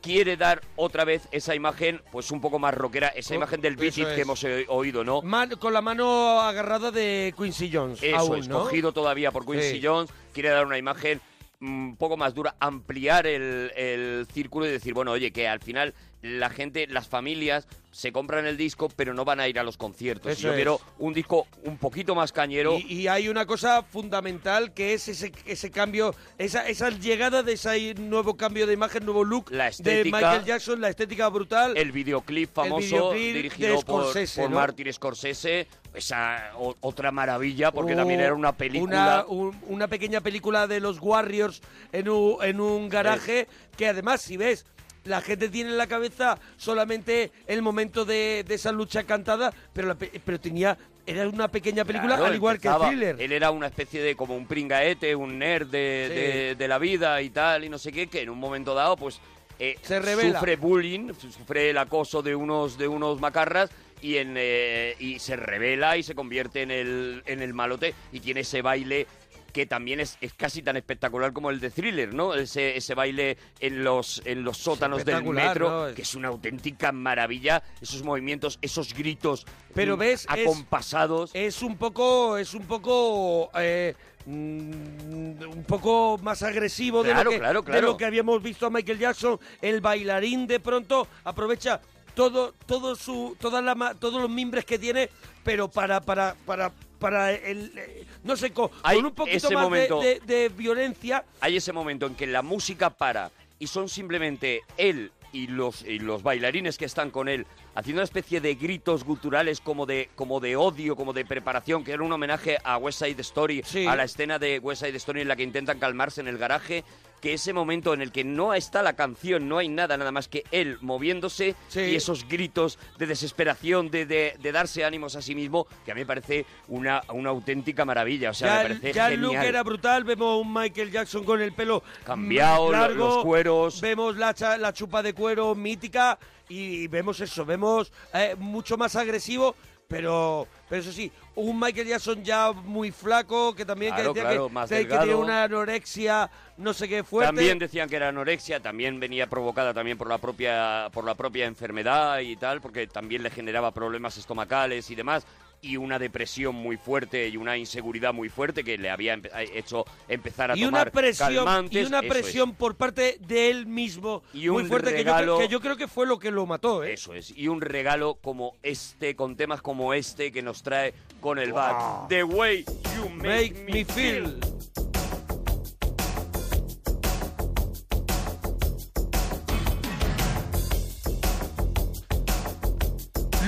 D: quiere dar otra vez esa imagen, pues un poco más rockera, esa
B: Oh,
D: imagen del beat
B: eso
D: It
B: es.
D: que hemos eh, oído, ¿no?
B: Man- con la mano agarrada de Quincy Jones.
D: Eso
B: aún,
D: es,
B: ¿no?
D: cogido todavía por Quincy
B: Sí.
D: Jones, quiere dar una imagen mm, un poco más dura, ampliar el, el círculo y decir, bueno, oye, que al final la gente, las familias se compran el disco, pero no van a ir a los conciertos.
B: Eso
D: Y yo
B: es.
D: quiero un disco un poquito más cañero.
B: Y, y hay una cosa fundamental que es ese, ese cambio, esa, esa llegada de ese nuevo cambio de imagen, nuevo look de
D: estética.
B: Michael Jackson, la estética brutal.
D: El videoclip famoso
B: videoclip
D: dirigido
B: de Scorsese,
D: por, por
B: ¿no?
D: Martin Scorsese, esa o- otra maravilla, porque
B: Oh,
D: también era una película.
B: Una, un- una pequeña película de los Warriors en un, en un garaje que además, si ves, la gente tiene en la cabeza solamente el momento de, de esa lucha cantada, pero, la pe- pero tenía... Era una pequeña película,
D: Claro,
B: al igual que
D: empezaba.
B: el thriller.
D: Él era una especie de como un pringaete, un nerd de,
B: Sí.
D: de- de la vida y tal, y no sé qué, que en un momento dado, pues. eh,
B: Se revela.
D: Sufre bullying, sufre el acoso de unos, de unos macarras y, en, eh, y se revela y se convierte en el, en el malote y tiene ese baile que también es, es casi tan espectacular como el de Thriller, ¿no? Ese, ese baile en los, en los sótanos del
B: espectacular,
D: metro,
B: ¿no? Es-
D: que es una auténtica maravilla, esos movimientos, esos gritos
B: Pero
D: mm,
B: ves, es-
D: acompasados.
B: es un poco es un poco eh, mm, un poco más agresivo de,
D: Claro,
B: lo que,
D: claro,
B: de
D: claro.
B: lo que habíamos visto a Michael Jackson el bailarín de pronto aprovecha todo todo su toda la ma- todos los mimbres que tiene pero para para para para el eh, no sé co- con,
D: Hay
B: un poquito
D: ese
B: más de-
D: momento-
B: de- de violencia
D: Hay ese momento en que la música para y son simplemente él y los, y los bailarines que están con él haciendo una especie de gritos guturales como de, como de odio, como de preparación, que era un homenaje a West Side Story, a la escena de West Side Story en la que intentan calmarse en el garaje, que ese momento en el que no está la canción, no hay nada, nada más que él moviéndose y esos gritos de desesperación, de, de- de darse ánimos a sí mismo, que a mí me parece una, una auténtica maravilla, o sea, me
B: ya, el-
D: parece
B: ya el
D: genial.
B: look era brutal. Vemos a un Michael Jackson con el pelo
D: Cambiado, lo-
B: mm, largo,
D: los cueros.
B: Vemos la, cha- la chupa de cuero mítica y vemos eso. Vemos eh, mucho más agresivo, pero, pero eso sí, un Michael Jackson ya muy flaco, que también que
D: Claro,
B: decía
D: claro,
B: que,
D: más
B: que- que
D: delgado.
B: tiene una anorexia, no sé qué fuerte.
D: También decían que era anorexia, también venía provocada también por la propia por la propia enfermedad y tal, porque también le generaba problemas estomacales y demás y una depresión muy fuerte y una inseguridad muy fuerte que le había empe- eh, hecho empezar a
B: y una
D: tomar
B: presión y
D: calmantes,
B: una
D: eso es.
B: presión por parte de él mismo
D: Y
B: muy
D: un
B: fuerte que yo creo-
D: regalo-
B: que yo creo que fue lo que lo mató ¿eh?
D: Eso es. Y un regalo como este, con temas como este que nos trae con el bat. The way you make,
B: Make
D: me feel.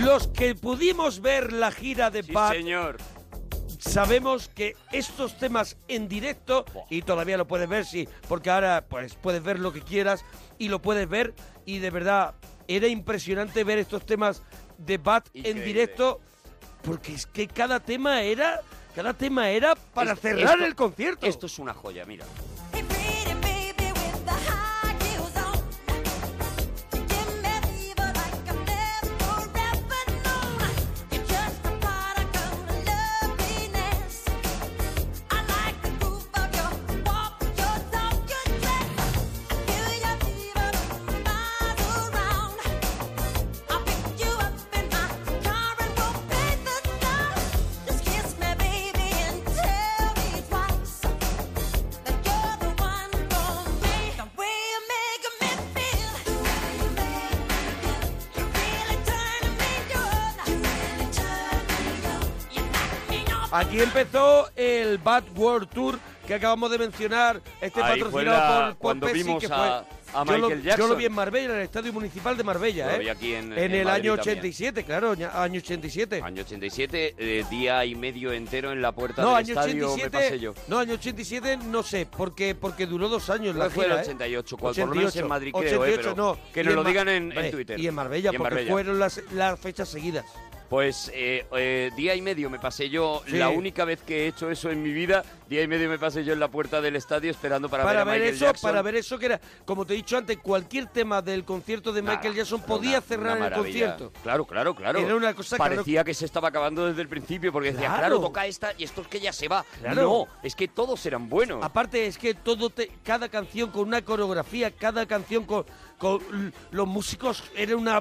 B: Los que pudimos ver la gira de Bad,
D: Señor.
B: sabemos que estos temas en directo, y todavía lo puedes ver, sí, porque ahora pues puedes ver lo que quieras y lo puedes ver, y de verdad era impresionante ver estos temas de Bat en
D: Increíble.
B: directo, porque es que cada tema era, cada tema era para cerrar
D: esto-
B: el concierto.
D: Esto es una joya, mira.
B: Aquí empezó el Bad World Tour que acabamos de mencionar, este
D: Ahí
B: patrocinado
D: fue la-
B: por, por
D: cuando
B: Pepsi,
D: vimos
B: que fue-
D: a- a
B: yo lo-
D: Michael
B: Yo lo
D: Jackson.
B: vi en Marbella, en el Estadio Municipal de Marbella,
D: Lo
B: ¿eh?
D: vi aquí en- en
B: el
D: Madrid
B: año
D: también.
B: 87, claro, ña- año 87.
D: Año 87, eh, día y medio entero en la puerta
B: No,
D: del
B: año
D: estadio
B: 87,
D: me pasé yo.
B: no, año 87 no sé, porque porque duró dos años
D: Creo
B: la
D: que fue el
B: gira, ¿eh?
D: 88, cual- por lo menos en Madrid creo, ¿eh?
B: 88,
D: Pero
B: no.
D: que
B: y
D: nos
B: en
D: lo
B: Ma-
D: digan en- en
B: Hombre,
D: Twitter.
B: Y en Marbella,
D: Y en
B: porque
D: Marbella.
B: fueron las, las fechas seguidas.
D: Pues eh, eh, día y medio me pasé yo,
B: Sí.
D: la única vez que he hecho eso en mi vida, día y medio me pasé yo en la puerta del estadio esperando para,
B: Para,
D: ver a
B: ver,
D: Michael
B: eso,
D: Jackson.
B: para ver eso que era, como te he dicho antes, cualquier tema del concierto de Michael Jackson
D: Era una-
B: podía cerrar
D: una
B: el
D: maravilla.
B: concierto.
D: Claro, claro, claro.
B: Era una cosa que
D: Parecía que se estaba acabando desde el principio porque decía,
B: Claro.
D: claro, toca esta y esto es que ya se va.
B: Claro.
D: No, es que todos eran buenos.
B: Aparte es que todo te- cada canción con una coreografía, cada canción con, con l- los músicos era una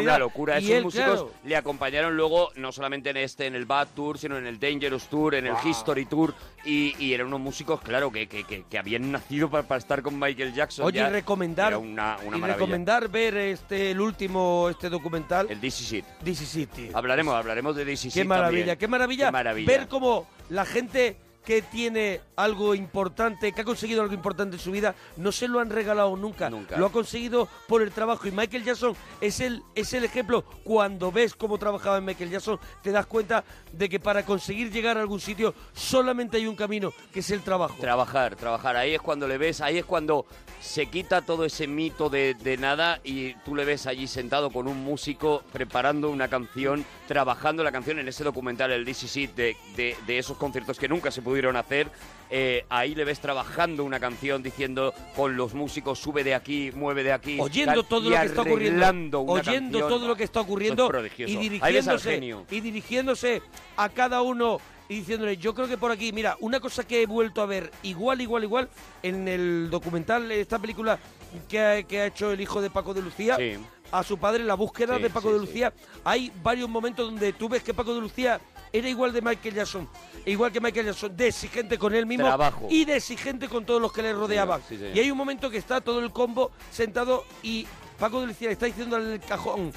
D: Era una locura.
B: Y
D: Esos
B: él,
D: músicos
B: claro,
D: le acompañaron luego, no solamente en este, en el Bad Tour, sino en el Dangerous Tour, en el
B: Wow.
D: History Tour. Y, y eran unos músicos, claro, que, que- que- que habían nacido para, para estar con Michael Jackson.
B: Oye,
D: ya.
B: y recomendar-
D: Era una, una
B: y
D: maravilla.
B: recomendar ver este el último este documental.
D: El This Is It.
B: This Is It, tío.
D: Hablaremos, hablaremos de This Is
B: Qué
D: It
B: maravilla,
D: también.
B: qué maravilla,
D: Qué maravilla.
B: ver cómo la gente que tiene algo importante, que ha conseguido algo importante en su vida, no se lo han regalado nunca. Lo ha conseguido por el trabajo. Y Michael Jackson es el, es el ejemplo. Cuando ves cómo trabajaba en Michael Jackson, te das cuenta de que para conseguir llegar a algún sitio solamente hay un camino, que es el trabajo.
D: Pues Trabajar, trabajar. Ahí es cuando le ves, ahí es cuando se quita todo ese mito de, de nada y tú le ves allí sentado con un músico preparando una canción, trabajando la canción en ese documental, el DCC, de, de, de esos conciertos que nunca se pudieron hacer. Eh, ahí le ves trabajando una canción diciendo con los músicos sube de aquí, mueve de aquí.
B: oyendo
D: tal,
B: todo
D: y
B: lo que está
D: arreglando
B: ocurriendo,
D: una
B: oyendo
D: canción.
B: todo lo que está
D: Eso es
B: ocurriendo
D: prodigioso.
B: y
D: Ahí ves al
B: dirigiéndose
D: genio.
B: y dirigiéndose a cada uno y diciéndole, yo creo que por aquí, mira, una cosa que he vuelto a ver igual, igual, igual en el documental, esta película que ha, que ha hecho el hijo de Paco de Lucía. A su padre, la búsqueda
D: Sí,
B: de Paco
D: sí,
B: de
D: sí.
B: Lucía. Hay varios momentos donde tú ves que Paco de Lucía era igual de Michael Jackson. Igual que Michael Jackson, de exigente con él mismo.
D: Trabajo.
B: Y de exigente con todos los que le rodeaban.
D: sí, señor.
B: y hay un momento que está todo el combo sentado y Paco de Lucía le está diciendo al cajón,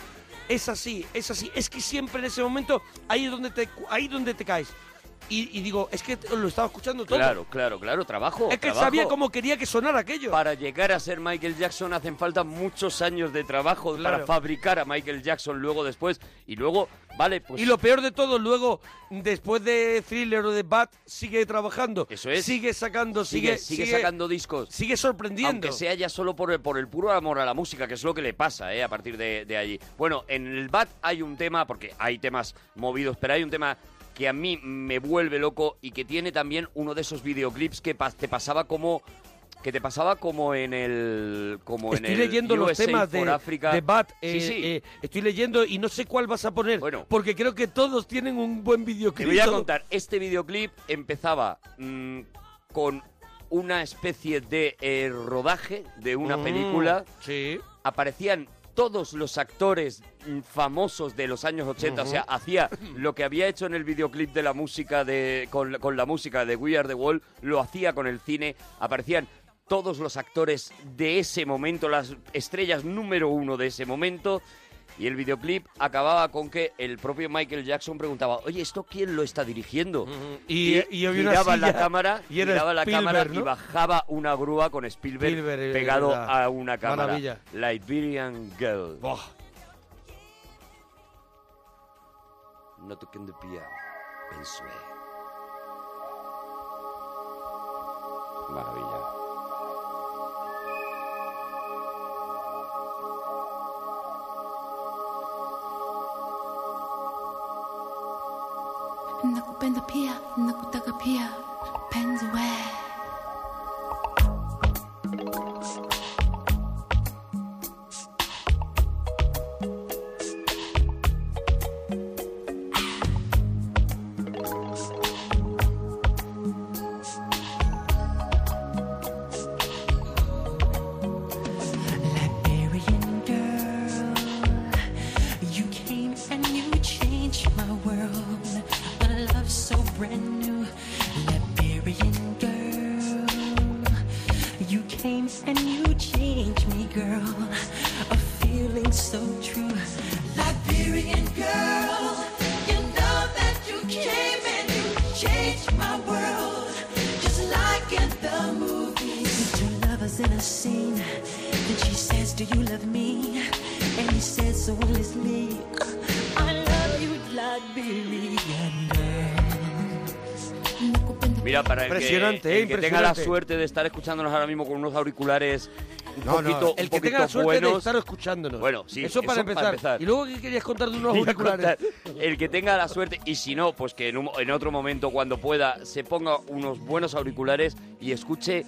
B: es así, es así, es que siempre en ese momento ahí es donde te, ahí es donde te caes. Y, y digo, es que lo estaba escuchando todo.
D: Claro, claro, claro, trabajo.
B: Es que
D: trabajo.
B: sabía cómo quería que sonara aquello.
D: Para llegar a ser Michael Jackson hacen falta muchos años de trabajo
B: Claro.
D: para fabricar a Michael Jackson luego después y luego, vale, pues
B: y lo peor de todo, luego, después de Thriller o de Bat, sigue trabajando.
D: Eso es.
B: Sigue sacando, sigue,
D: sigue, sigue sacando discos.
B: Sigue sorprendiendo.
D: Aunque sea ya solo por el, por el puro amor a la música, que es lo que le pasa eh, a partir de, de allí. Bueno, en el BAT hay un tema, porque hay temas movidos, pero hay un tema que a mí me vuelve loco y que tiene también uno de esos videoclips que pas- te pasaba como que te pasaba como en el como en
B: Estoy
D: el
B: leyendo los
D: USA
B: temas de,
D: for Africa.
B: de Bat.
D: Sí,
B: eh,
D: sí.
B: eh, estoy leyendo y no sé cuál vas a poner. Porque creo que todos tienen un buen
D: Te
B: videoclip.
D: voy a
B: todo.
D: contar, este videoclip empezaba mm, con una especie de eh, rodaje de una
B: Mm,
D: película.
B: Sí.
D: Aparecían todos los actores mm, famosos de los años 80, o sea,
B: Ujú.
D: hacía lo que había hecho en el videoclip de la música de con, la- con la música de We Are the Wall, lo hacía con el cine, aparecían todos los actores de ese momento, las estrellas número uno de ese momento. Y el videoclip acababa con que el propio Michael Jackson preguntaba, oye, ¿esto quién lo está dirigiendo?
B: Y- y había una
D: giraba la
B: silla,
D: cámara,
B: y era
D: giraba la
B: Spielberg,
D: cámara y
B: ¿no?
D: bajaba una grúa con Spielberg,
B: Spielberg, eh,
D: pegado
B: verdad.
D: a una cámara.
B: Maravilla.
D: Liberian Girl. No toquen de pie, pensé.
Q: Maravilla.
R: 나고pen다 피야 나고다가 피야 펜즈 왜 Liberian girl, you came and you changed my world. A love so brand new. Liberian girl, you came and you changed me, girl. A feeling so true. Liberian girl, you know that you came and you changed my world. Just like in the movies. Two lovers in a scene. Then she says, Do you love me? And he says, So will it's me. I love you, Liberian girl.
D: Mira, para el que-
B: Impresionante,
D: el
B: eh,
D: que, tenga la
B: impresionante.
D: suerte de estar escuchándonos ahora mismo con unos auriculares un
B: No, no,
D: poquito
B: el
D: un
B: que tenga la
D: poquito
B: suerte de
D: buenos.
B: estar escuchándonos.
D: Bueno, sí,
B: Eso, para, empezar. Y luego, ¿qué querías contar de unos
D: Voy a
B: auriculares?
D: contar. El que tenga la suerte, y si no, pues que en, un- en otro momento, cuando pueda, se ponga unos buenos auriculares y escuche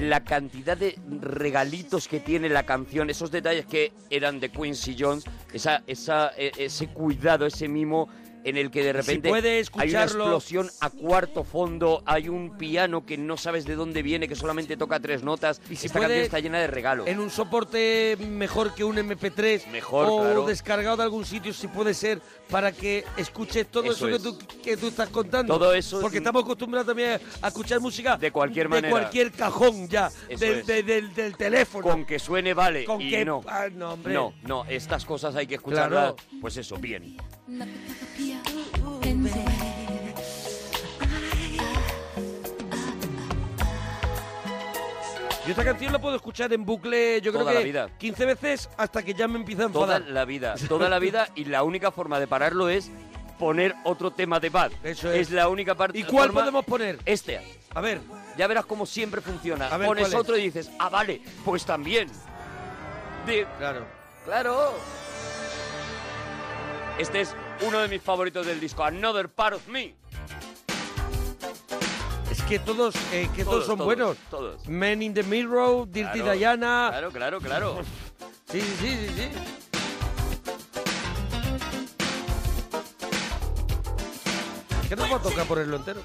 D: la cantidad de regalitos que tiene la canción, esos detalles que eran de Quincy Jones, esa, esa, e- ese cuidado, ese mimo en el que de
B: si
D: repente
B: puede
D: hay una
B: escucharlo-
D: explosión a cuarto fondo, hay un piano que no sabes de dónde viene, que solamente toca tres notas, y
B: si
D: esta
B: puede, Eh,
D: canción está llena de regalos.
B: En un soporte mejor que un MP3
D: Mejor,
B: o
D: claro.
B: descargado de algún sitio, si puede ser, para que escuches todo eso,
D: Eso
B: que,
D: es.
B: tú, que tú estás contando.
D: Todo eso es-
B: Porque estamos acostumbrados también a escuchar música de
D: cualquier manera.
B: cualquier cajón ya,
D: Eso
B: del,
D: es.
B: de- del- del teléfono.
D: Con que suene vale.
B: Con
D: y
B: que-
D: no.
B: ah, no, hombre.
D: No, no, estas cosas hay que escucharlas.
B: Claro.
D: Pues eso, bien.
R: Pensa away.
B: Yo esta canción la puedo escuchar en bucle, yo
D: Toda
B: creo
D: la
B: que
D: vida.
B: 15 veces hasta que ya me empieza a
D: Toda
B: enfadar.
D: la vida, toda la vida. Y la única forma de pararlo es poner otro tema de paz. Eso
B: es.
D: la única parte.
B: ¿Y cuál podemos poner?
D: Este.
B: A ver.
D: Ya verás cómo siempre funciona.
B: A ver,
D: Pones
B: ¿cuál es?
D: otro y dices, ah, vale, pues también.
B: Claro.
D: Claro. Este es uno de mis favoritos del disco, Another Part of Me.
B: Es que todos, eh, que
D: Todos,
B: todos, son
D: todos,
B: buenos.
D: todos.
B: Men in the Mirror, Dirty
D: Claro,
B: Diana.
D: Claro, claro, claro.
B: Sí, Ah. sí, sí, sí, sí. ¿Qué nos va a tocar ponerlo entero?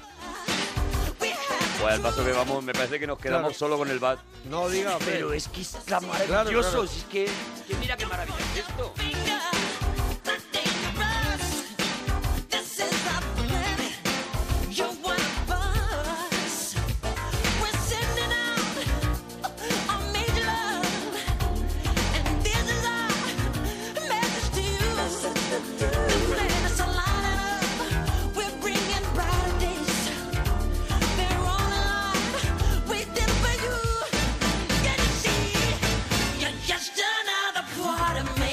D: Pues al paso que vamos, me parece que nos quedamos
B: Claro.
D: solo con el bat.
B: No diga, hombre.
D: Pero es que está
B: Claro,
D: maravilloso.
B: claro.
D: Es, que, es que mira qué maravilla es esto.
R: Just another part of me.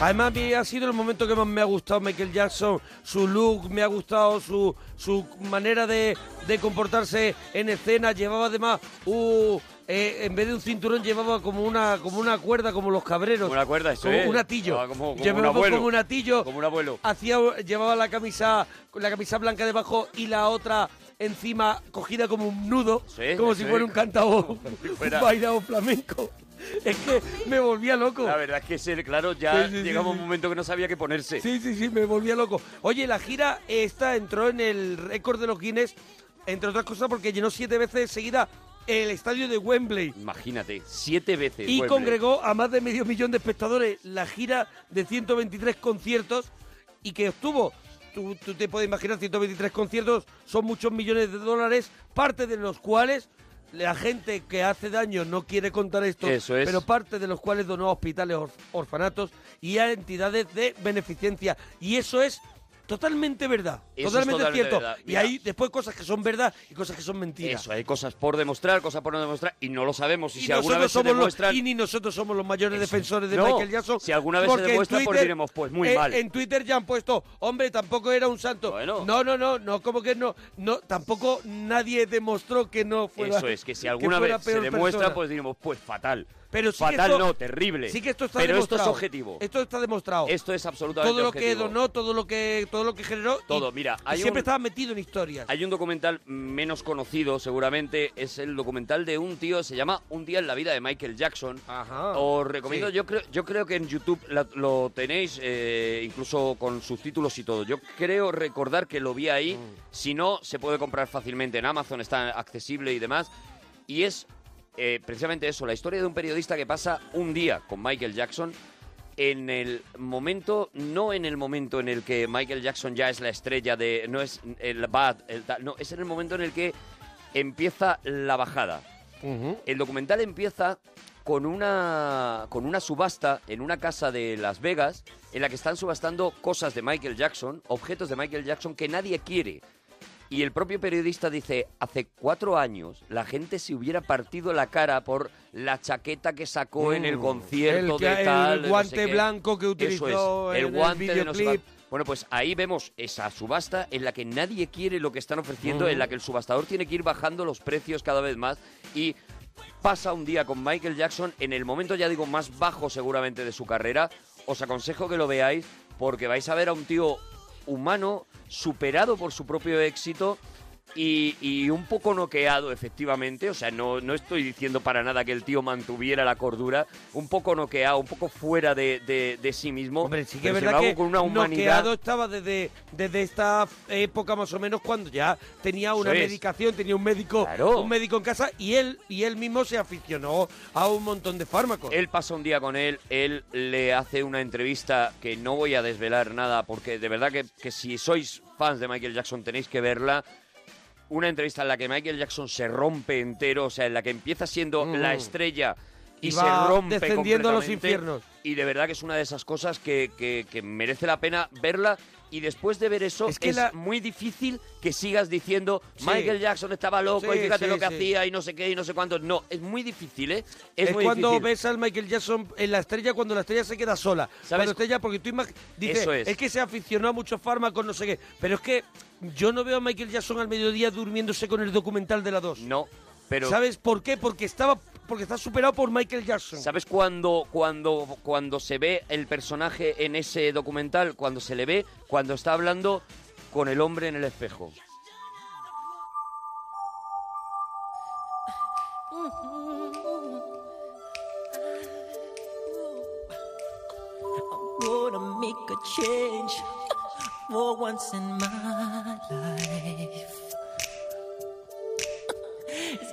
B: Además, a mí ha sido el momento que más me ha gustado Michael Jackson. Su look, me ha gustado su, su manera de, de comportarse en escena. Llevaba además, un- eh, en vez de un cinturón, llevaba como una, como una cuerda, como los cabreros.
D: Como una cuerda, eso
B: Como
D: es.
B: un atillo.
D: Ah, como- como un
B: llevaba
D: abuelo.
B: como un atillo.
D: Como un abuelo.
B: Hacía, llevaba la camisa, la camisa blanca debajo y la otra encima cogida como un nudo,
D: Sí,
B: como
D: eso
B: si fuera
D: es.
B: un cantador,
D: Como si
B: un
D: fuera-
B: bailado flamenco. Es que me volvía loco.
D: La verdad es que, ser, claro, ya
B: Sí, sí, sí,
D: llegaba un
B: sí.
D: momento que no sabía qué ponerse.
B: Sí, sí, sí, me volvía loco. Oye, la gira esta entró en el récord de los Guinness, entre otras cosas porque llenó siete veces seguida el estadio de Wembley.
D: Imagínate, siete veces.
B: Y
D: Wembley.
B: congregó a más de medio millón de espectadores la gira de 123 conciertos y que obtuvo, tú, tú te puedes imaginar, 123 conciertos son muchos millones de dólares, parte de los cuales la gente que hace daño no quiere contar esto,
D: Eso es.
B: pero parte de los cuales donó a hospitales, or- orfanatos y a entidades de beneficencia. Y eso es totalmente verdad.
D: Eso es
B: totalmente
D: totalmente
B: cierto.
D: verdad.
B: Y ahí después cosas que son verdad y cosas que son mentiras.
D: Eso, hay cosas por demostrar, cosas por no demostrar, y no lo sabemos. Y,
B: Y
D: si alguna
B: nosotros
D: vez se
B: somos los-
D: demuestran...
B: y ni nosotros somos los mayores defensores de
D: No,
B: Michael Jackson.
D: si alguna vez se
B: porque en
D: demuestra, pues
B: Twitter-
D: diremos, pues, muy
B: eh,
D: mal.
B: En Twitter ya han puesto, hombre, tampoco era un santo. No, no, no, no, como que no, no, tampoco nadie demostró que no fuera.
D: Eso es, que si alguna
B: fuera
D: vez se
B: peor
D: demuestra,
B: persona.
D: pues diremos, pues fatal.
B: Pero sí que
D: fatal
B: esto-
D: no, terrible.
B: Sí que esto está
D: Pero
B: demostrado.
D: esto es objetivo.
B: Esto está demostrado.
D: Esto es absolutamente
B: todo lo que
D: objetivo.
B: donó, todo lo que, todo lo que generó. y-
D: Todo, mira,
B: y
D: hay
B: siempre
D: un-
B: estaba metido en historias.
D: Hay un documental menos conocido, seguramente, es el documental de un tío, se llama Un día en la vida de Michael Jackson. Os recomiendo,
B: Sí.
D: yo creo, yo creo que en YouTube la- lo tenéis, eh, incluso con subtítulos y todo. Yo creo recordar que lo vi ahí. Si no, se puede comprar fácilmente en Amazon, está accesible y demás. Y es eh, precisamente eso, la historia de un periodista que pasa un día con Michael Jackson en el momento, no en el momento en el que Michael Jackson ya es la estrella de, no es el bad, el tal, no, es en el momento en el que empieza la bajada. El documental empieza con una, con una subasta en una casa de Las Vegas en la que están subastando cosas de Michael Jackson, objetos de Michael Jackson que nadie quiere. Y el propio periodista dice, hace cuatro años la gente se hubiera partido la cara por la chaqueta que sacó en el
B: Mm.
D: concierto
B: El que-
D: de
B: el
D: tal... de no
B: guante
D: sé qué".
B: blanco que utilizó
D: Eso es,
B: en
D: el
B: el
D: guante de no sé
B: videoclip.
D: cuánto. Bueno, pues ahí vemos esa subasta en la que nadie quiere lo que están ofreciendo,
B: Mm.
D: en la que el subastador tiene que ir bajando los precios cada vez más y pasa un día con Michael Jackson en el momento, ya digo, más bajo seguramente de su carrera. Os aconsejo que lo veáis porque vais a ver a un tío humano, superado por su propio éxito y, y un poco noqueado, efectivamente. O sea, no, no estoy diciendo para nada que el tío mantuviera la cordura. Un poco noqueado, un poco fuera de, de- de sí mismo. Hombre,
B: Sí que es verdad que noqueado estaba desde, desde esta época más o menos cuando ya tenía una
D: Eso es.
B: medicación, tenía un médico,
D: Claro.
B: un médico en casa y él y él mismo se aficionó a un montón de fármacos.
D: Él pasa un día con él, él le hace una entrevista que no voy a desvelar nada, porque de verdad que, que si sois fans de Michael Jackson tenéis que verla. Una entrevista en la que Michael Jackson se rompe entero, o sea, en la que empieza siendo
B: Mm.
D: la estrella y,
B: Y
D: se
B: va
D: rompe
B: descendiendo a los
D: completamente.
B: infiernos.
D: Y de verdad que es una de esas cosas que, que- que merece la pena verla. Y después de ver eso, es,
B: que la-
D: muy difícil que sigas diciendo
B: Sí.
D: Michael Jackson estaba loco
B: Sí,
D: y fíjate
B: sí,
D: lo que
B: sí.
D: hacía y no sé qué y no sé cuánto. No, es muy difícil, ¿eh?
B: Es,
D: Es, muy
B: cuando
D: difícil.
B: ves al Michael Jackson en la estrella, cuando la estrella se queda sola. Cuando estrella, porque tú imag- dices,
D: Eso es.
B: que se aficionó a muchos fármacos, no sé qué. Pero es que yo no veo a Michael Jackson al mediodía durmiéndose con el documental de la 2.
D: No, pero-
B: ¿Sabes por qué? Porque estaba porque está superado por Michael Jackson.
D: ¿Sabes cuando, cuando, cuando se ve el personaje en ese documental? Cuando se le ve, cuando está hablando con el hombre en el espejo.
R: gonna make a change for once in my life. It's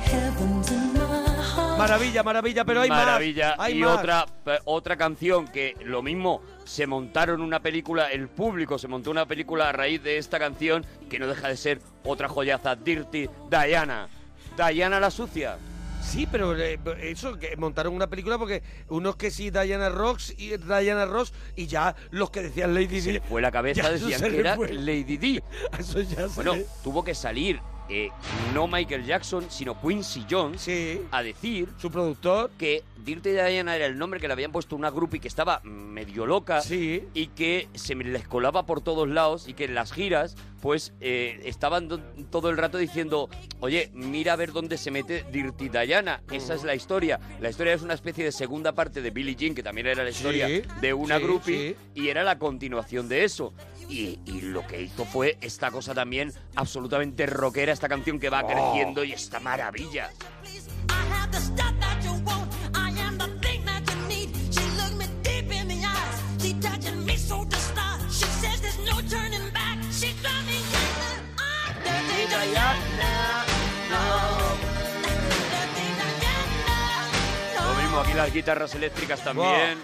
R: Heaven's in my heart.
B: Maravilla, maravilla, pero hay
D: Maravilla.
B: más. Hay
D: y
B: más.
D: otra eh, otra canción que lo mismo se montaron una película, el público se montó una película a raíz de esta canción que no deja de ser otra joyaza, Dirty Diana. Diana la sucia.
B: Sí, pero eh, eso, que montaron una película porque unos que sí, Diana Ross y Diana Ross, y ya los que decían Lady
D: se
B: Di-
D: le fue la cabeza,
B: ya eso
D: decían
B: se
D: que
B: le
D: era
B: fue.
D: Lady Di.
B: Eso ya se
D: bueno,
B: le-
D: tuvo que salir eh, no Michael Jackson, sino Quincy Jones a decir
B: su productor
D: que Dirty Diana era el nombre que le habían puesto una grupi que estaba medio loca y que se me- les colaba por todos lados y que en las giras pues eh, estaban do- todo el rato diciendo oye mira a ver dónde se mete Dirty Diana esa es la historia la historia es una especie de segunda parte de Billie Jean que también era la historia
B: Sí,
D: de una
B: sí,
D: grupi
B: sí.
D: y era la continuación de eso. Y, y lo que hizo fue esta cosa también absolutamente rockera, esta canción que va creciendo y esta maravilla.
R: the stuff that you want. I am the thing that you need. She looked me deep in the eyes. She touching me so to start. She says there's no turning back. She got me Diana. I'm dirty Diana.
D: Lo mismo aquí las guitarras eléctricas también.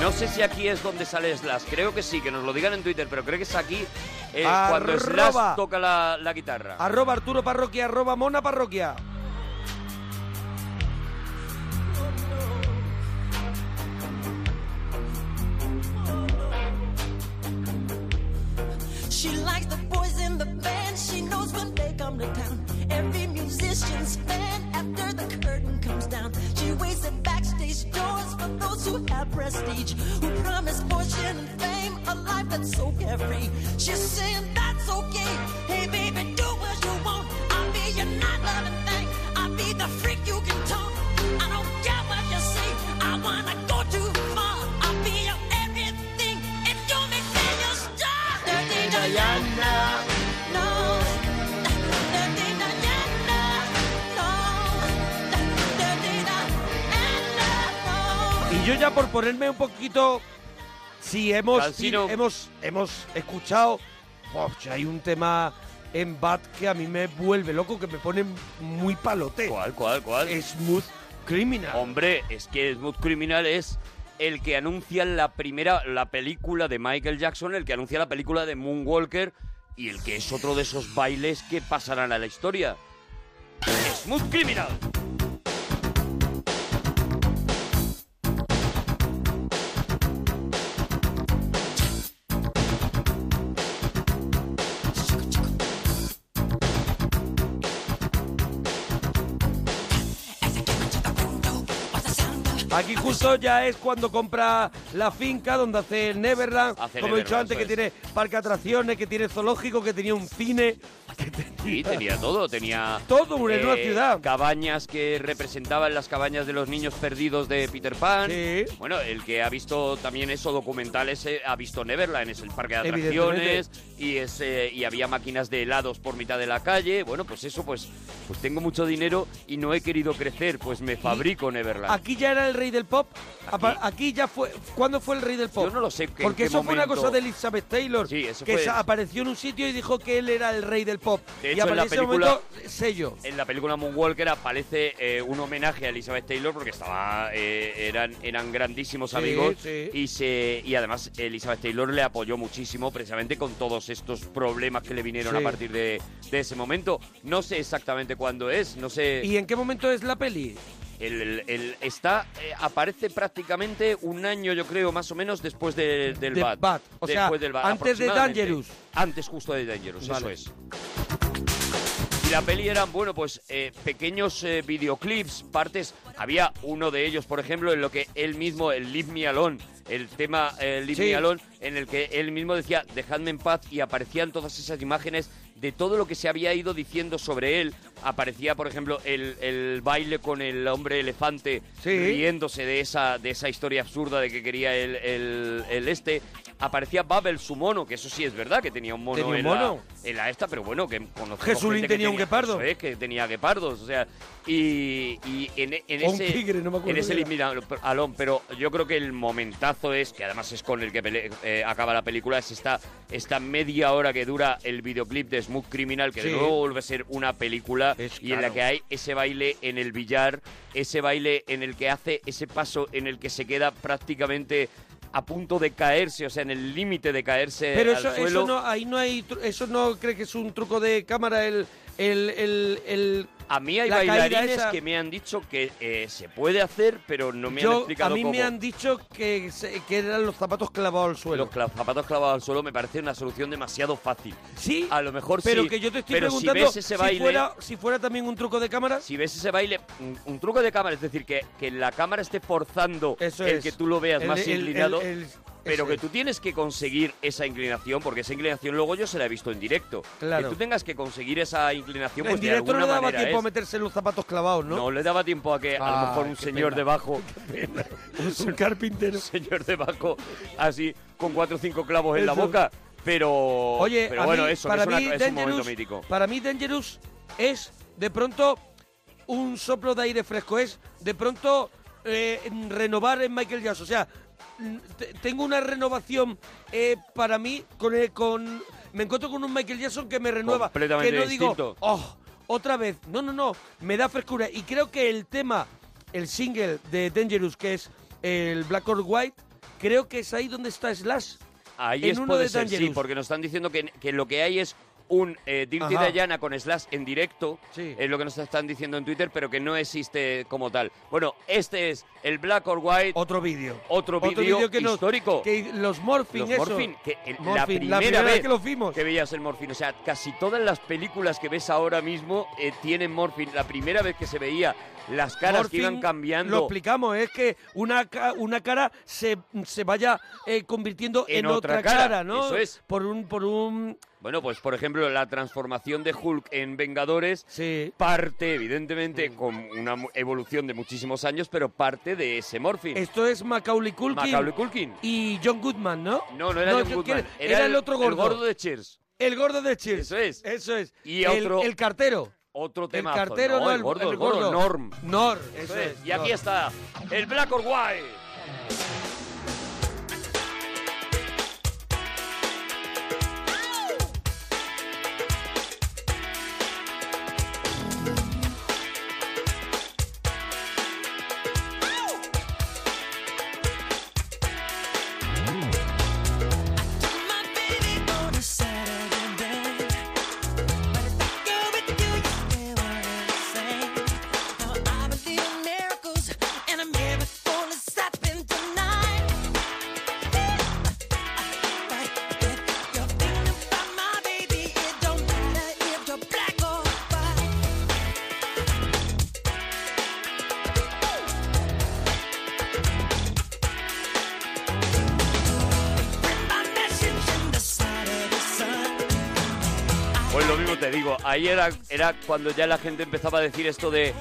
D: No sé si aquí es donde sale Slash, creo que sí, que nos lo digan en Twitter, pero creo que es aquí eh, cuando
B: Arroba.
D: Slash toca la, la guitarra.
B: Arroba Arturo Parroquia, arroba Mona Parroquia.
R: She likes the boys in the band. She knows when they come to town. Every musician's fan after the curtain comes down. She waits at backstage doors for those who have prestige, who promise fortune and fame, a life that's so carefree. She's saying that's okay. Hey baby, do what you want. I'll be your night loving thing. I'll be the freak you can talk. I don't care what you say. I wanna go too far. I'll be your everything if you make me your star. Dirty
B: Y yo ya por ponerme un poquito, si hemos,
D: Cansino.
B: hemos, hemos escuchado, ¡Pof! hay un tema en Bat que a mí me vuelve loco, que me pone muy palote.
D: ¿Cuál, cuál, cuál?
B: Smooth Criminal.
D: Hombre, es que Smooth Criminal es el que anuncia la primera, la película de Michael Jackson, el que anuncia la película de Moonwalker y el que es otro de esos bailes que pasarán a la historia. Smooth Criminal.
B: Aquí justo ya es cuando compra la finca donde hace el Neverland.
D: Hace
B: como he dicho
D: Neverland,
B: antes, que
D: eso
B: tiene parque de atracciones, que tiene zoológico, que tenía un cine.
D: Ah, Sí, tenía todo, tenía... eh,
B: Todo, una nueva ciudad.
D: Cabañas que representaban las cabañas de los niños perdidos de Peter Pan. Bueno, el que ha visto también eso, documentales, eh, ha visto Neverland, es el parque de atracciones. Y, es, eh, y había máquinas de helados por mitad de la calle. Bueno, pues eso, pues, pues tengo mucho dinero y no he querido crecer, pues me fabrico Neverland.
B: Aquí ya era el rey del pop. Apa- Aquí, ya fue. ¿Cuándo fue el rey del pop?
D: Yo no lo sé. que- en qué
B: Porque eso fue una
D: momento-
B: cosa de Elizabeth Taylor.
D: Sí, eso
B: que
D: fue-
B: sa- apareció en un sitio y dijo que él era el rey del pop.
D: De
B: y
D: hecho,
B: a
D: en la
B: partir de ese
D: película,
B: momento, sello.
D: En la película Moonwalker aparece eh, un homenaje a Elizabeth Taylor porque estaba eh, eran eran grandísimos
B: Sí,
D: amigos
B: sí.
D: y se y además Elizabeth Taylor le apoyó muchísimo precisamente con todos estos problemas que le vinieron
B: Sí.
D: a partir de, de ese momento. No sé exactamente cuándo es, no sé.
B: ¿Y en qué momento es la peli?
D: El, el- el- está eh, aparece prácticamente un año yo creo más o menos después de- del
B: De
D: Bad.
B: Bad, o sea,
D: Después del Bad,
B: antes de
D: aproximadamente.
B: Dangerous.
D: Antes justo de Dangerous,
B: Vale.
D: eso es. Y la peli eran, bueno, pues eh, pequeños eh, videoclips, partes. Había uno de ellos, por ejemplo, en lo que él mismo, el Leave Me Alone, el tema eh, Leave
B: Sí.
D: Me Alone, en el que él mismo decía, dejadme en paz, y aparecían todas esas imágenes de todo lo que se había ido diciendo sobre él. Aparecía, por ejemplo, el, el baile con el hombre elefante
B: Sí.
D: riéndose de esa, de esa historia absurda de que quería el, el- el este. Aparecía Babel, su mono, que eso sí es verdad, que tenía un mono,
B: Tenía un
D: en,
B: mono.
D: La, en la esta, pero bueno, que conocemos
B: Jesulín
D: gente que
B: tenía un guepardo.
D: eso es, que tenía guepardos, o sea, y, y en, e, en
B: O un
D: ese...
B: tigre, no me acuerdo
D: En ese
B: qué era.
D: Mira, Alon, pero yo creo que el momentazo es, que además es con el que pele- eh, acaba la película, es esta, esta media hora que dura el videoclip de Smooth Criminal, que de
B: Sí.
D: nuevo vuelve a ser una película y en la
B: claro.
D: que hay ese baile en el billar, ese baile en el que hace ese paso en el que se queda prácticamente a punto de caerse, o sea, en el límite de caerse
B: Pero
D: al
B: eso, eso
D: suelo.
B: no, ahí no hay, tru- eso no cree que es un truco de cámara el, el, el, el-
D: a mí hay
B: la caída
D: bailarines
B: esa.
D: que me han dicho que eh, se puede hacer, pero no me han
B: Yo, a
D: explicado
B: mí me
D: cómo.
B: han dicho que, se- que eran los zapatos clavados al suelo.
D: Los cla- zapatos clavados al suelo me parece una solución demasiado fácil.
B: Sí.
D: A lo mejor
B: pero
D: sí,
B: que yo te estoy
D: pero
B: preguntando
D: si ves ese baile,
B: fuera, si fuera también un truco de cámara.
D: si ves ese baile, un, un truco de cámara, es decir, que, que la cámara esté forzando
B: Eso
D: el
B: es.
D: que tú lo veas
B: El-
D: más
B: el-
D: inclinado.
B: el- el-
D: pero
B: eso
D: que
B: es.
D: tú tienes que conseguir esa inclinación, porque esa inclinación luego yo se la he visto en directo.
B: Claro.
D: Que tú tengas que conseguir esa inclinación, pues
B: en directo
D: de
B: no
D: alguna
B: le daba
D: manera
B: tiempo a
D: es.
B: meterse los zapatos clavados, ¿no?
D: No, le daba tiempo a que a
B: Ah,
D: lo mejor un
B: qué
D: señor
B: pena.
D: debajo. un
B: carpintero.
D: Un señor debajo, así, con cuatro o cinco clavos en la
B: Eso.
D: boca. Pero,
B: Oye,
D: pero
B: a
D: bueno,
B: mí-
D: eso
B: para
D: es, una-
B: mí
D: es un momento
B: Dangerous-
D: mítico.
B: Para mí Dangerous es de pronto un soplo de aire fresco, es de pronto eh, renovar en Michael Jackson. O sea, mm, te- tengo una renovación eh, para mí con, el- con me encuentro con un Michael Jackson que me renueva,
D: Completamente
B: que no
D: distinto.
B: digo, oh, otra vez, no, no, no, me da frescura y creo que el tema, el single de Dangerous que es el Black or White, creo que es ahí donde está Slash.
D: Ahí
B: en
D: es
B: uno
D: puede
B: de
D: ser, sí,
B: Dangerous.
D: porque nos están diciendo que, que lo que hay es un eh, Dirty
B: Ajá.
D: Diana con Slash en directo, es lo que nos están diciendo en Twitter, pero que no existe como tal. Bueno, este es el Black or White.
B: Otro vídeo.
D: Otro
B: Otro
D: vídeo
B: vídeo que nos-
D: histórico.
B: que los Morphin,
D: Los
B: eso.
D: Morphin, que el- la,
B: Morphin,
D: primera
B: la primera vez
D: vez
B: que los vimos.
D: que veías el Morphin. O sea, casi todas las películas que ves ahora mismo eh, tienen Morphin. La primera vez que se veía las caras que iban
B: Morphing,
D: cambiando.
B: Lo explicamos, es que una, ca- una cara se, se vaya eh, convirtiendo
D: En
B: en,
D: otra cara,
B: cara, ¿no?
D: eso es.
B: Por un, por un
D: Bueno, pues por ejemplo, la transformación de Hulk en Vengadores parte, evidentemente, con una mu- evolución de muchísimos años, pero parte de ese Morphin.
B: Esto es Macaulay Culkin.
D: Macaulay Culkin.
B: Y John Goodman, ¿no?
D: No, no era John
B: ¿quién
D: Goodman,
B: era?
D: era
B: Era
D: el-
B: el otro
D: el
B: gordo.
D: gordo de Cheers.
B: El gordo de Cheers.
D: Eso es.
B: Eso es.
D: Y
B: el,
D: otro-
B: el cartero.
D: Otro
B: El
D: tema.
B: cartero, no, el,
D: gordo, el gordo, Norm.
B: Norm,
D: Eso
B: eso
D: es.
B: es,
D: Y aquí
B: Norm.
D: está el Black or White. Pues lo mismo te digo, ahí era, era cuando ya la gente empezaba a decir esto de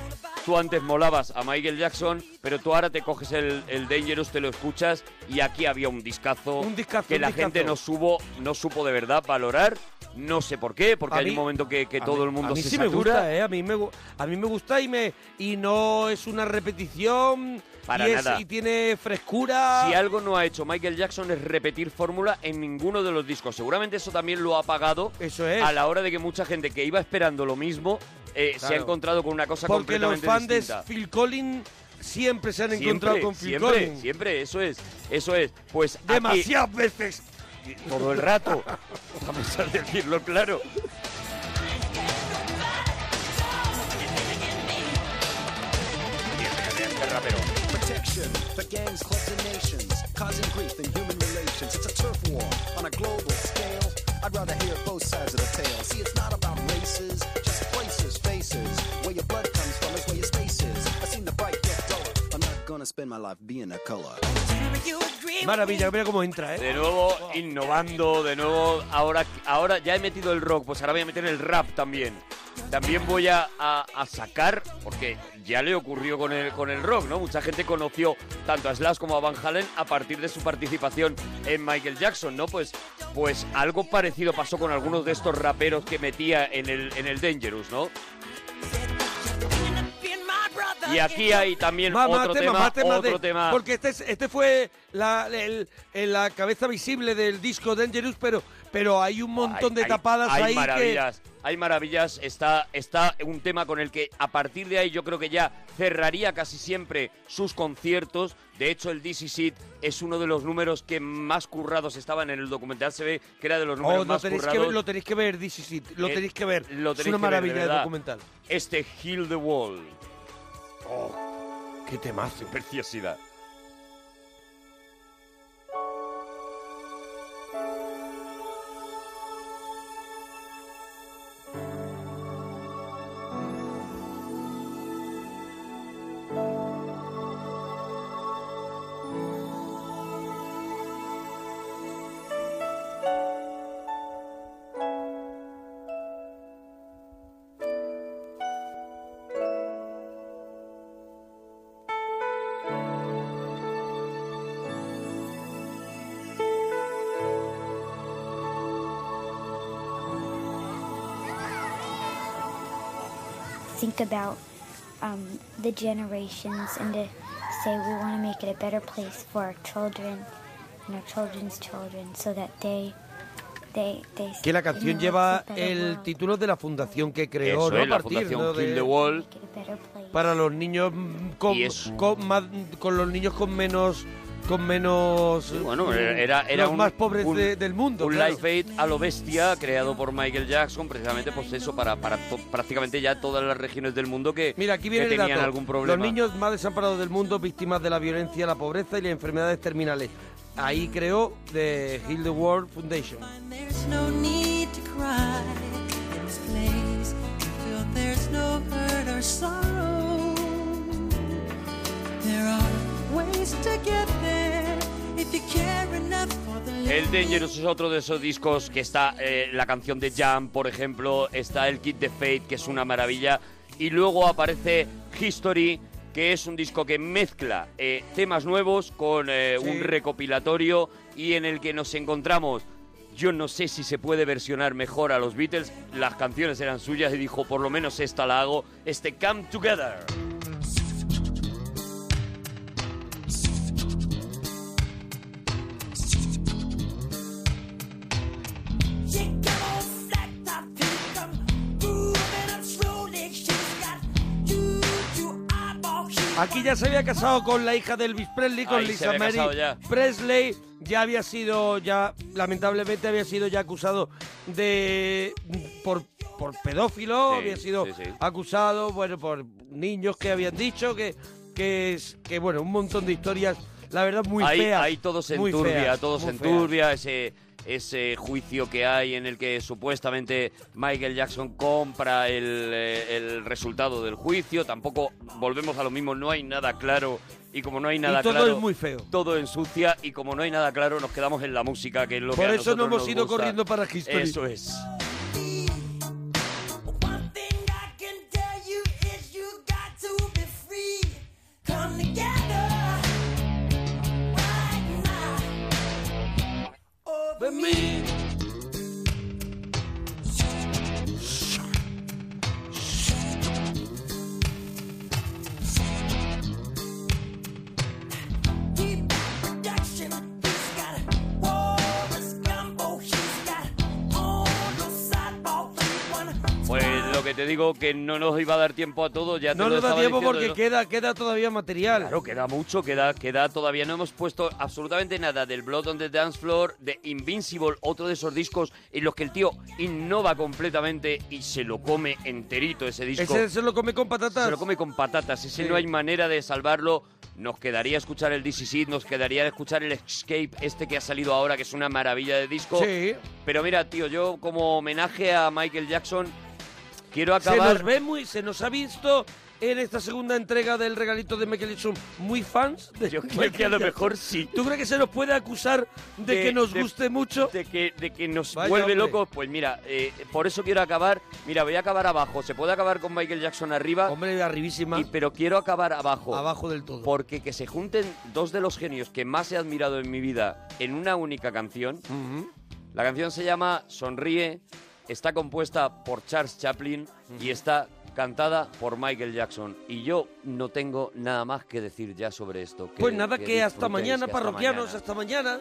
D: tú antes molabas a Michael Jackson, pero tú ahora te coges el, el Dangerous, te lo escuchas y aquí había un discazo,
B: Un discazo,
D: que
B: un
D: la
B: discazo.
D: gente no, supo no supo de verdad valorar. No sé por qué, porque
B: A
D: hay
B: mí-
D: un momento que, que
B: a
D: todo
B: mí-
D: el mundo
B: a mí
D: se
B: sí me
D: satura.
B: gusta, ¿eh? A mí me, gu- a mí me gusta y, me, y no es una repetición.
D: Para
B: y es-
D: nada.
B: y tiene frescura.
D: Si algo no ha hecho Michael Jackson es repetir fórmula en ninguno de los discos. Seguramente eso también lo ha pagado
B: es.
D: a la hora de que mucha gente que iba esperando lo mismo eh, se ha
B: Claro.
D: encontrado con una cosa
B: Porque los
D: completamente
B: fans
D: distinta.
B: de Phil Collins siempre se han
D: Siempre,
B: encontrado con Phil
D: siempre,
B: Collins.
D: Siempre, eso es, eso es. Pues aquí-
B: Demasiadas veces.
D: todo el rato. Vamos a decirlo claro.
Q: Protection for gangs, clubs, and nations, causing grief in human relations. It's a turf war on a global scale. I'd rather hear both sides of the tale. See, it's not about races, just places, faces. Where your blood comes from is where your space is. I've seen the bright get duller. I'm not gonna spend my life being a color.
B: Maravilla, mira cómo entra, ¿eh?
D: De nuevo innovando, de nuevo ahora, ahora ya he metido el rock, pues ahora voy a meter el rap también. También voy a, a- a sacar, porque ya le ocurrió con el, con el rock, ¿no? Mucha gente conoció tanto a Slash como a Van Halen a partir de su participación en Michael Jackson, ¿no? Pues, pues algo parecido pasó con algunos de estos raperos que metía en el, en el Dangerous, ¿no? Y aquí hay también
B: Más
D: otro
B: temas,
D: tema,
B: más temas
D: otro
B: de-
D: tema.
B: Porque este, es- este fue la, el- el- la cabeza visible del disco Dangerous, pero, pero hay un montón de tapadas
D: hay
B: ahí que...
D: maravillas, hay maravillas. Está, está un tema con el que a partir de ahí yo creo que ya cerraría casi siempre sus conciertos. De hecho, el DC Seat es uno de los números que más currados estaban en el documental. Se ve que era de los números
B: Oh, lo,
D: más
B: tenéis que
D: currados.
B: ver, lo tenéis que ver, This Is It, Lo
D: Eh,
B: tenéis que ver.
D: lo
B: es
D: tenéis
B: una
D: que ver, de
B: maravilla de
D: verdad.
B: documental.
D: Este Heal the Wall. Oh, qué temazo, preciosidad.
S: think about um, the generations and to say we want to make it a better place for our children and our children's children so that they they they
B: Que la canción
S: you know,
B: lleva
S: it's a better
B: el
S: world,
B: título de la fundación que creó,
D: Eso
B: ¿no?
D: es, la
B: A partir,
D: Fundación
B: ¿no?
D: Kill
B: de-
D: the Wall.
S: make it a better place.
B: para los niños mm, con, con más- con los niños con menos con menos
D: Bueno,
B: mm,
D: era, era
B: los
D: un,
B: más pobres
D: un-
B: de- del mundo
D: Un
B: claro.
D: Life Aid a lo bestia creado por Michael Jackson, precisamente pues eso, para, para to- prácticamente ya todas las regiones del mundo que,
B: Mira, aquí viene
D: que
B: el
D: tenían
B: dato.
D: algún problema.
B: Los niños más desamparados del mundo, víctimas de la violencia, la pobreza y las enfermedades terminales. Ahí creó The Heal the World Foundation.
R: There's no need to cry in this place. You feel there's no hurt or sorrow. There are ways to get there if you care enough for the
D: El Dangerous es otro de esos discos que está eh, la canción de Jam, por ejemplo, está el Kid de Fate, que es una maravilla, y luego aparece History, que es un disco que mezcla eh, temas nuevos con eh, un recopilatorio y en el que nos encontramos. Yo no sé si se puede versionar mejor a los Beatles. Las canciones eran suyas y dijo, por lo menos esta la hago, este Come Together.
B: Aquí ya se había casado con la hija de Elvis Presley, con
D: Ahí se
B: Lisa
D: había
B: Mary
D: casado ya.
B: Presley. Ya había sido, ya lamentablemente había sido ya acusado de por, por pedófilo,
D: Sí,
B: había sido
D: sí, sí.
B: acusado, bueno, por niños que habían dicho que que es que bueno, un montón de historias, la verdad muy
D: ahí,
B: feas.
D: ahí todo se
B: muy
D: enturbia,
B: feas,
D: todo se
B: muy feas.
D: enturbia, ese, ese juicio que hay en el que supuestamente Michael Jackson compra el, eh, el resultado del juicio, tampoco volvemos a lo mismo, no hay nada claro y como no hay nada
B: y todo
D: claro...
B: es muy feo.
D: Todo ensucia y como no hay nada claro nos quedamos en la música, que es lo que
B: Por
D: a
B: eso no
D: nosotros
B: hemos
D: nos
B: ido
D: gusta.
B: corriendo para History.
D: Eso es.
A: tell you is you got to be free. Come together. right now. Over me. Deep production. He's got Wallace Gumbo. He's got all those sidewalk one.
D: Pues lo que te digo que no nos iba a dar tiempo a todo, ya te
B: No
D: lo
B: nos da
D: estaba
B: tiempo
D: diciendo,
B: porque
D: ¿no?
B: queda queda todavía material.
D: Claro, queda mucho, queda, queda todavía. No hemos puesto absolutamente nada del Blood on the Dance Floor, de Invincible, otro de esos discos en los que el tío innova completamente y se lo come enterito ese disco.
B: Ese se lo come con patatas.
D: Se lo come con patatas, ese
B: Sí.
D: no hay manera de salvarlo. Nos quedaría escuchar el DCC, nos quedaría escuchar el Escape, este que ha salido ahora, que es una maravilla de disco.
B: Sí.
D: Pero mira, tío, yo como homenaje a Michael Jackson, quiero
B: Se
D: acabar...
B: nos ve muy, se nos ha visto en esta segunda entrega del regalito de Michael Jackson muy fans de Yo
D: creo que a lo mejor sí.
B: ¿Tú crees que se nos puede acusar de, que nos guste? mucho.
D: De que, de que nos
B: Vaya,
D: vuelve
B: hombre.
D: locos. Pues mira, eh, por eso quiero acabar. Mira, voy a acabar abajo. Se puede acabar con Michael Jackson arriba.
B: Hombre, arribísima.
D: pero quiero acabar abajo.
B: Abajo del todo.
D: Porque que se junten dos de los genios que más he admirado en mi vida en una única canción. La canción se llama Sonríe. Está compuesta por Charles Chaplin y está cantada por Michael Jackson. Y yo no tengo nada más que decir ya sobre esto.
B: Pues nada, que, hasta
D: disfrutéis,
B: mañana,
D: que hasta
B: parroquianos,
D: mañana.
B: hasta mañana.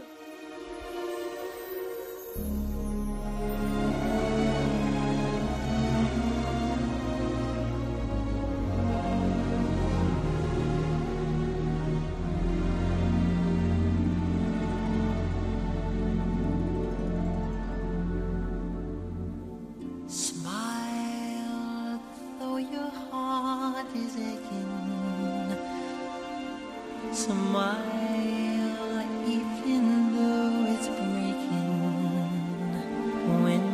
R: Smile, though your heart is aching. Smile, even though it's breaking. When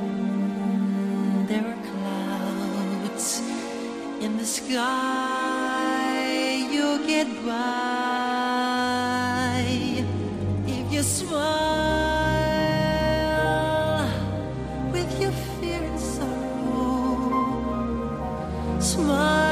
R: there are clouds in the sky, you'll get by. If you smile, with your fear and sorrow. Smile.